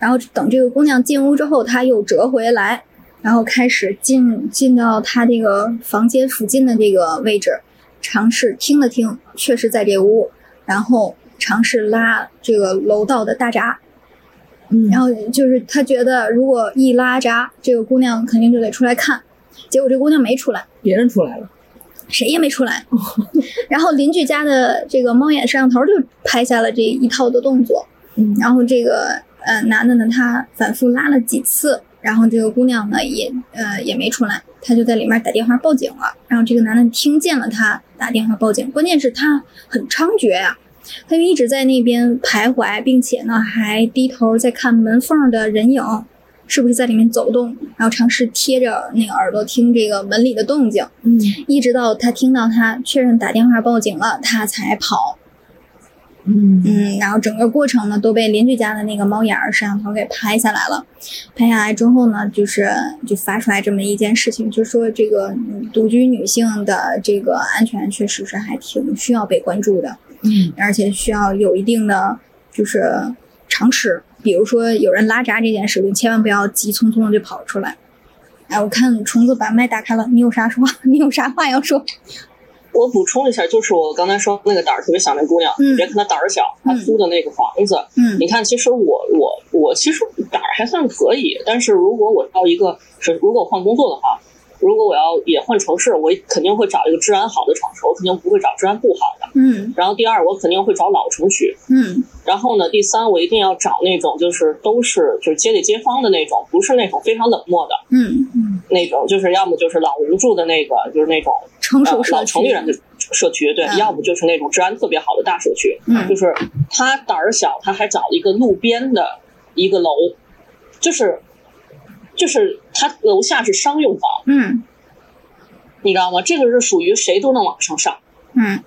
[SPEAKER 1] 然后等这个姑娘进屋之后，他又折回来，然后开始进进到他这个房间附近的这个位置，尝试听了听，确实在这屋，然后尝试拉这个楼道的大闸，
[SPEAKER 3] 嗯
[SPEAKER 1] 然后就是他觉得如果一拉闸，这个姑娘肯定就得出来看，结果这姑娘没出来，
[SPEAKER 3] 别人出来了，
[SPEAKER 1] 谁也没出来。然后邻居家的这个猫眼摄像头就拍下了这一套的动作。
[SPEAKER 3] 嗯
[SPEAKER 1] 然后这个呃男的呢，他反复拉了几次，然后这个姑娘呢也呃也没出来，他就在里面打电话报警了。然后这个男的听见了他打电话报警，关键是他很猖獗呀、他就一直在那边徘徊，并且呢还低头在看门缝的人影是不是在里面走动，然后尝试贴着那个耳朵听这个门里的动静。
[SPEAKER 3] 嗯，
[SPEAKER 1] 一直到他听到他确认打电话报警了，他才跑。
[SPEAKER 3] 嗯，
[SPEAKER 1] 嗯，然后整个过程呢都被邻居家的那个猫眼儿摄像头给拍下来了。拍下来之后呢，就是就发出来这么一件事情，就说这个嗯独居女性的这个安全确实是还挺需要被关注的。
[SPEAKER 3] 嗯，
[SPEAKER 1] 而且需要有一定的就是常识，比如说有人拉闸这件事情，千万不要急匆匆的就跑出来。哎，我看虫子把麦打开了，你有啥说？ 你有啥话要说？
[SPEAKER 9] 我补充一下，就是我刚才说那个胆儿特别小那姑娘，
[SPEAKER 1] 嗯
[SPEAKER 9] 别看她胆儿小，她
[SPEAKER 1] 嗯
[SPEAKER 9] 租的那个房子，
[SPEAKER 1] 嗯
[SPEAKER 9] 你看，其实我我我其实胆儿还算可以，但是如果我到一个是如果我换工作的话，如果我要也换城市，我肯定会找一个治安好的城市，我肯定不会找治安不好的。
[SPEAKER 1] 嗯
[SPEAKER 9] 然后第二，我肯定会找老城区。
[SPEAKER 1] 嗯
[SPEAKER 9] 然后呢，第三，我一定要找那种就是都是就是街里街坊的那种，不是那种非常冷漠的
[SPEAKER 1] 嗯，
[SPEAKER 9] 那种，就是要么就是老人住的那个，就是那种
[SPEAKER 1] 成
[SPEAKER 9] 呃
[SPEAKER 1] 熟社
[SPEAKER 9] 老
[SPEAKER 1] 区
[SPEAKER 9] 城里人的社区，对，
[SPEAKER 1] 嗯
[SPEAKER 9] 要不就是那种治安特别好的大社区，
[SPEAKER 1] 嗯
[SPEAKER 9] 就是他胆儿小，他还找了一个路边的一个楼，就是就是他楼下是商用房，
[SPEAKER 1] 嗯
[SPEAKER 9] 你知道吗？这个是属于谁都能往上上。
[SPEAKER 1] 嗯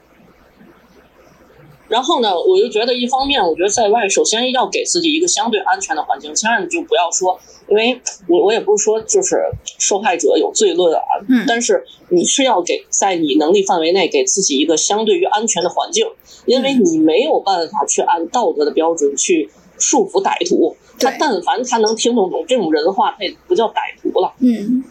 [SPEAKER 9] 然后呢，我就觉得一方面，我觉得在外首先要给自己一个相对安全的环境，千万就不要说，因为我我也不是说就是受害者有罪论啊，
[SPEAKER 1] 嗯
[SPEAKER 9] 但是你是要给在你能力范围内给自己一个相对于安全的环境，因为你没有办法去按道德的标准去束缚歹徒，他
[SPEAKER 1] 对
[SPEAKER 9] 但凡他能听懂懂这种人话，他也不叫歹徒了。
[SPEAKER 1] 嗯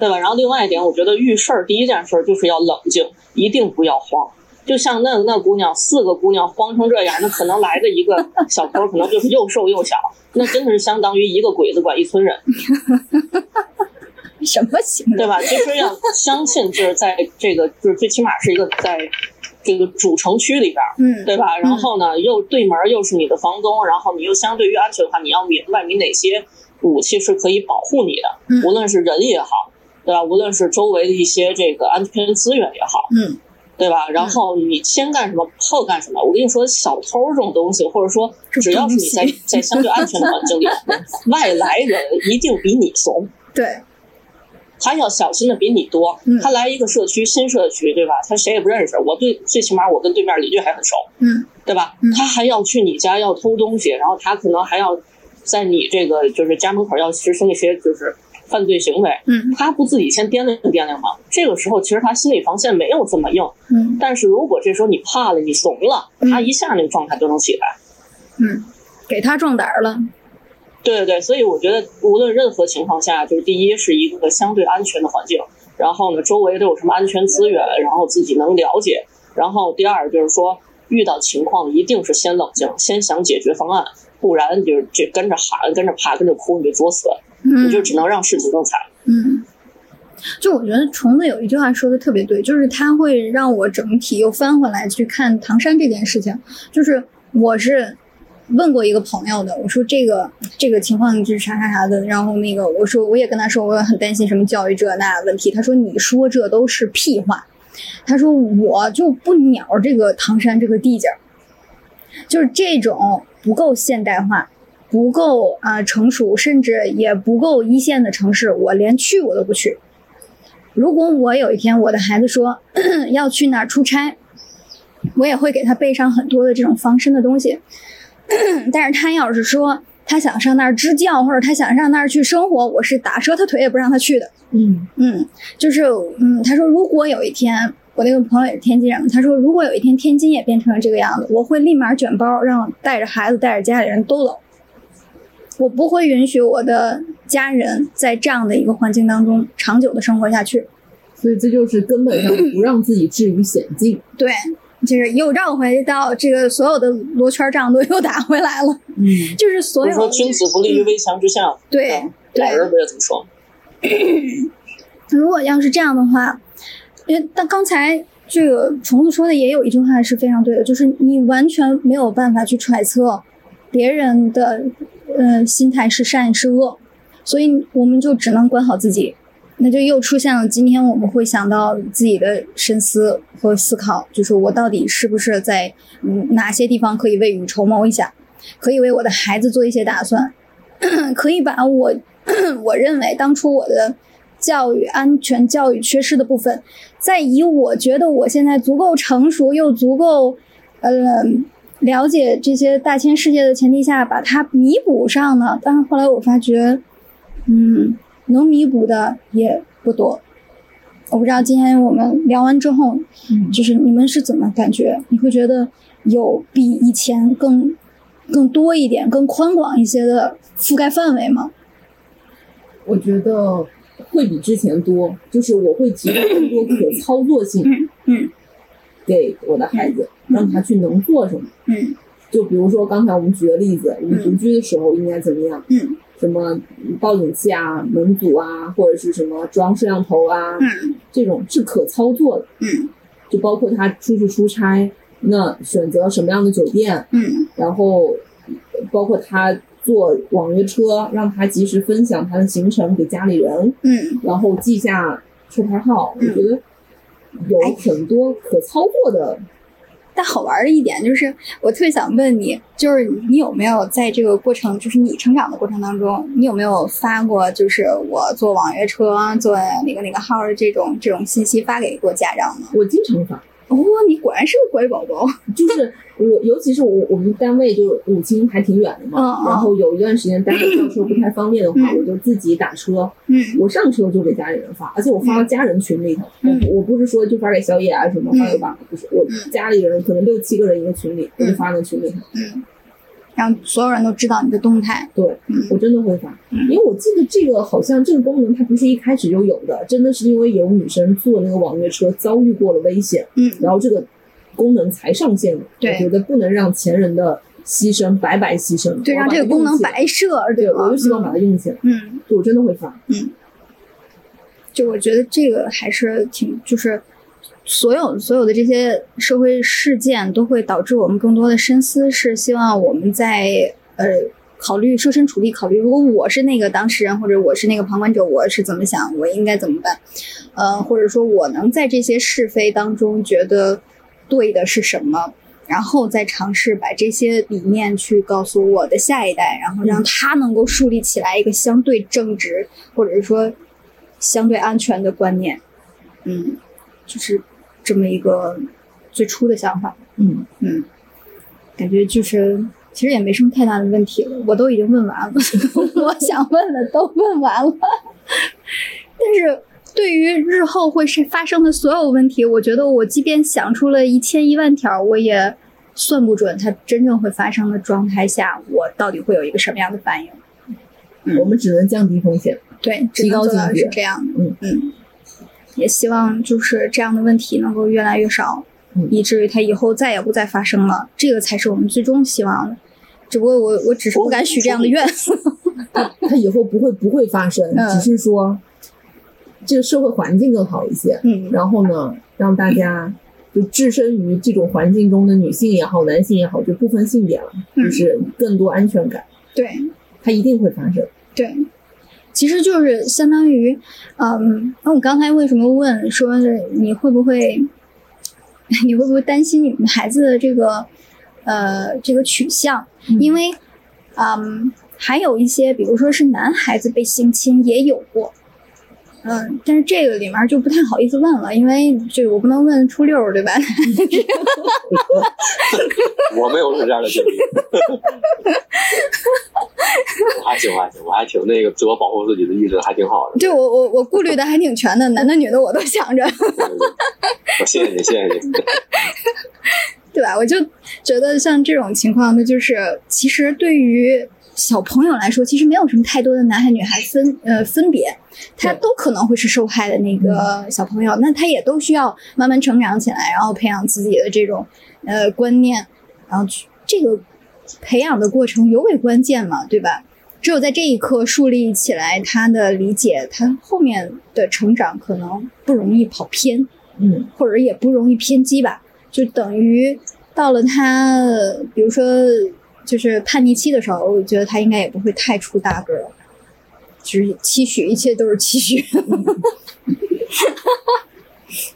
[SPEAKER 9] 对吧？然后另外一点，我觉得遇事儿第一件事儿就是要冷静，一定不要慌。就像那那姑娘，四个姑娘慌成这样，那可能来的一个小偷，可能就是又瘦又小，那真的是相当于一个鬼子管一村人，
[SPEAKER 1] 嗯，什么形
[SPEAKER 9] 对
[SPEAKER 1] 容？
[SPEAKER 9] 吧？其实要相信，就是在这个，就是最起码是一个在这个主城区里边儿，
[SPEAKER 1] 嗯
[SPEAKER 9] 对吧？然后呢，又对门儿又是你的房东，然后你又相对于安全的话，你要明白你哪些武器是可以保护你
[SPEAKER 1] 嗯
[SPEAKER 9] 的，无论是人也好，对吧？无论是周围的一些这个安全资源也好，
[SPEAKER 1] 嗯
[SPEAKER 9] 对吧？然后你先干什么，后干什么。我跟你说，小偷这种东西，或者说只要是你在在相对安全的环境里， 外来人一定比你怂。
[SPEAKER 1] 对，
[SPEAKER 9] 他要小心的比你多
[SPEAKER 1] 嗯。
[SPEAKER 9] 他来一个社区，新社区，对吧？他谁也不认识。我对最起码我跟对面邻居还很熟，
[SPEAKER 1] 嗯，
[SPEAKER 9] 对吧
[SPEAKER 1] 嗯？
[SPEAKER 9] 他还要去你家要偷东西，然后他可能还要在你这个就是家门口要实行一些就是犯罪行为。
[SPEAKER 1] 嗯
[SPEAKER 9] 他不自己先掂量掂量吗？这个时候其实他心理防线没有这么硬，
[SPEAKER 1] 嗯
[SPEAKER 9] 但是如果这时候你怕了，你怂了，
[SPEAKER 1] 嗯
[SPEAKER 9] 他一下那个状态就能起来。
[SPEAKER 1] 嗯，给他壮胆儿了。
[SPEAKER 9] 对对对，所以我觉得无论任何情况下，就是第一是一个相对安全的环境，然后呢，周围都有什么安全资源，然后自己能了解，然后第二就是说遇到情况一定是先冷静，先想解决方案，不然就是这跟着喊、跟着爬、跟着哭，你就作死，
[SPEAKER 1] 嗯，
[SPEAKER 9] 你就只能让事情更惨。
[SPEAKER 1] 嗯，就我觉得虫子有一句话说的特别对，就是它会让我整体又翻回来去看唐山这件事情。就是我是问过一个朋友的，我说这个这个情况就是啥啥啥的，然后那个我说我也跟他说我很担心什么教育这那问题，他说你说这都是屁话，他说我就不鸟这个唐山这个地界儿，就是这种不够现代化，不够啊、呃成熟，甚至也不够一线的城市，我连去我都不去。如果我有一天我的孩子说 要去哪儿出差，我也会给他备上很多的这种防身的东西。 但是他要是说他想上那儿支教，或者他想上那儿去生活，我是打折他腿也不让他去的。
[SPEAKER 3] 嗯
[SPEAKER 1] 嗯，就是嗯，他说如果有一天我那个朋友也是天津人，他说如果有一天天津也变成了这个样子，我会立马卷包，让带着孩子带着家里人都走。我不会允许我的家人在这样的一个环境当中长久的生活下去。
[SPEAKER 3] 所以这就是根本上不让自己置于险境。
[SPEAKER 1] 对，就是又绕回到这个所有的罗圈仗都又打回来了，
[SPEAKER 3] 嗯，
[SPEAKER 1] 就是所
[SPEAKER 9] 不
[SPEAKER 1] 有
[SPEAKER 9] 是说君子不立于危墙之下，
[SPEAKER 1] 对对
[SPEAKER 9] 老人不也这么说？
[SPEAKER 1] 如果要是这样的话，因为但刚才这个虫子说的也有一句话是非常对的，就是你完全没有办法去揣测别人的呃心态是善是恶，所以我们就只能管好自己。那就又出现了今天我们会想到自己的深思和思考，就是我到底是不是在嗯哪些地方可以未雨绸缪一下，可以为我的孩子做一些打算，可以把我我认为当初我的教育安全教育缺失的部分，再以我觉得我现在足够成熟又足够呃了解这些大千世界的前提下，把它弥补上呢。但是后来我发觉，嗯，能弥补的也不多。我不知道今天我们聊完之后，就是你们是怎么感觉？你会觉得有比以前更更多一点、更宽广一些的覆盖范围吗？
[SPEAKER 3] 我觉得会比之前多，就是我会提供更多可操作性，
[SPEAKER 1] 嗯嗯，
[SPEAKER 3] 给我的孩子，让他去能做什么。
[SPEAKER 1] 嗯
[SPEAKER 3] 就比如说刚才我们举的例子，我们独居的时候应该怎么样？
[SPEAKER 1] 嗯
[SPEAKER 3] 什么报警器啊、门阻啊，或者是什么装摄像头啊，
[SPEAKER 1] 嗯
[SPEAKER 3] 这种是可操作的。
[SPEAKER 1] 嗯，
[SPEAKER 3] 就包括他出去出差，那选择什么样的酒店，
[SPEAKER 1] 嗯
[SPEAKER 3] 然后包括他坐网约车，让他及时分享他的行程给家里人，
[SPEAKER 1] 嗯
[SPEAKER 3] 然后记下车牌号。
[SPEAKER 1] 嗯
[SPEAKER 3] 我觉得有很多可操作的，
[SPEAKER 1] 但好玩的一点就是，我特别想问你，就是你有没有在这个过程，就是你成长的过程当中，你有没有发过，就是我坐网约车、坐哪个哪个号的这种这种信息发给过家长呢？
[SPEAKER 3] 我经常发。
[SPEAKER 1] 哦，你果然是个乖宝宝。
[SPEAKER 3] 就是我，尤其是我我们单位就是武清还挺远的嘛
[SPEAKER 1] 嗯，嗯
[SPEAKER 3] 然后有一段时间单位叫车不太方便的话，
[SPEAKER 1] 嗯
[SPEAKER 3] 我就自己打车，
[SPEAKER 1] 嗯
[SPEAKER 3] 我上车就给家里人发，而且我发到家人群里头，
[SPEAKER 1] 嗯
[SPEAKER 3] 我我不是说就发给小野啊什么，
[SPEAKER 1] 嗯
[SPEAKER 3] 发给爸爸，不是我家里人可能六七个人一个群里，我就发到群里头，
[SPEAKER 1] 嗯，让所有人都知道你的动态。
[SPEAKER 3] 对我
[SPEAKER 1] 嗯
[SPEAKER 3] 真的会发，因为我记得这个好像这个功能它不是一开始就有的，真的是因为有女生坐那个网约车遭遇过了危险，
[SPEAKER 1] 嗯
[SPEAKER 3] 然后这个功能才上线的。
[SPEAKER 1] 对
[SPEAKER 3] 我觉得不能让前人的牺牲白白牺牲，
[SPEAKER 1] 对，
[SPEAKER 3] 我要
[SPEAKER 1] 让
[SPEAKER 3] 把
[SPEAKER 1] 这个
[SPEAKER 3] 它
[SPEAKER 1] 功
[SPEAKER 3] 用
[SPEAKER 1] 能
[SPEAKER 3] 起来
[SPEAKER 1] 白设，
[SPEAKER 3] 对，
[SPEAKER 1] 吧
[SPEAKER 3] 我就希望把它用起来。
[SPEAKER 1] 嗯。
[SPEAKER 3] 就我真的会发，
[SPEAKER 1] 就我觉得这个还是挺，就是所有所有的这些社会事件都会导致我们更多的深思，是希望我们在呃考虑设身处地考虑，如果我是那个当事人或者我是那个旁观者，我是怎么想，我应该怎么办？呃，或者说我能在这些是非当中觉得对的是什么？然后再尝试把这些理念去告诉我的下一代，然后让他能够树立起来一个相对正直，或者是说相对安全的观念。嗯，就是这么一个最初的想法。
[SPEAKER 3] 嗯
[SPEAKER 1] 嗯，感觉就是其实也没什么太大的问题了，我都已经问完了， 我想问的都问完了。 但是对于日后会是发生的所有问题，我觉得我即便想出了一千一万条，我也算不准它真正会发生的状态下，我到底会有一个什么样的反应。
[SPEAKER 3] 嗯我们只能降低风险。
[SPEAKER 1] 对，只
[SPEAKER 3] 提
[SPEAKER 1] 能
[SPEAKER 3] 高
[SPEAKER 1] 做
[SPEAKER 3] 警
[SPEAKER 1] 到
[SPEAKER 3] 觉
[SPEAKER 1] 是这样的。
[SPEAKER 3] 嗯
[SPEAKER 1] 嗯，也希望就是这样的问题能够越来越少，
[SPEAKER 3] 嗯
[SPEAKER 1] 以至于它以后再也不再发生了。这个才是我们最终希望的。只不过我我只是不
[SPEAKER 3] 哦
[SPEAKER 1] 敢许这样的 愿。
[SPEAKER 3] 它以后不会不会发生，
[SPEAKER 1] 嗯
[SPEAKER 3] 只是说这个社会环境更好一些。
[SPEAKER 1] 嗯
[SPEAKER 3] 然后呢，让大家就置身于这种环境中的女性也好，男性也好，就不分性别了，
[SPEAKER 1] 嗯
[SPEAKER 3] 就是更多安全感，
[SPEAKER 1] 对
[SPEAKER 3] 它一定会发生。
[SPEAKER 1] 对，其实就是相当于，嗯，那我刚才为什么问说你会不会， 你会不会担心你们孩子的这个，呃，这个取向？因为，嗯，还有一些，比如说是男孩子被性侵也有过，嗯，但是这个里面就不太好意思问了，因为这个我不能问初六儿，对吧？
[SPEAKER 4] 我没有是这样的经历。我还行，我还行，我还挺那个自我保护自己的意识还挺好的。
[SPEAKER 1] 对我我我顾虑的还挺全的，男的女的我都想着。
[SPEAKER 4] 对对对我谢谢你，谢谢你。
[SPEAKER 1] 对吧？我就觉得像这种情况，那就是其实对于小朋友来说，其实没有什么太多的男孩女孩分呃分别，他都可能会是受害的那个小朋友，那他也都需要慢慢成长起来，然后培养自己的这种呃观念，然后去这个培养的过程尤为关键嘛，对吧？只有在这一刻树立起来他的理解，他后面的成长可能不容易跑偏。
[SPEAKER 3] 嗯，
[SPEAKER 1] 或者也不容易偏激吧，就等于到了他，呃比如说就是叛逆期的时候，我觉得他应该也不会太出大个儿，就是期许，一切都是期许。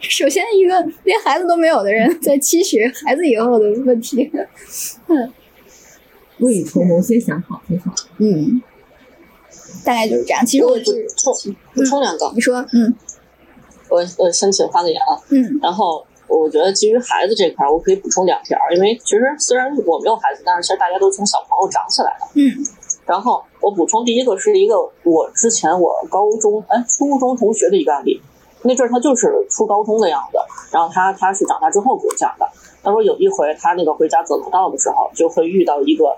[SPEAKER 1] 首先，一个连孩子都没有的人在期许孩子以后的问题，
[SPEAKER 3] 未雨绸缪，先想好挺好。
[SPEAKER 1] 嗯，大概就是这样。其实我
[SPEAKER 9] 我
[SPEAKER 1] 只
[SPEAKER 9] 补充补充两个，
[SPEAKER 1] 你说，嗯
[SPEAKER 9] 我我先请发个言啊。
[SPEAKER 1] 嗯
[SPEAKER 9] 然后我觉得基于孩子这块儿，我可以补充两条，因为其实虽然我没有孩子，但是其实大家都从小朋友长起来的。
[SPEAKER 1] 嗯
[SPEAKER 9] 然后我补充第一个是一个我之前我高中哎初中同学的一个案例，那阵儿他就是初高中的样子，然后他他是长大之后给我讲的。他说有一回他那个回家走楼道的时候，就会遇到一个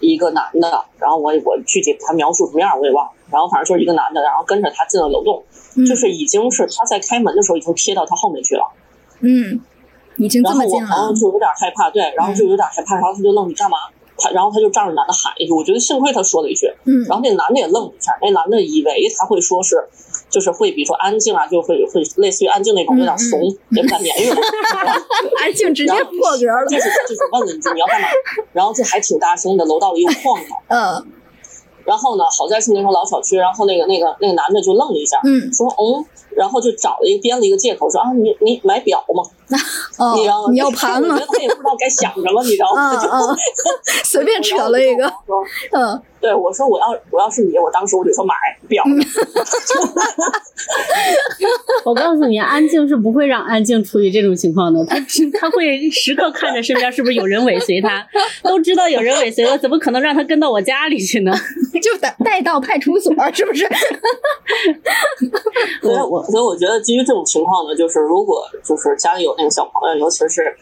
[SPEAKER 9] 一个男的，然后我我具体他描述什么样我也忘了，然后反正就是一个男的，然后跟着他进了楼栋，
[SPEAKER 1] 嗯，
[SPEAKER 9] 就是已经是他在开门的时候已经贴到他后面去了。
[SPEAKER 1] 嗯，已经这
[SPEAKER 9] 然后
[SPEAKER 1] 么
[SPEAKER 9] 我
[SPEAKER 1] 近
[SPEAKER 9] 朋友
[SPEAKER 1] 了，啊嗯
[SPEAKER 9] 就有点害怕，对，然后就有点害怕，然后他就愣，你干嘛？他然后他就仗着男的喊一句，我觉得幸亏他说了一句，
[SPEAKER 1] 嗯
[SPEAKER 9] 然后那个男的也愣了一下，那男的以为他会说是，就是会比如说安静啊，就会会类似于安静那种，有
[SPEAKER 1] 嗯
[SPEAKER 9] 点怂，也不敢言语了，然后
[SPEAKER 1] 安静直接破格了，
[SPEAKER 9] 就是就是问了一句你要干嘛，然后就还挺大声的，楼道里又晃了。
[SPEAKER 1] 嗯
[SPEAKER 9] 然后呢，好在是那种老小区，然后那个那个那个男的就愣了一下，
[SPEAKER 1] 嗯
[SPEAKER 9] 说嗯，然后就找了一编了一个借口说啊，你你买表吗？
[SPEAKER 1] 哦
[SPEAKER 9] 你知道吗？，
[SPEAKER 1] 你要盘
[SPEAKER 9] 我
[SPEAKER 1] 吗
[SPEAKER 9] 觉？得他也不知道该想什么，你知道吗？
[SPEAKER 1] 嗯
[SPEAKER 9] 他就
[SPEAKER 1] 嗯， 随便扯了一个，。嗯
[SPEAKER 9] 对，我说我要我要是你，我当时我就说买表。
[SPEAKER 5] 我告诉你，安静是不会让安静处于这种情况的，他他会时刻看着身边是不是有人尾随他，都知道有人尾随我，怎么可能让他跟到我家里去呢？
[SPEAKER 1] 嗯就带带到派出所，是不是？
[SPEAKER 9] 所以我所以我觉得基于这种情况呢，就是如果就是家里有那个小朋友，尤其是。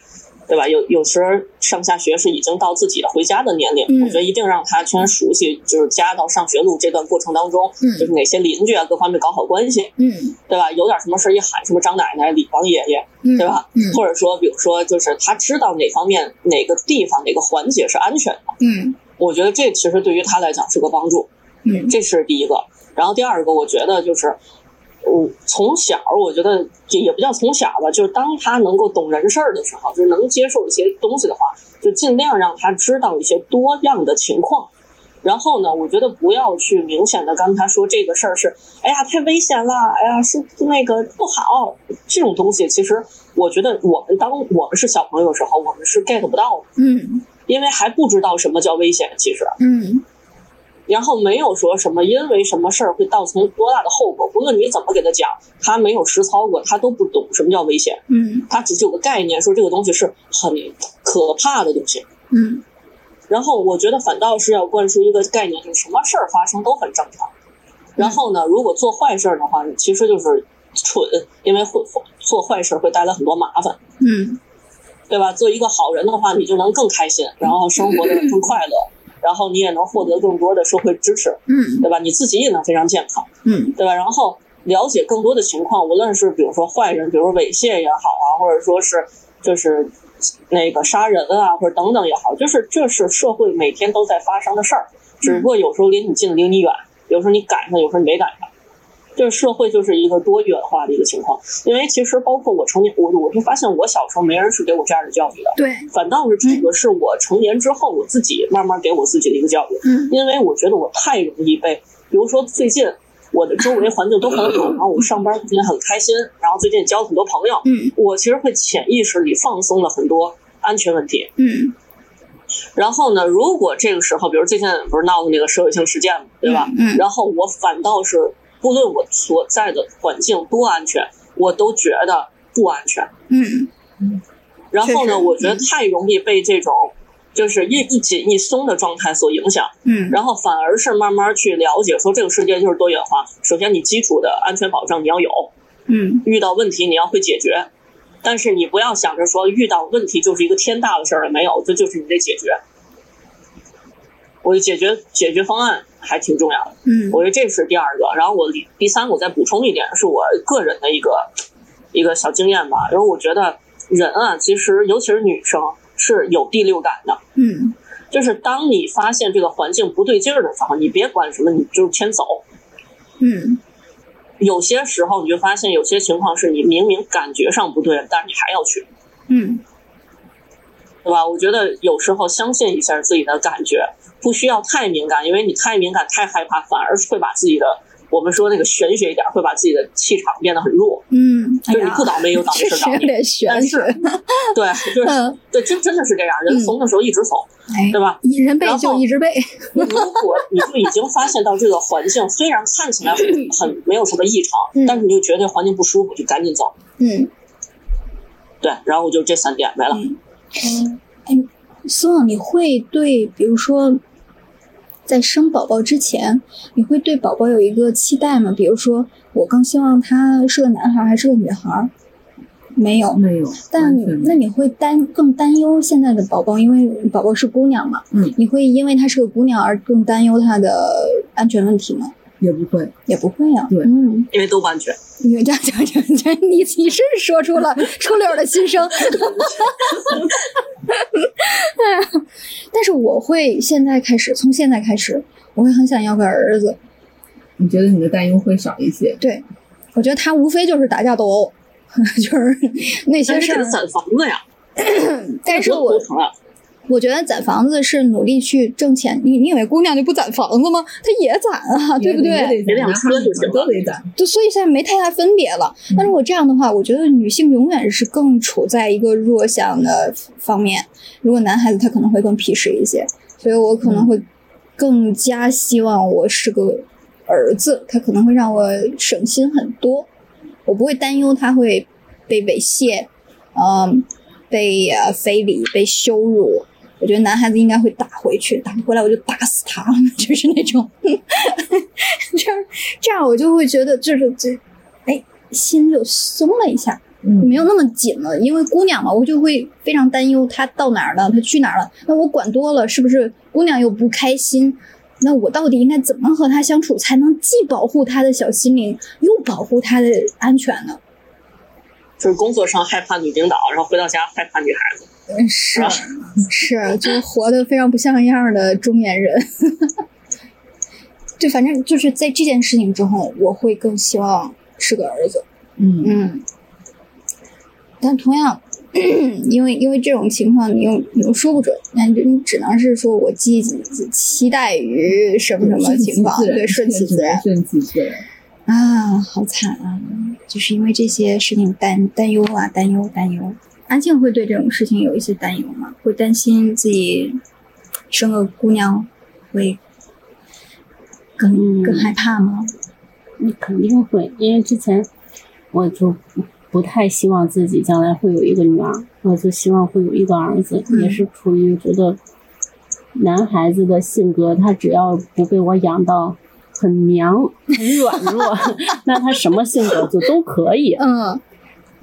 [SPEAKER 9] 对吧？有有时候上下学是已经到自己回家的年龄，
[SPEAKER 1] 嗯
[SPEAKER 9] 我觉得一定让他先熟悉，就是家到上学路这段过程当中，
[SPEAKER 1] 嗯
[SPEAKER 9] 就是哪些邻居啊，各方面搞好关系，
[SPEAKER 1] 嗯
[SPEAKER 9] 对吧？有点什么事儿一喊什么张奶奶、李王爷爷，
[SPEAKER 1] 嗯，
[SPEAKER 9] 对吧？
[SPEAKER 1] 嗯
[SPEAKER 9] 或者说，比如说，就是他知道哪方面、哪个地方、哪个环节是安全的，
[SPEAKER 1] 嗯
[SPEAKER 9] 我觉得这其实对于他来讲是个帮助，
[SPEAKER 1] 嗯
[SPEAKER 9] 这是第一个。然后第二个，我觉得就是，我从小我觉得这也不叫从小吧，就是当他能够懂人事儿的时候，就是能接受一些东西的话，就尽量让他知道一些多样的情况。然后呢，我觉得不要去明显的跟他说这个事儿是，哎呀太危险了，哎呀是那个不好，这种东西其实我觉得我们当我们是小朋友的时候，我们是 get 不到的，
[SPEAKER 1] 嗯
[SPEAKER 9] 因为还不知道什么叫危险，其实，
[SPEAKER 1] 嗯
[SPEAKER 9] 然后没有说什么因为什么事儿会造成多大的后果，不论你怎么给他讲，他没有实操过，他都不懂什么叫危险。
[SPEAKER 1] 嗯
[SPEAKER 9] 他只是有个概念，说这个东西是很可怕的东西。
[SPEAKER 1] 嗯
[SPEAKER 9] 然后我觉得反倒是要灌输一个概念，就是什么事儿发生都很正常。然后呢，如果做坏事儿的话，其实就是蠢，因为会做坏事儿会带来很多麻烦，
[SPEAKER 1] 嗯
[SPEAKER 9] 对吧？做一个好人的话，你就能更开心，然后生活的更快乐，然后你也能获得更多的社会支持，
[SPEAKER 1] 嗯
[SPEAKER 9] 对吧？你自己也能非常健康。
[SPEAKER 1] 嗯
[SPEAKER 9] 对吧？然后了解更多的情况，无论是比如说坏人，比如说猥亵也好啊，或者说是就是那个杀人啊，或者等等也好，就是这是社会每天都在发生的事儿，只不过有时候离你近，离你远，有时候你赶上，有时候你没赶上。就是社会就是一个多元化的一个情况，因为其实包括我成年，我我就发现我小时候没人是给我这样的教育的，
[SPEAKER 1] 对，
[SPEAKER 9] 反倒是这个是我成年之后我自己慢慢给我自己的一个教育。
[SPEAKER 1] 嗯
[SPEAKER 9] 因为我觉得我太容易被，比如说最近我的周围环境都很好， 然后我上班最近很开心，然后最近也交了很多朋友，
[SPEAKER 1] 嗯
[SPEAKER 9] 我其实会潜意识里放松了很多安全问题。
[SPEAKER 1] 嗯，
[SPEAKER 9] 然后呢，如果这个时候，比如最近不是闹的那个社会性事件嘛，对吧？
[SPEAKER 1] 嗯
[SPEAKER 9] 然后我反倒是不论我所在的环境多安全，我都觉得不安全。
[SPEAKER 1] 嗯
[SPEAKER 9] 然后
[SPEAKER 1] 确实
[SPEAKER 9] 呢，我觉得
[SPEAKER 1] 嗯
[SPEAKER 9] 太容易被这种就是一一紧一松的状态所影响。
[SPEAKER 1] 嗯
[SPEAKER 9] 然后反而是慢慢去了解，说这个世界就是多元化。首先，你基础的安全保障你要有，
[SPEAKER 1] 嗯
[SPEAKER 9] 遇到问题你要会解决，但是你不要想着说遇到问题就是一个天大的事儿了，没有，这就是你得解决。我的解决解决方案还挺重要的，
[SPEAKER 1] 嗯
[SPEAKER 9] 我觉得这是第二个。然后我第第三个我再补充一点，是我个人的一个一个小经验吧，因为我觉得人啊，其实尤其是女生是有第六感的。
[SPEAKER 1] 嗯
[SPEAKER 9] 就是当你发现这个环境不对劲儿的时候，你别管什么，你就先走。
[SPEAKER 1] 嗯
[SPEAKER 9] 有些时候你就发现有些情况是你明明感觉上不对，但是你还要去，
[SPEAKER 1] 嗯
[SPEAKER 9] 对吧？我觉得有时候相信一下自己的感觉，不需要太敏感，因为你太敏感、太害怕，反而是会把自己的我们说那个玄学一点，会把自己的气场变得很弱。
[SPEAKER 1] 嗯，哎
[SPEAKER 9] 就是你
[SPEAKER 1] 呀
[SPEAKER 9] 不倒霉有倒霉
[SPEAKER 1] 确
[SPEAKER 9] 事儿
[SPEAKER 1] 实
[SPEAKER 9] 找
[SPEAKER 1] 有
[SPEAKER 9] 你，
[SPEAKER 1] 点悬
[SPEAKER 9] 但是
[SPEAKER 1] 是，
[SPEAKER 9] 对，就是
[SPEAKER 1] 嗯，
[SPEAKER 9] 对，真真的是这样，人
[SPEAKER 1] 嗯
[SPEAKER 9] 怂的时候一直怂，
[SPEAKER 1] 哎
[SPEAKER 9] 对，吧？
[SPEAKER 1] 人背
[SPEAKER 9] 然
[SPEAKER 1] 就
[SPEAKER 9] 后
[SPEAKER 1] 一直背，
[SPEAKER 9] 如果你就已经发现到这个环境，虽然看起来很很没有什么异常
[SPEAKER 1] 嗯，
[SPEAKER 9] 但是你就觉得这环境不舒服，就赶紧走。
[SPEAKER 1] 嗯。
[SPEAKER 9] 对，然后我就这三点没了。
[SPEAKER 1] 哎苏朗，你会对，比如说，在生宝宝之前，你会对宝宝有一个期待吗？比如说，我更希望他是个男孩还是个女孩？没有，
[SPEAKER 3] 没有，
[SPEAKER 1] 但
[SPEAKER 3] 完全没有
[SPEAKER 1] 那你会担更担忧现在的宝宝，因为宝宝是姑娘嘛，
[SPEAKER 3] 嗯，
[SPEAKER 1] 你会因为她是个姑娘而更担忧她的安全问题吗？
[SPEAKER 3] 也不会，
[SPEAKER 1] 也不会呀、
[SPEAKER 3] 对
[SPEAKER 1] 嗯，
[SPEAKER 9] 因为都不安全，
[SPEAKER 1] 你这样讲讲讲，你你是说出了 初六的心声。 但是我会现在开始，从现在开始，我会很想要个儿子。
[SPEAKER 3] 你觉得你的担忧会少一些？
[SPEAKER 1] 对，我觉得他无非就是打架斗殴， 就是那些
[SPEAKER 9] 但
[SPEAKER 1] 事
[SPEAKER 9] 是这
[SPEAKER 1] 儿
[SPEAKER 9] 个。攒房子呀，
[SPEAKER 1] 但是
[SPEAKER 9] 多
[SPEAKER 1] 我
[SPEAKER 9] 头疼啊！
[SPEAKER 1] 我觉得攒房子是努力去挣钱。你你以为姑娘就不攒房子吗？她也攒啊，对不对？
[SPEAKER 3] 也得
[SPEAKER 9] 有辆车就行了
[SPEAKER 3] 都得攒。
[SPEAKER 1] 就所以现在没太大分别了。但是我这样的话，我觉得女性永远是更处在一个弱项的方面。如果男孩子他可能会更皮实一些，所以我可能会更加希望我是个儿子，他可能会让我省心很多。我不会担忧他会被猥亵，嗯，被呃非礼、被羞辱。我觉得男孩子应该会打回去，打不回来我就打死他， 就是那种，这样这样我就会觉得就是这，哎，心就松了一下，
[SPEAKER 3] 嗯
[SPEAKER 1] 没有那么紧了。因为姑娘嘛，我就会非常担忧她到哪儿了，她去哪儿了。那我管多了，是不是姑娘又不开心？那我到底应该怎么和她相处，才能既保护她的小心灵，又保护她的安全呢？
[SPEAKER 9] 就是工作上害怕女领导，然后回到家害怕女孩子。
[SPEAKER 1] 嗯，是
[SPEAKER 9] 啊
[SPEAKER 1] 是，啊就活得非常不像样儿的中年人。 对，反正就是在这件事情之后，我会更希望是个儿子。
[SPEAKER 3] 嗯，
[SPEAKER 1] 嗯，但同样， 因为因为这种情况你又你又说不准，那你就你只能是说我寄期待于什么什么情况，对，顺其自然，
[SPEAKER 3] 嗯顺其自然。
[SPEAKER 1] 啊，好惨啊！就是因为这些事情担担忧啊，担忧担忧。安静会对这种事情有一些担忧吗？会担心自己生个姑娘会更更
[SPEAKER 5] 嗯
[SPEAKER 1] 害怕吗？
[SPEAKER 5] 你肯定会，因为之前我就不太希望自己将来会有一个女儿，我就希望会有一个儿子，
[SPEAKER 1] 嗯
[SPEAKER 5] 也是出于觉得男孩子的性格，他只要不被我养到很娘、很软弱， 那他什么性格就都可以。
[SPEAKER 1] 嗯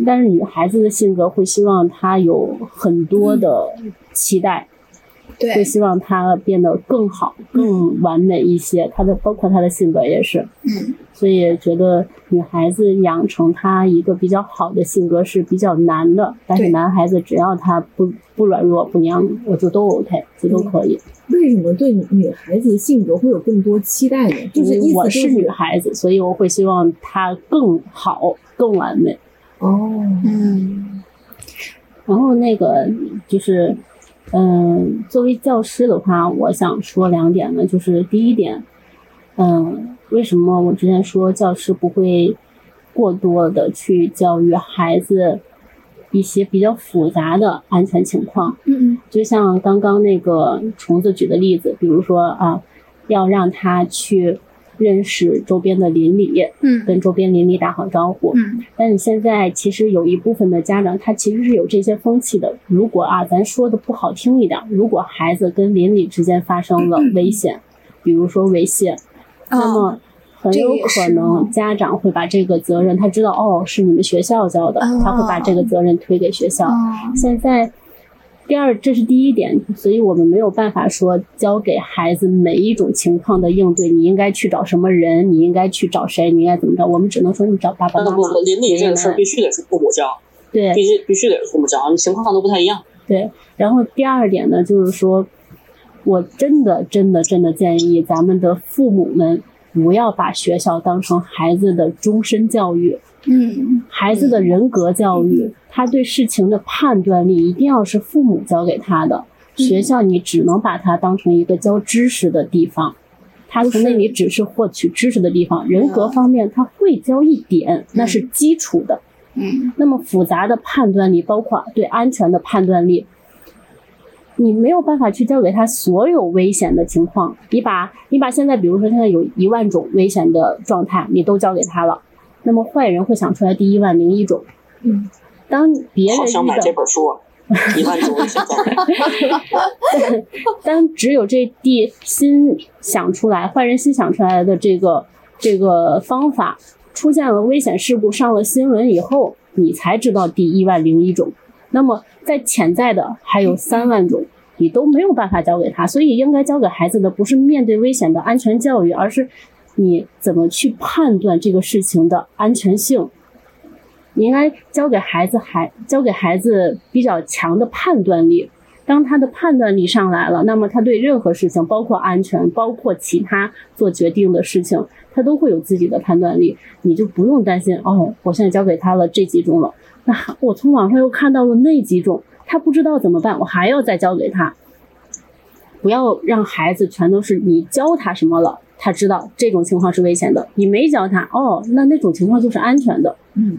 [SPEAKER 5] 但是女孩子的性格会希望她有很多的期待，
[SPEAKER 3] 嗯
[SPEAKER 5] 会
[SPEAKER 1] 对，
[SPEAKER 5] 希望她变得更好、更完美一些。她的包括她的性格也是，
[SPEAKER 1] 嗯
[SPEAKER 5] 所以觉得女孩子养成她一个比较好的性格是比较难的。但是
[SPEAKER 1] 对
[SPEAKER 5] 男孩子只要他不不软弱、不娘，我就都 OK，就都可以。
[SPEAKER 3] 为什么对女孩子的性格会有更多期待呢？就是
[SPEAKER 5] 因为
[SPEAKER 3] 意
[SPEAKER 5] 我
[SPEAKER 3] 思
[SPEAKER 5] 是
[SPEAKER 3] 就
[SPEAKER 5] 女孩子，所以我会希望她更好、更完美。
[SPEAKER 3] 哦，
[SPEAKER 1] 嗯
[SPEAKER 5] 然后那个就是，嗯、作为教师的话，我想说两点呢，就是第一点，嗯、为什么我之前说教师不会过多的去教育孩子一些比较复杂的安全情况？
[SPEAKER 1] 嗯
[SPEAKER 5] 就像刚刚那个虫子举的例子，比如说啊，要让他去认识周边的邻里，
[SPEAKER 1] 嗯嗯
[SPEAKER 5] 跟周边邻里打好招呼。
[SPEAKER 1] 嗯
[SPEAKER 5] 但是现在其实有一部分的家长，他其实是有这些风气的。如果啊，咱说的不好听一点，如果孩子跟邻里之间发生了危险，比如说猥亵，那
[SPEAKER 1] 嗯哦
[SPEAKER 5] 么很有可能家长会把这个责任，他知道哦是你们学校教的
[SPEAKER 1] 哦，
[SPEAKER 5] 他会把这个责任推给学校。
[SPEAKER 1] 哦
[SPEAKER 5] 现在。第二，这是第一点，所以我们没有办法说教给孩子每一种情况的应对，你应该去找什么人，你应该去找谁，你应该怎么着，我们只能说你找爸爸
[SPEAKER 1] 嗯
[SPEAKER 9] 不
[SPEAKER 5] 妈妈。
[SPEAKER 9] 不不，邻里这个事儿
[SPEAKER 5] 嗯
[SPEAKER 9] 必须得是父母教，
[SPEAKER 5] 对，
[SPEAKER 9] 必须必须得是父母教，情况都不太一样。
[SPEAKER 5] 对，然后第二点呢，就是说，我真的真的真的建议咱们的父母们不要把学校当成孩子的终身教育，
[SPEAKER 1] 嗯
[SPEAKER 5] 孩子的人格教育，他对事情的判断力一定要是父母教给他的。学校你只能把它当成一个教知识的地方，他从那里只是获取知识的地方。人格方面他会教一点，那是基础的。
[SPEAKER 1] 嗯
[SPEAKER 5] 那么复杂的判断力，包括对安全的判断力，你没有办法去教给他所有危险的情况。你把你把现在，比如说现在有一万种危险的状态，你都教给他了，那么坏人会想出来第一万零一种。
[SPEAKER 3] 嗯，
[SPEAKER 5] 当别人
[SPEAKER 9] 好想
[SPEAKER 5] 遇
[SPEAKER 9] 买这
[SPEAKER 5] 到，
[SPEAKER 9] 本书啊，一万种危险教育。
[SPEAKER 5] 当只有这第新想出来，坏人新想出来的这个这个方法出现了危险事故，上了新闻以后，你才知道第一万零一种。那么在潜在的还有三万种，你都没有办法教给他，所以应该教给孩子的不是面对危险的安全教育，而是你怎么去判断这个事情的安全性。你应该教给孩子孩教给孩子比较强的判断力。当他的判断力上来了，那么他对任何事情，包括安全，包括其他做决定的事情，他都会有自己的判断力。你就不用担心哦，我现在交给他了这几种了，那我从网上又看到了那几种，他不知道怎么办，我还要再交给他。不要让孩子全都是你教他什么了，他知道这种情况是危险的，你没教他，哦，那那种情况就是安全的。
[SPEAKER 3] 嗯，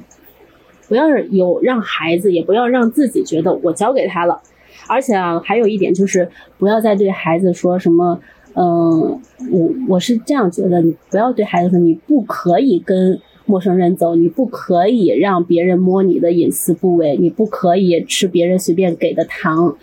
[SPEAKER 5] 不要有让孩子，也不要让自己觉得我教给他了。而且啊，还有一点就是，不要再对孩子说什么，嗯、我我是这样觉得，你不要对孩子说你不可以跟陌生人走，你不可以让别人摸你的隐私部位，你不可以吃别人随便给的糖，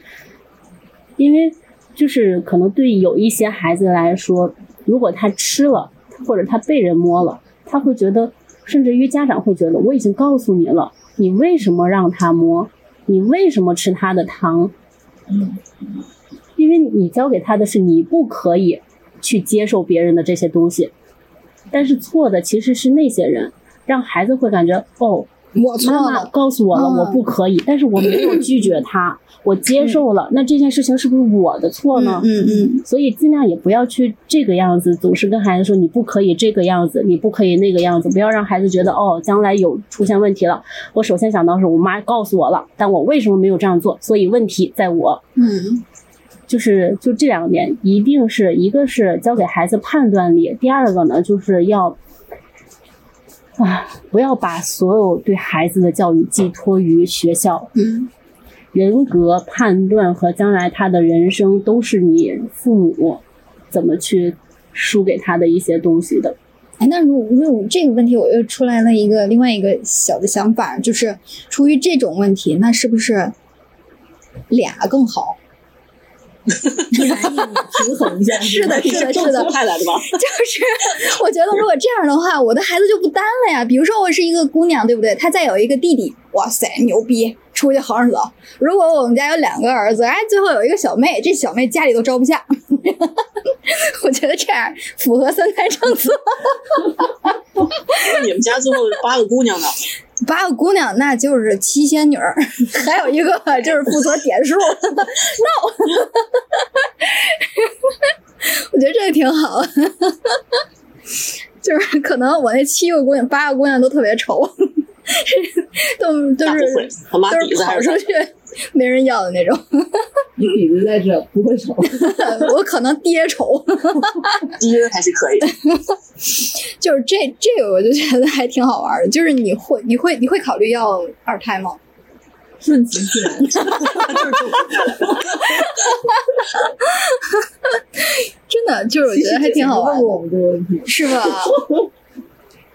[SPEAKER 5] 因为就是可能对有一些孩子来说，如果他吃了或者他被人摸了，他会觉得，甚至于家长会觉得，我已经告诉你了，你为什么让他摸？你为什么吃他的糖？因为你教给他的是你不可以去接受别人的这些东西，但是错的其实是那些人，让孩子会感觉哦，
[SPEAKER 1] 我错
[SPEAKER 5] 妈妈
[SPEAKER 1] 了，
[SPEAKER 5] 告诉我了，
[SPEAKER 1] 嗯
[SPEAKER 5] 我不可以，但是我没有拒绝他，我接受了。那这件事情是不是我的错呢？
[SPEAKER 1] 嗯嗯
[SPEAKER 5] 所以尽量也不要去这个样子，总是跟孩子说你不可以这个样子，你不可以那个样子，不要让孩子觉得哦，将来有出现问题了。我首先想到是我妈告诉我了，但我为什么没有这样做？所以问题在我。
[SPEAKER 1] 嗯
[SPEAKER 5] 就是就这两点，一定是一个是教给孩子判断力，第二个呢就是要。啊，不要把所有对孩子的教育寄托于学校，
[SPEAKER 1] 嗯
[SPEAKER 5] 人格判断和将来他的人生都是你父母怎么去输给他的一些东西的。
[SPEAKER 1] 哎，那如如果这个问题，我又出来了一个另外一个小的想法，就是出于这种问题，那是不是俩更好？
[SPEAKER 3] 平衡一下。
[SPEAKER 1] 是的，是的，是的，
[SPEAKER 9] 派来的吧？
[SPEAKER 1] 就是 我觉得如果这样的话，我的孩子就不单了呀。比如说我是一个姑娘，对不对？她再有一个弟弟，哇塞，牛逼，出去好儿子。如果我们家有两个儿子，哎，最后有一个小妹，这小妹家里都招不下。 我觉得这样符合三胎政策。
[SPEAKER 9] 那你们家最后八个姑娘呢？
[SPEAKER 1] 八个姑娘那就是七仙女儿， 还有一个就是负责点数。那我， 我觉得这个挺好。就是可能我那七个姑娘、八个姑娘都特别丑， 都都
[SPEAKER 9] 那
[SPEAKER 1] 是
[SPEAKER 9] 不会，他妈
[SPEAKER 1] 都
[SPEAKER 9] 底
[SPEAKER 1] 是
[SPEAKER 9] 子还
[SPEAKER 1] 跑
[SPEAKER 9] 是
[SPEAKER 1] 出去没人要的那种。
[SPEAKER 3] 你底子在这，不会少。
[SPEAKER 1] 我可能爹丑，
[SPEAKER 9] 爹还是可以。
[SPEAKER 1] 就是这这个我就觉得还挺好玩的。就是你会你会你会考虑要二胎吗？
[SPEAKER 3] 顺其自 然，
[SPEAKER 1] 真的就是我觉得还挺好玩的
[SPEAKER 3] 问。过我们这个问题，
[SPEAKER 1] 是 吧？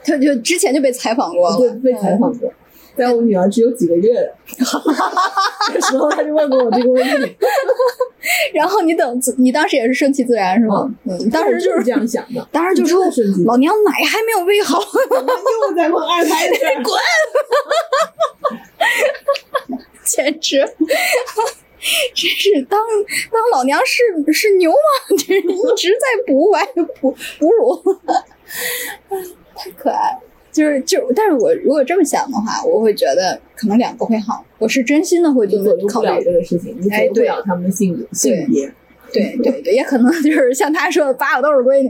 [SPEAKER 1] 他就之前就被采访过
[SPEAKER 3] 对
[SPEAKER 1] 了，
[SPEAKER 3] 被采访
[SPEAKER 1] 嗯
[SPEAKER 3] 过，在我女儿只有几个月 的的时候，她就问过我这个问题。
[SPEAKER 1] 然后你等自你当时也是顺其自然是吗？嗯，当时就
[SPEAKER 3] 我
[SPEAKER 1] 是
[SPEAKER 3] 是这样想的，
[SPEAKER 1] 当时就说
[SPEAKER 3] 真的顺其自
[SPEAKER 1] 老娘奶还没有喂 好，
[SPEAKER 3] 又在问 二胎的事儿
[SPEAKER 1] 简直。真是当当老娘是是牛吗？ 这一直在哺完哺哺乳，太可爱了。就是就，但是我如果这么想的话，我会觉得可能两个会好。我是真心的会这
[SPEAKER 3] 你左
[SPEAKER 1] 么
[SPEAKER 3] 右
[SPEAKER 1] 考
[SPEAKER 3] 不
[SPEAKER 1] 虑
[SPEAKER 3] 了这个事情，你左
[SPEAKER 1] 哎
[SPEAKER 3] 右不
[SPEAKER 1] 对
[SPEAKER 3] 了他们的性性别。
[SPEAKER 1] 对对对，也可能就是像他说的，八个都是闺女，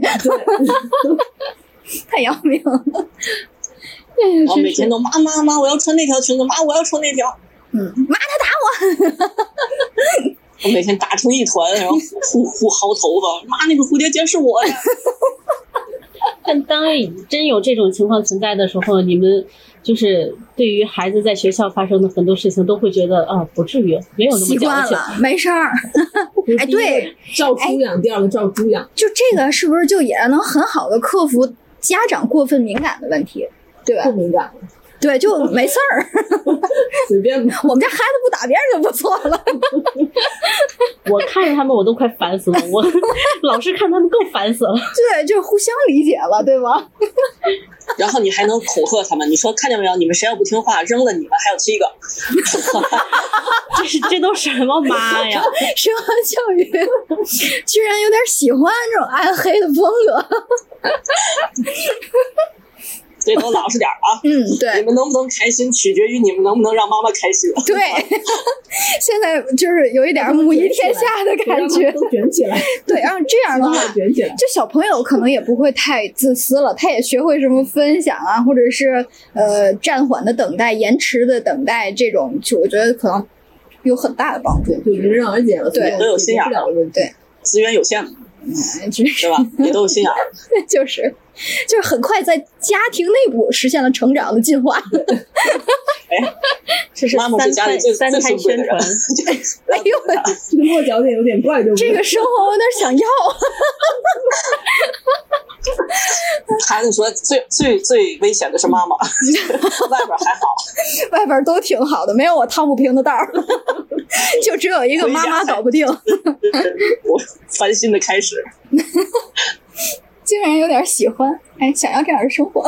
[SPEAKER 1] 太要命了。哎
[SPEAKER 9] 然后每天都妈妈妈，我要穿那条裙子，妈我要穿那条。
[SPEAKER 1] 嗯，
[SPEAKER 9] 妈他打我。我每天打成一团，然后互互薅头发。妈，那个蝴蝶结是我呀！
[SPEAKER 5] 但当真有这种情况存在的时候，你们就是对于孩子在学校发生的很多事情，都会觉得啊，不至于，没有那
[SPEAKER 1] 习
[SPEAKER 5] 么矫
[SPEAKER 1] 惯
[SPEAKER 5] 情。
[SPEAKER 1] 了，没事儿。
[SPEAKER 3] 就是
[SPEAKER 1] 哎
[SPEAKER 3] 第一个
[SPEAKER 1] 对，哎
[SPEAKER 3] 照猪养，第二个照猪养，
[SPEAKER 1] 就这个是不是就也能很好的克服家长过分敏感的问题？对吧
[SPEAKER 3] 不？敏感，
[SPEAKER 1] 对，就没事儿。
[SPEAKER 3] 随便吧。
[SPEAKER 1] 我们家孩子不打别人就不错了。
[SPEAKER 5] 我看着他们，我都快烦死了。我 老是看他们更烦死了。
[SPEAKER 1] 对，就互相理解了，对吧？
[SPEAKER 9] 然后你还能恐吓他们，你说看见没有？你们谁要不听话，扔了你们还有七个。
[SPEAKER 5] 这是这都什么妈呀？
[SPEAKER 1] 生活教育居然有点喜欢这种暗黑的风格。
[SPEAKER 9] 这都老实点儿 啊！
[SPEAKER 1] 嗯，
[SPEAKER 9] 你
[SPEAKER 1] 对
[SPEAKER 9] 们能不能开心，取决于你们能不能让妈妈开心。
[SPEAKER 1] 对， 现在就是有一点儿母仪天下的 感觉。
[SPEAKER 3] 都卷起 来，
[SPEAKER 1] 对，然后这样的
[SPEAKER 3] 都
[SPEAKER 1] 话，
[SPEAKER 3] 卷起来。
[SPEAKER 1] 就小朋友可能也不会太自私了，他也学会什么分享啊，或者是呃暂缓的等待、延迟的等待这种，就我觉得可能有很大的帮助。
[SPEAKER 3] 对，迎刃而解了，
[SPEAKER 1] 对
[SPEAKER 3] 所以
[SPEAKER 9] 都有
[SPEAKER 3] 解
[SPEAKER 9] 心眼
[SPEAKER 3] 决不了的问题
[SPEAKER 1] 对
[SPEAKER 9] 资源有限嘛，
[SPEAKER 1] 哎真是
[SPEAKER 9] 对吧？也都有心眼儿。
[SPEAKER 1] 就是就是很快在家庭内部实现了成长的进化。 哎
[SPEAKER 5] 这是
[SPEAKER 9] 妈妈是
[SPEAKER 5] 三
[SPEAKER 9] 家
[SPEAKER 5] 胎
[SPEAKER 9] 里最
[SPEAKER 5] 三
[SPEAKER 9] 最
[SPEAKER 5] 胎
[SPEAKER 9] 尊贵
[SPEAKER 5] 宣
[SPEAKER 9] 的人
[SPEAKER 5] 传。
[SPEAKER 1] 哎呦，
[SPEAKER 3] 这个落脚点有点怪，对不对？
[SPEAKER 1] 这个生活我有点想要。
[SPEAKER 9] 孩子说最最最危险的 是妈妈，外边还好，
[SPEAKER 1] 外边都挺好的，没有我趟不平的道儿， 就只有一个妈妈搞不定，
[SPEAKER 9] 我烦心的开始。
[SPEAKER 1] 竟然有点喜欢，哎，想要这样的生活，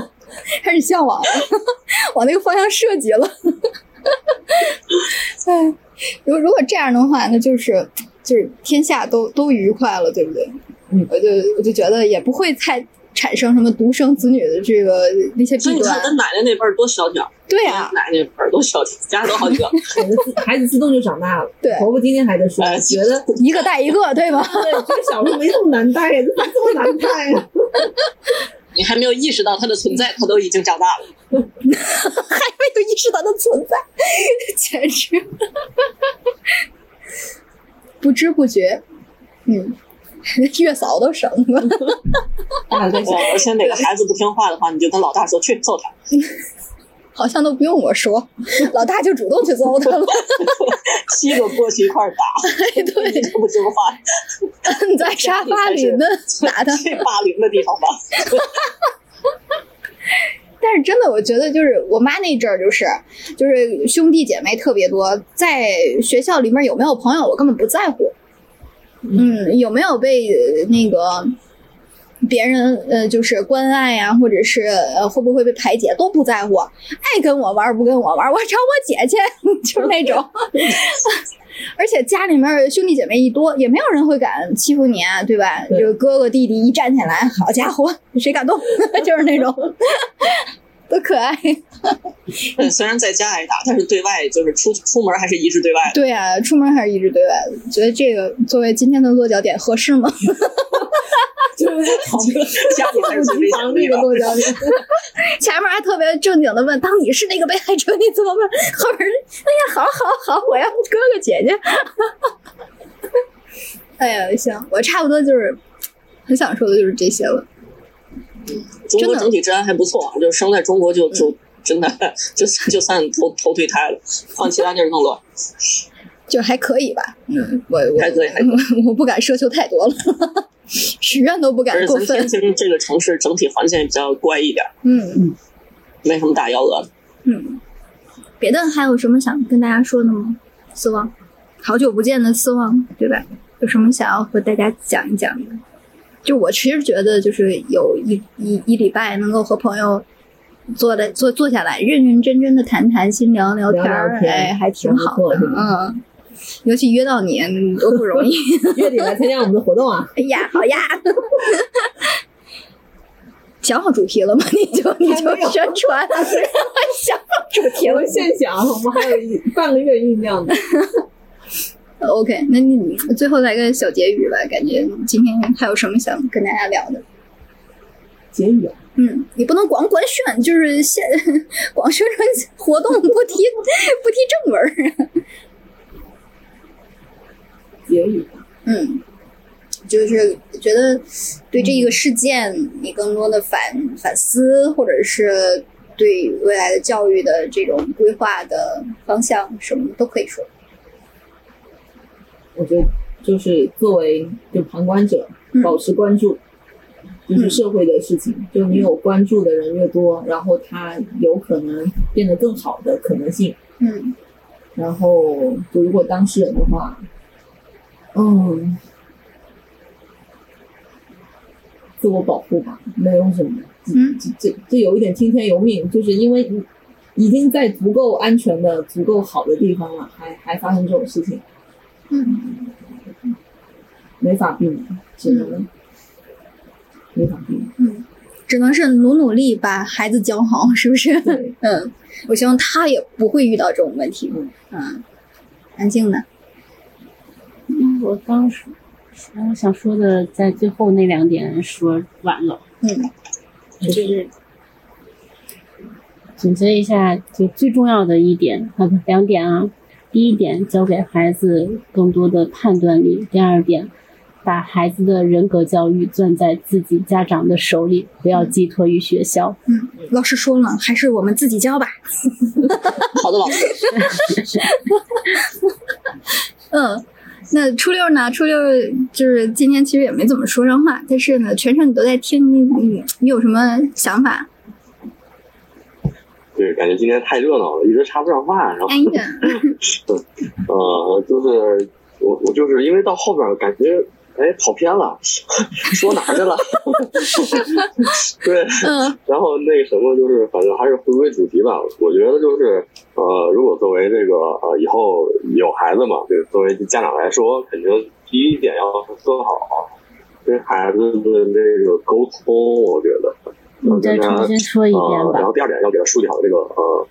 [SPEAKER 1] 开始向往了， 往那个方向设计了。 哎，如如果这样的话，那就是就是天下都都愉快了，对不对？
[SPEAKER 3] 嗯
[SPEAKER 1] 我就我就觉得也不会太产生什么独生子女的这个那些
[SPEAKER 9] 所以
[SPEAKER 1] 弊
[SPEAKER 9] 你看，
[SPEAKER 1] 端。
[SPEAKER 9] 咱奶奶那辈儿多萧条，
[SPEAKER 1] 对
[SPEAKER 9] 咱
[SPEAKER 1] 啊，
[SPEAKER 9] 奶奶 那辈儿多萧条，家都好 几个。
[SPEAKER 3] 孩子自孩子自动就长大了。
[SPEAKER 1] 对
[SPEAKER 3] 婆婆今天还在说
[SPEAKER 9] 哎，
[SPEAKER 3] 觉得
[SPEAKER 1] 一个带一个，对吧？
[SPEAKER 3] 对，觉得小时候没这么难带 呀，怎么这么难带啊呀？
[SPEAKER 9] 你还没有意识到它的存在，它都已经长大了。
[SPEAKER 1] 没有意识到它的存在，简直不知不觉，嗯，月嫂都省了。啊
[SPEAKER 3] 大了再想，
[SPEAKER 9] 对，而且哪个孩子不听话的话，你就跟老大说去揍他。
[SPEAKER 1] 好像都不用我说，老大就主动去揍他了。
[SPEAKER 9] 七个过去一块儿打，
[SPEAKER 1] 对 对，
[SPEAKER 9] 都不听话，
[SPEAKER 1] 摁在沙发里呢打他。
[SPEAKER 9] 最霸凌的 地方吧。
[SPEAKER 1] 但是真的，我觉得就是我妈那阵儿，就是就是兄弟姐妹特别多，在学校里面有没有朋友，我根本不在乎。嗯，有没有被呃那个别人呃就是关爱呀、或者是呃会不会被排解都不在乎，爱跟我玩儿不跟我玩儿，我找我姐去， 就是那种。而且家里面兄弟姐妹一多，也没有人会敢欺负你、啊，对吧？
[SPEAKER 3] 对
[SPEAKER 1] 这个哥哥弟弟一站起来，好家伙，谁敢动？ 就是那种，多可爱。
[SPEAKER 9] 嗯，虽然在家挨打，但是对外就是出出门还是一致对外的。
[SPEAKER 1] 对啊，出门还是一直对外的，觉得这个作为今天的落脚点合适吗？
[SPEAKER 3] 就是在讨论
[SPEAKER 9] 家里才是最危险 的
[SPEAKER 3] 那
[SPEAKER 9] 地
[SPEAKER 3] 个
[SPEAKER 9] 方。
[SPEAKER 3] 落脚点。
[SPEAKER 1] 前面还特别正经的问：“当你是那个被害者，你怎么办？”后边人：“哎呀，好好好，我要哥哥姐 姐。”哎呀，行，我差不多就是很想说的就是这些了。
[SPEAKER 9] 中
[SPEAKER 1] 真
[SPEAKER 9] 国
[SPEAKER 1] 的
[SPEAKER 9] 整体治安还不错，啊就是生在中国
[SPEAKER 1] 嗯
[SPEAKER 9] 就就真的就就算投投对胎了，放其他地儿更乱。
[SPEAKER 1] 就还可以吧，嗯，我我
[SPEAKER 9] 还可以还可
[SPEAKER 1] 我不敢奢求太多了， 许愿都不
[SPEAKER 9] 而
[SPEAKER 1] 敢
[SPEAKER 9] 且
[SPEAKER 1] 过
[SPEAKER 9] 咱
[SPEAKER 1] 分
[SPEAKER 9] 天。津这个城市整体环境也比较乖一点，
[SPEAKER 1] 嗯
[SPEAKER 9] 没什么大幺蛾子。
[SPEAKER 1] 嗯，别的还有什么想跟大家说的吗？四望，好久不见的四望，对吧？有什么想要和大家讲一讲的？就我其实觉得，就是有一一一礼拜能够和朋友坐的坐坐下来，认认真真的谈谈心，聊聊天
[SPEAKER 3] 聊
[SPEAKER 1] 儿，
[SPEAKER 3] 聊天
[SPEAKER 1] 哎，还挺好
[SPEAKER 3] 还
[SPEAKER 1] 的
[SPEAKER 3] 不错，
[SPEAKER 1] 嗯。尤其约到你嗯多不 容易，
[SPEAKER 3] 月底来参加我们的活动啊！
[SPEAKER 1] 哎呀，好呀！ 想好主题了吗？你就你
[SPEAKER 3] 还
[SPEAKER 1] 就
[SPEAKER 3] 没有
[SPEAKER 1] 宣 传，想好主题
[SPEAKER 3] 我
[SPEAKER 1] 了
[SPEAKER 3] 们。现想，我们还有一半个月酝酿的。
[SPEAKER 1] OK，那你最后来个小结语吧，感觉今天还有什么想跟大家聊的？
[SPEAKER 3] 结语啊，
[SPEAKER 1] 嗯，你不能光官宣，就是现光宣传活动不提 不提正文儿。
[SPEAKER 3] 结语啊，
[SPEAKER 1] 嗯，就是觉得对这一个事件，你更多的反反思，或者是对未来的教育的这种规划的方向，什么都可以说。
[SPEAKER 3] 我觉得就是作为就旁观者
[SPEAKER 1] 嗯，
[SPEAKER 3] 保持关注，就是社会的事情，就你
[SPEAKER 1] 嗯
[SPEAKER 3] 有关注的人越多，然后他有可能变得更好的可能性。
[SPEAKER 1] 嗯
[SPEAKER 3] 然后就如果当事人的话，嗯，自我保护吧，没有什么，
[SPEAKER 1] 嗯
[SPEAKER 3] 这这这有一点听天由命，就是因为你已经在足够安全的、足够好的地方了，还还发生这种事情，
[SPEAKER 1] 嗯
[SPEAKER 3] 没法避免，只能没法避免。
[SPEAKER 1] 嗯，只能是努努力把孩子教好，是不是？
[SPEAKER 3] 对，
[SPEAKER 1] 嗯，我希望他也不会遇到这种问题。
[SPEAKER 3] 嗯
[SPEAKER 1] 嗯，安静的，
[SPEAKER 5] 嗯， 我刚说，我想说的在最后那两点说完了。
[SPEAKER 1] 嗯，
[SPEAKER 5] 就是总结一下，就最重要的一点啊，不，两点啊。第一点，教给孩子更多的判断力；第二点，把孩子的人格教育攥在自己家长的手里，不要寄托于学校。
[SPEAKER 1] 老师说了，还是我们自己教吧。
[SPEAKER 9] 好的，老师，
[SPEAKER 1] 嗯，那初六呢？初六就是今天其实也没怎么说上话，但是呢，全程你都在听，你你你有什么想法？
[SPEAKER 4] 对，感觉今天太热闹了，一直插不上话，然后
[SPEAKER 1] 哎 呀，
[SPEAKER 4] 呃，就是我我就是因为到后边儿感觉哎跑偏了， 说哪儿去了？ 对，
[SPEAKER 1] 嗯
[SPEAKER 4] 然后那个什么，就是反正还是回归主题吧。我觉得就是呃，如果作为这个呃以后有孩子嘛，就是作为家长来说，肯定第一点要做好跟孩子的那个沟通，我觉得。
[SPEAKER 5] 你嗯再重新说一遍
[SPEAKER 4] 呃。然
[SPEAKER 5] 吧。
[SPEAKER 4] 后第二点要给他树立好这个呃，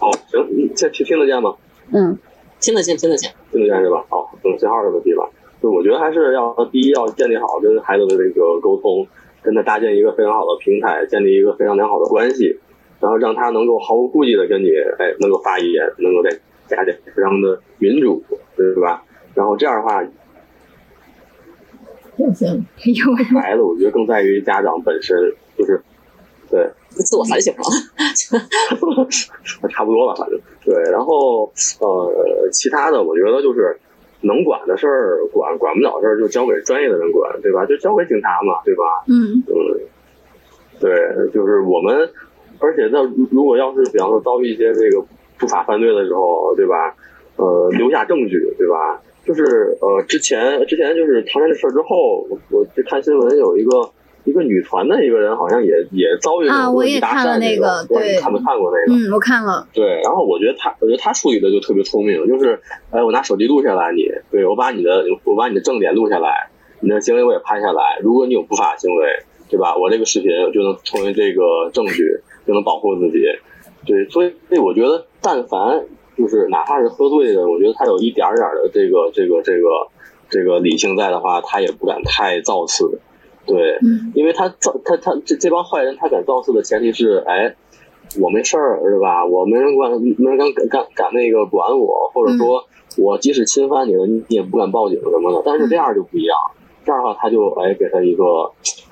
[SPEAKER 4] 好、行，你现在听听得见吗？
[SPEAKER 5] 嗯，
[SPEAKER 9] 听得见，听得见。
[SPEAKER 4] 听得见是吧？好，嗯，信号的问题吧。就我觉得还是要第一要建立好跟孩子的这个沟通，跟他搭建一个非常好的平台，建立一个非常良好的关系，然后让他能够毫无顾忌的跟你哎能够发言，能够在家里非常的民主，对吧？然后这样的话，
[SPEAKER 1] 哎呦我的
[SPEAKER 3] 好像
[SPEAKER 1] 妈！
[SPEAKER 4] 孩子我觉得更在于家长本身，就是 对。
[SPEAKER 9] 自我反省了，
[SPEAKER 4] 差不多吧，反正对。然后呃，其他的我觉得就是能管的事儿管，管不了的事儿就交给专业的人管，对吧？就交给警察嘛，对吧？
[SPEAKER 1] 嗯
[SPEAKER 4] 嗯，对，就是我们，而且那如如果要是比方说遭遇一些这个不法犯罪的时候，对吧？呃，留下证据，对吧？就是呃，之前之前就是唐山这事儿之后，我我去看新闻有一个。一个女团的一个人好像也也遭遇
[SPEAKER 1] 啊
[SPEAKER 4] 那种
[SPEAKER 1] 我也
[SPEAKER 4] 一大
[SPEAKER 1] 看了
[SPEAKER 4] 扇
[SPEAKER 1] 那
[SPEAKER 4] 种
[SPEAKER 1] 个
[SPEAKER 4] 不知道你
[SPEAKER 1] 对
[SPEAKER 4] 看没看过那个？
[SPEAKER 1] 嗯，我看了，
[SPEAKER 4] 对，然后我觉得他，我觉得他处理的就特别聪明，就是，哎，我拿手机录下来你，对我把你的，我把你的正点录下来，你的行为我也拍下来，如果你有不法行为，对吧？我这个视频就能成为这个证据，就能保护自己。对，所以所以我觉得，但凡就是哪怕是喝醉的，我觉得他有一点儿点儿的这个这个这个这个理性在的话，他也不敢太造次。对，
[SPEAKER 1] 嗯
[SPEAKER 4] 因为他造他他这这帮坏人，他敢造次的前提是，哎，我没事儿是吧？我没人管，没人敢敢敢敢那个管我，或者说我即使侵犯你了，你你也不敢报警什么的。但是这样就不一样，这样的话他就哎给他一个，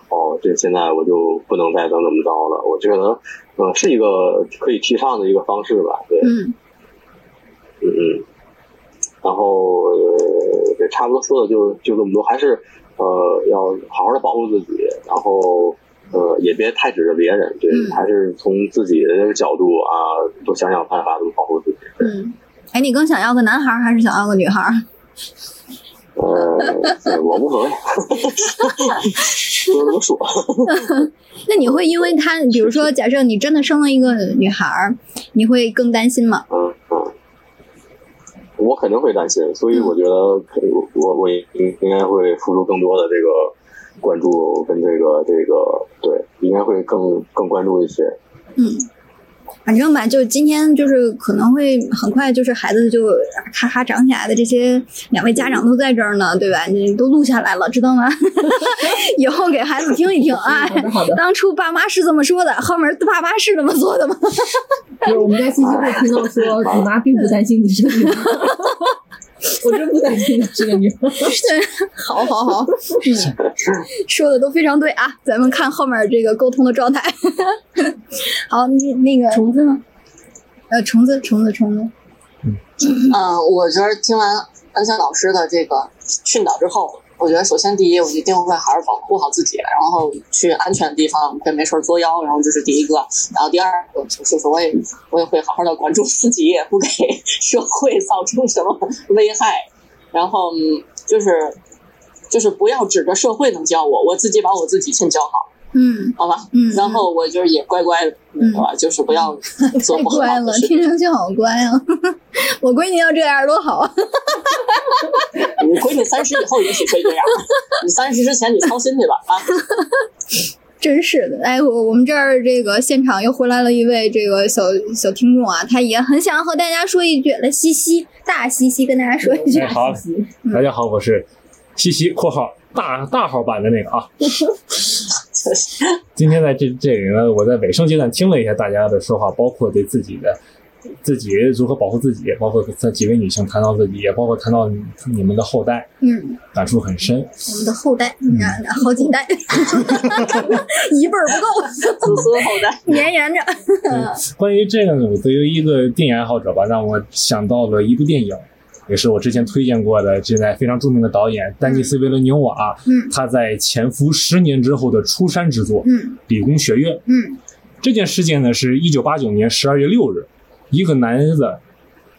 [SPEAKER 4] 哦，这现在我就不能再怎么怎么着了。我觉得，呃，是一个可以提倡的一个方式吧，对。
[SPEAKER 1] 嗯
[SPEAKER 4] 嗯，嗯，然后呃，也差不多说的就就这么多，还是呃要好好的保护自己，然后呃也别太指着别人，对，
[SPEAKER 1] 嗯
[SPEAKER 4] 还是从自己的这个角度啊，多想想办法怎么保护自己。
[SPEAKER 1] 嗯。哎，你更想要个男孩儿还是想要个女孩儿？
[SPEAKER 4] 呃，对我无所谓，说什么说，
[SPEAKER 1] 那你会因为他，比如说，假设你真的生了一个女孩儿，你会更担心吗？
[SPEAKER 4] 嗯嗯。我肯定会担心，所以我觉得可以我我我应应该会付出更多的这个关注跟这个这个对，应该会更更关注一些。
[SPEAKER 1] 嗯，反正吧，就今天就是可能会很快，就是孩子就咔咔长起来的这些两位家长都在这儿呢，对吧？你都录下来了，知道吗？ 以后给孩子听一听，哎
[SPEAKER 3] 好，的好 的，
[SPEAKER 1] 当初爸妈是这么说的，后面爸妈是这么做的吗？
[SPEAKER 3] 有我们在信息部听到说，你妈并不担心你是个女孩，我真不担心你是个女孩。
[SPEAKER 1] 好好 好，嗯， 说的都非常对啊，咱们看后面这个沟通的状态。 好，那那个
[SPEAKER 5] 虫子呢？
[SPEAKER 1] 呃，虫子，虫子，虫子，
[SPEAKER 9] 嗯，我觉得听完安香老师的这个训导之后，我觉得首先第一，我一定会好好保护好自己，然后去安全的地方，别没事儿作妖，然后这是第一个。然后第二个就是说，我也我也会好好的关注自己，也不给社会造成什么危害。然后嗯，就是就是不要指着社会能教我，我自己把我自己先教好，
[SPEAKER 1] 嗯
[SPEAKER 9] 好吧？
[SPEAKER 1] 嗯，
[SPEAKER 9] 然后我就是也乖乖的，
[SPEAKER 1] 嗯
[SPEAKER 9] 好吧？就是不 要做
[SPEAKER 1] 太
[SPEAKER 9] 不好
[SPEAKER 1] 乖了
[SPEAKER 9] 的，事。
[SPEAKER 1] 听上去好乖啊！ 我闺女要这样多好啊！
[SPEAKER 9] 你闺女三十以后也许可以这 样，你三十之前你操心去吧啊！
[SPEAKER 1] 真是的，哎，我我们这儿这个现场又回来了一位这个小小听众啊，他也很想和大家说一句，来西西大西西跟大家 说一句，
[SPEAKER 10] 哎，好，
[SPEAKER 1] 嗯
[SPEAKER 10] 大家好，我是西西（括号大大号版的那个啊）。今天在这这里呢，我在尾声阶段听了一下大家的说话，包括对自己的自己如何保护自己，包括这几位女性谈到自己，也包括谈到你你们的后代，
[SPEAKER 1] 嗯，
[SPEAKER 10] 感触很深。
[SPEAKER 1] 我们的后代，嗯，好几代， 一辈儿不够，
[SPEAKER 9] 子孙后代，
[SPEAKER 1] 绵延着，
[SPEAKER 10] 嗯关于这个呢，我作为一个电影爱好者吧，让我想到了一部电影，也是我之前推荐过的，现在非常著名的导演丹尼斯·维伦纽瓦，
[SPEAKER 1] 嗯
[SPEAKER 10] 他在潜伏十年之后的出山之作《
[SPEAKER 1] 嗯
[SPEAKER 10] 理工学院》
[SPEAKER 1] 嗯，
[SPEAKER 10] 这件事件呢，是一九八九年十二月六日，一个男子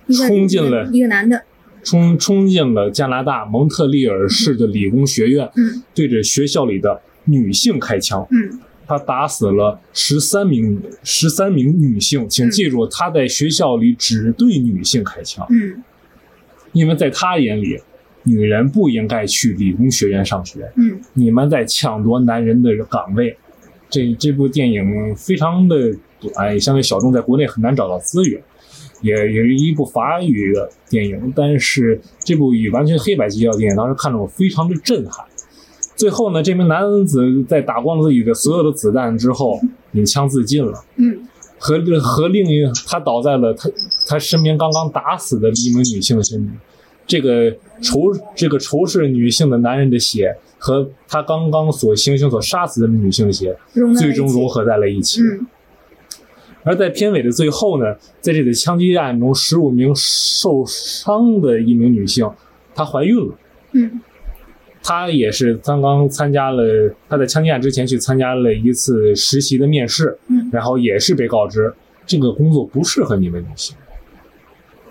[SPEAKER 1] 一个
[SPEAKER 10] 冲进了
[SPEAKER 1] 一个男的，
[SPEAKER 10] 冲冲进了加拿大蒙特利尔市的理工学院，
[SPEAKER 1] 嗯
[SPEAKER 10] 对着学校里的女性开枪，
[SPEAKER 1] 嗯
[SPEAKER 10] 他打死了十三名十三名女性，请记住，他在学校里只对女性开枪，
[SPEAKER 1] 嗯
[SPEAKER 10] 因为在他眼里，女人不应该去理工学院上学，
[SPEAKER 1] 嗯，
[SPEAKER 10] 你们在抢夺男人的岗位。这这部电影非常的短，相对小众，在国内很难找到资源，也也是一部法语的电影，但是这部以完全黑白基调的电影，当时看着我非常的震撼。最后呢，这名男子在打光自己的所有的子弹之后，引枪自尽了。
[SPEAKER 1] 嗯，
[SPEAKER 10] 和和另一他倒在了他他身边刚刚打死的一名女性的身边。这个仇这个仇视女性的男人的血和他刚刚所行凶所杀死的女性的血，
[SPEAKER 1] 融在了
[SPEAKER 10] 最
[SPEAKER 1] 一
[SPEAKER 10] 终
[SPEAKER 1] 起
[SPEAKER 10] 融合在了一起。
[SPEAKER 1] 嗯
[SPEAKER 10] 而在片尾的最后呢，在这次枪击案中，十五名受伤的一名女性，她怀孕了。
[SPEAKER 1] 嗯
[SPEAKER 10] 她也是刚刚参加了，她在枪击案之前去参加了一次实习的面试，
[SPEAKER 1] 嗯
[SPEAKER 10] 然后也是被告知这个工作不适合你们女性。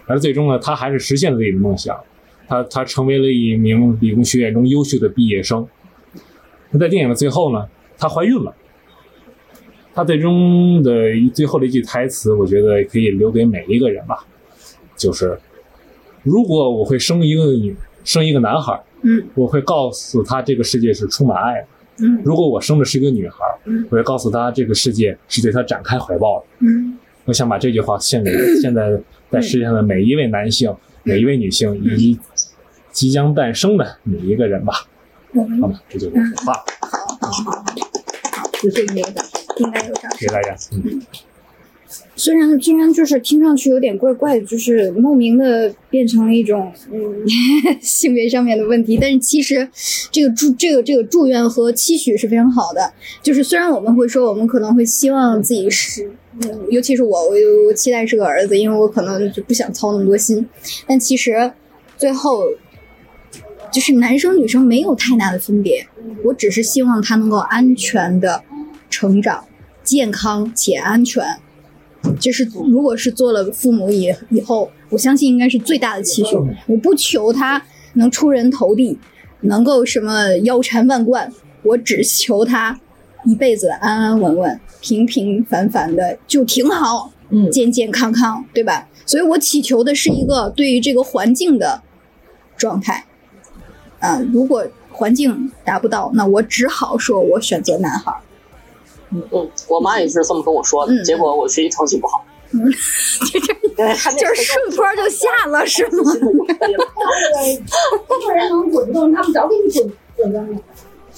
[SPEAKER 10] 而最终呢，她还是实现了自己的梦想，她她成为了一名理工学院中优秀的毕业生。那在电影的最后呢，她怀孕了。她最终的一最后的一句台词，我觉得可以留给每一个人吧，就是如果我会生一个女，生一个男孩儿，
[SPEAKER 1] 嗯
[SPEAKER 10] 我会告诉他这个世界是充满爱的。
[SPEAKER 1] 嗯
[SPEAKER 10] 如果我生的是一个女孩儿
[SPEAKER 1] 嗯，
[SPEAKER 10] 我会告诉她这个世界是对她展开怀抱的。
[SPEAKER 1] 嗯
[SPEAKER 10] 我想把这句话献给现在在世界上的每一位男性、每一位女性以及即将诞生的每一个人吧。好吧，这就是我的话，
[SPEAKER 1] 对，应该有掌声，应该有掌
[SPEAKER 10] 谢
[SPEAKER 1] 声。
[SPEAKER 10] 谢大家。嗯。
[SPEAKER 1] 虽然虽然就是听上去有点怪怪的，就是莫名的变成了一种嗯 性别上面的问题，但是其实这个祝这个这个祝愿和期许是非常好的。就是虽然我们会说我们可能会希望自己是，嗯，尤其是我，我我期待是个儿子，因为我可能就不想操那么多心，但其实最后就是男生女生没有太大的分别，我只是希望他能够安全的成长，健康且安全。就是如果是做了父母以以后，我相信应该是最大的期许。我不求他能出人头地，能够什么腰缠万贯，我只求他一辈子安安稳稳、平平凡凡的就挺好，
[SPEAKER 3] 嗯
[SPEAKER 1] 健健康康，对吧？所以我祈求的是一个对于这个环境的状态。啊、如果环境达不到，那我只好说我选择男孩儿。
[SPEAKER 9] 嗯，我妈也是这么跟我说的，
[SPEAKER 1] 嗯
[SPEAKER 9] 结果我学习成绩不好，嗯对，她 那
[SPEAKER 1] 就是顺坡就下了，是吗？
[SPEAKER 5] 中国人能滚动，他们早给你滚滚动了。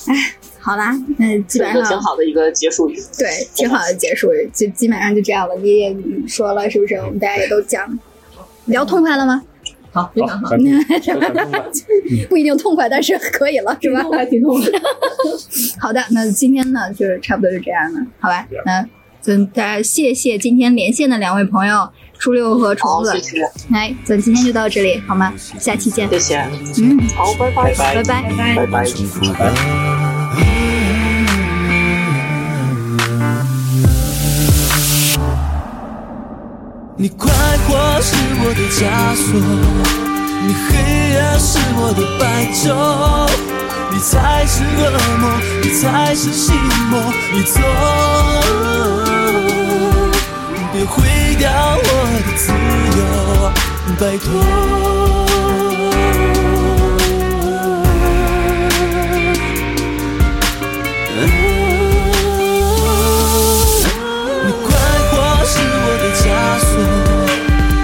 [SPEAKER 1] 好啦，那基
[SPEAKER 9] 是
[SPEAKER 1] 本
[SPEAKER 9] 一
[SPEAKER 1] 上
[SPEAKER 9] 个挺好的一个结束语。
[SPEAKER 1] 对，挺好的结束，就基本上就这样了。你也说了，是不是？我们大家也都讲，聊痛快了吗？
[SPEAKER 3] 好，非常
[SPEAKER 10] 好，
[SPEAKER 3] 好，
[SPEAKER 10] 很很痛快。
[SPEAKER 9] 嗯
[SPEAKER 1] 不一定痛快，但是可以了，是吧？
[SPEAKER 3] 还挺痛快。
[SPEAKER 1] 好的，那今天呢，就是差不多就这样了，好吧
[SPEAKER 9] 啊
[SPEAKER 10] Yeah.？
[SPEAKER 1] 那咱大家谢谢今天连线的两位朋友初六和虫
[SPEAKER 9] 好，
[SPEAKER 1] 子
[SPEAKER 9] 谢，谢，
[SPEAKER 1] 来，咱今天就到这里，好吗？下期见，
[SPEAKER 9] 谢谢，
[SPEAKER 1] 嗯，
[SPEAKER 9] 好，拜拜，拜
[SPEAKER 1] 拜拜。
[SPEAKER 9] 拜拜。
[SPEAKER 11] 你快活是我的枷锁，你黑夜是我的白昼，你才是恶魔，你才是心魔，你错。别毁掉我的自由，拜托。你快活是我的枷锁，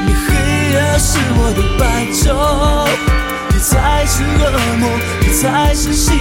[SPEAKER 11] 你黑夜是我的白昼，你才是恶魔，你才是心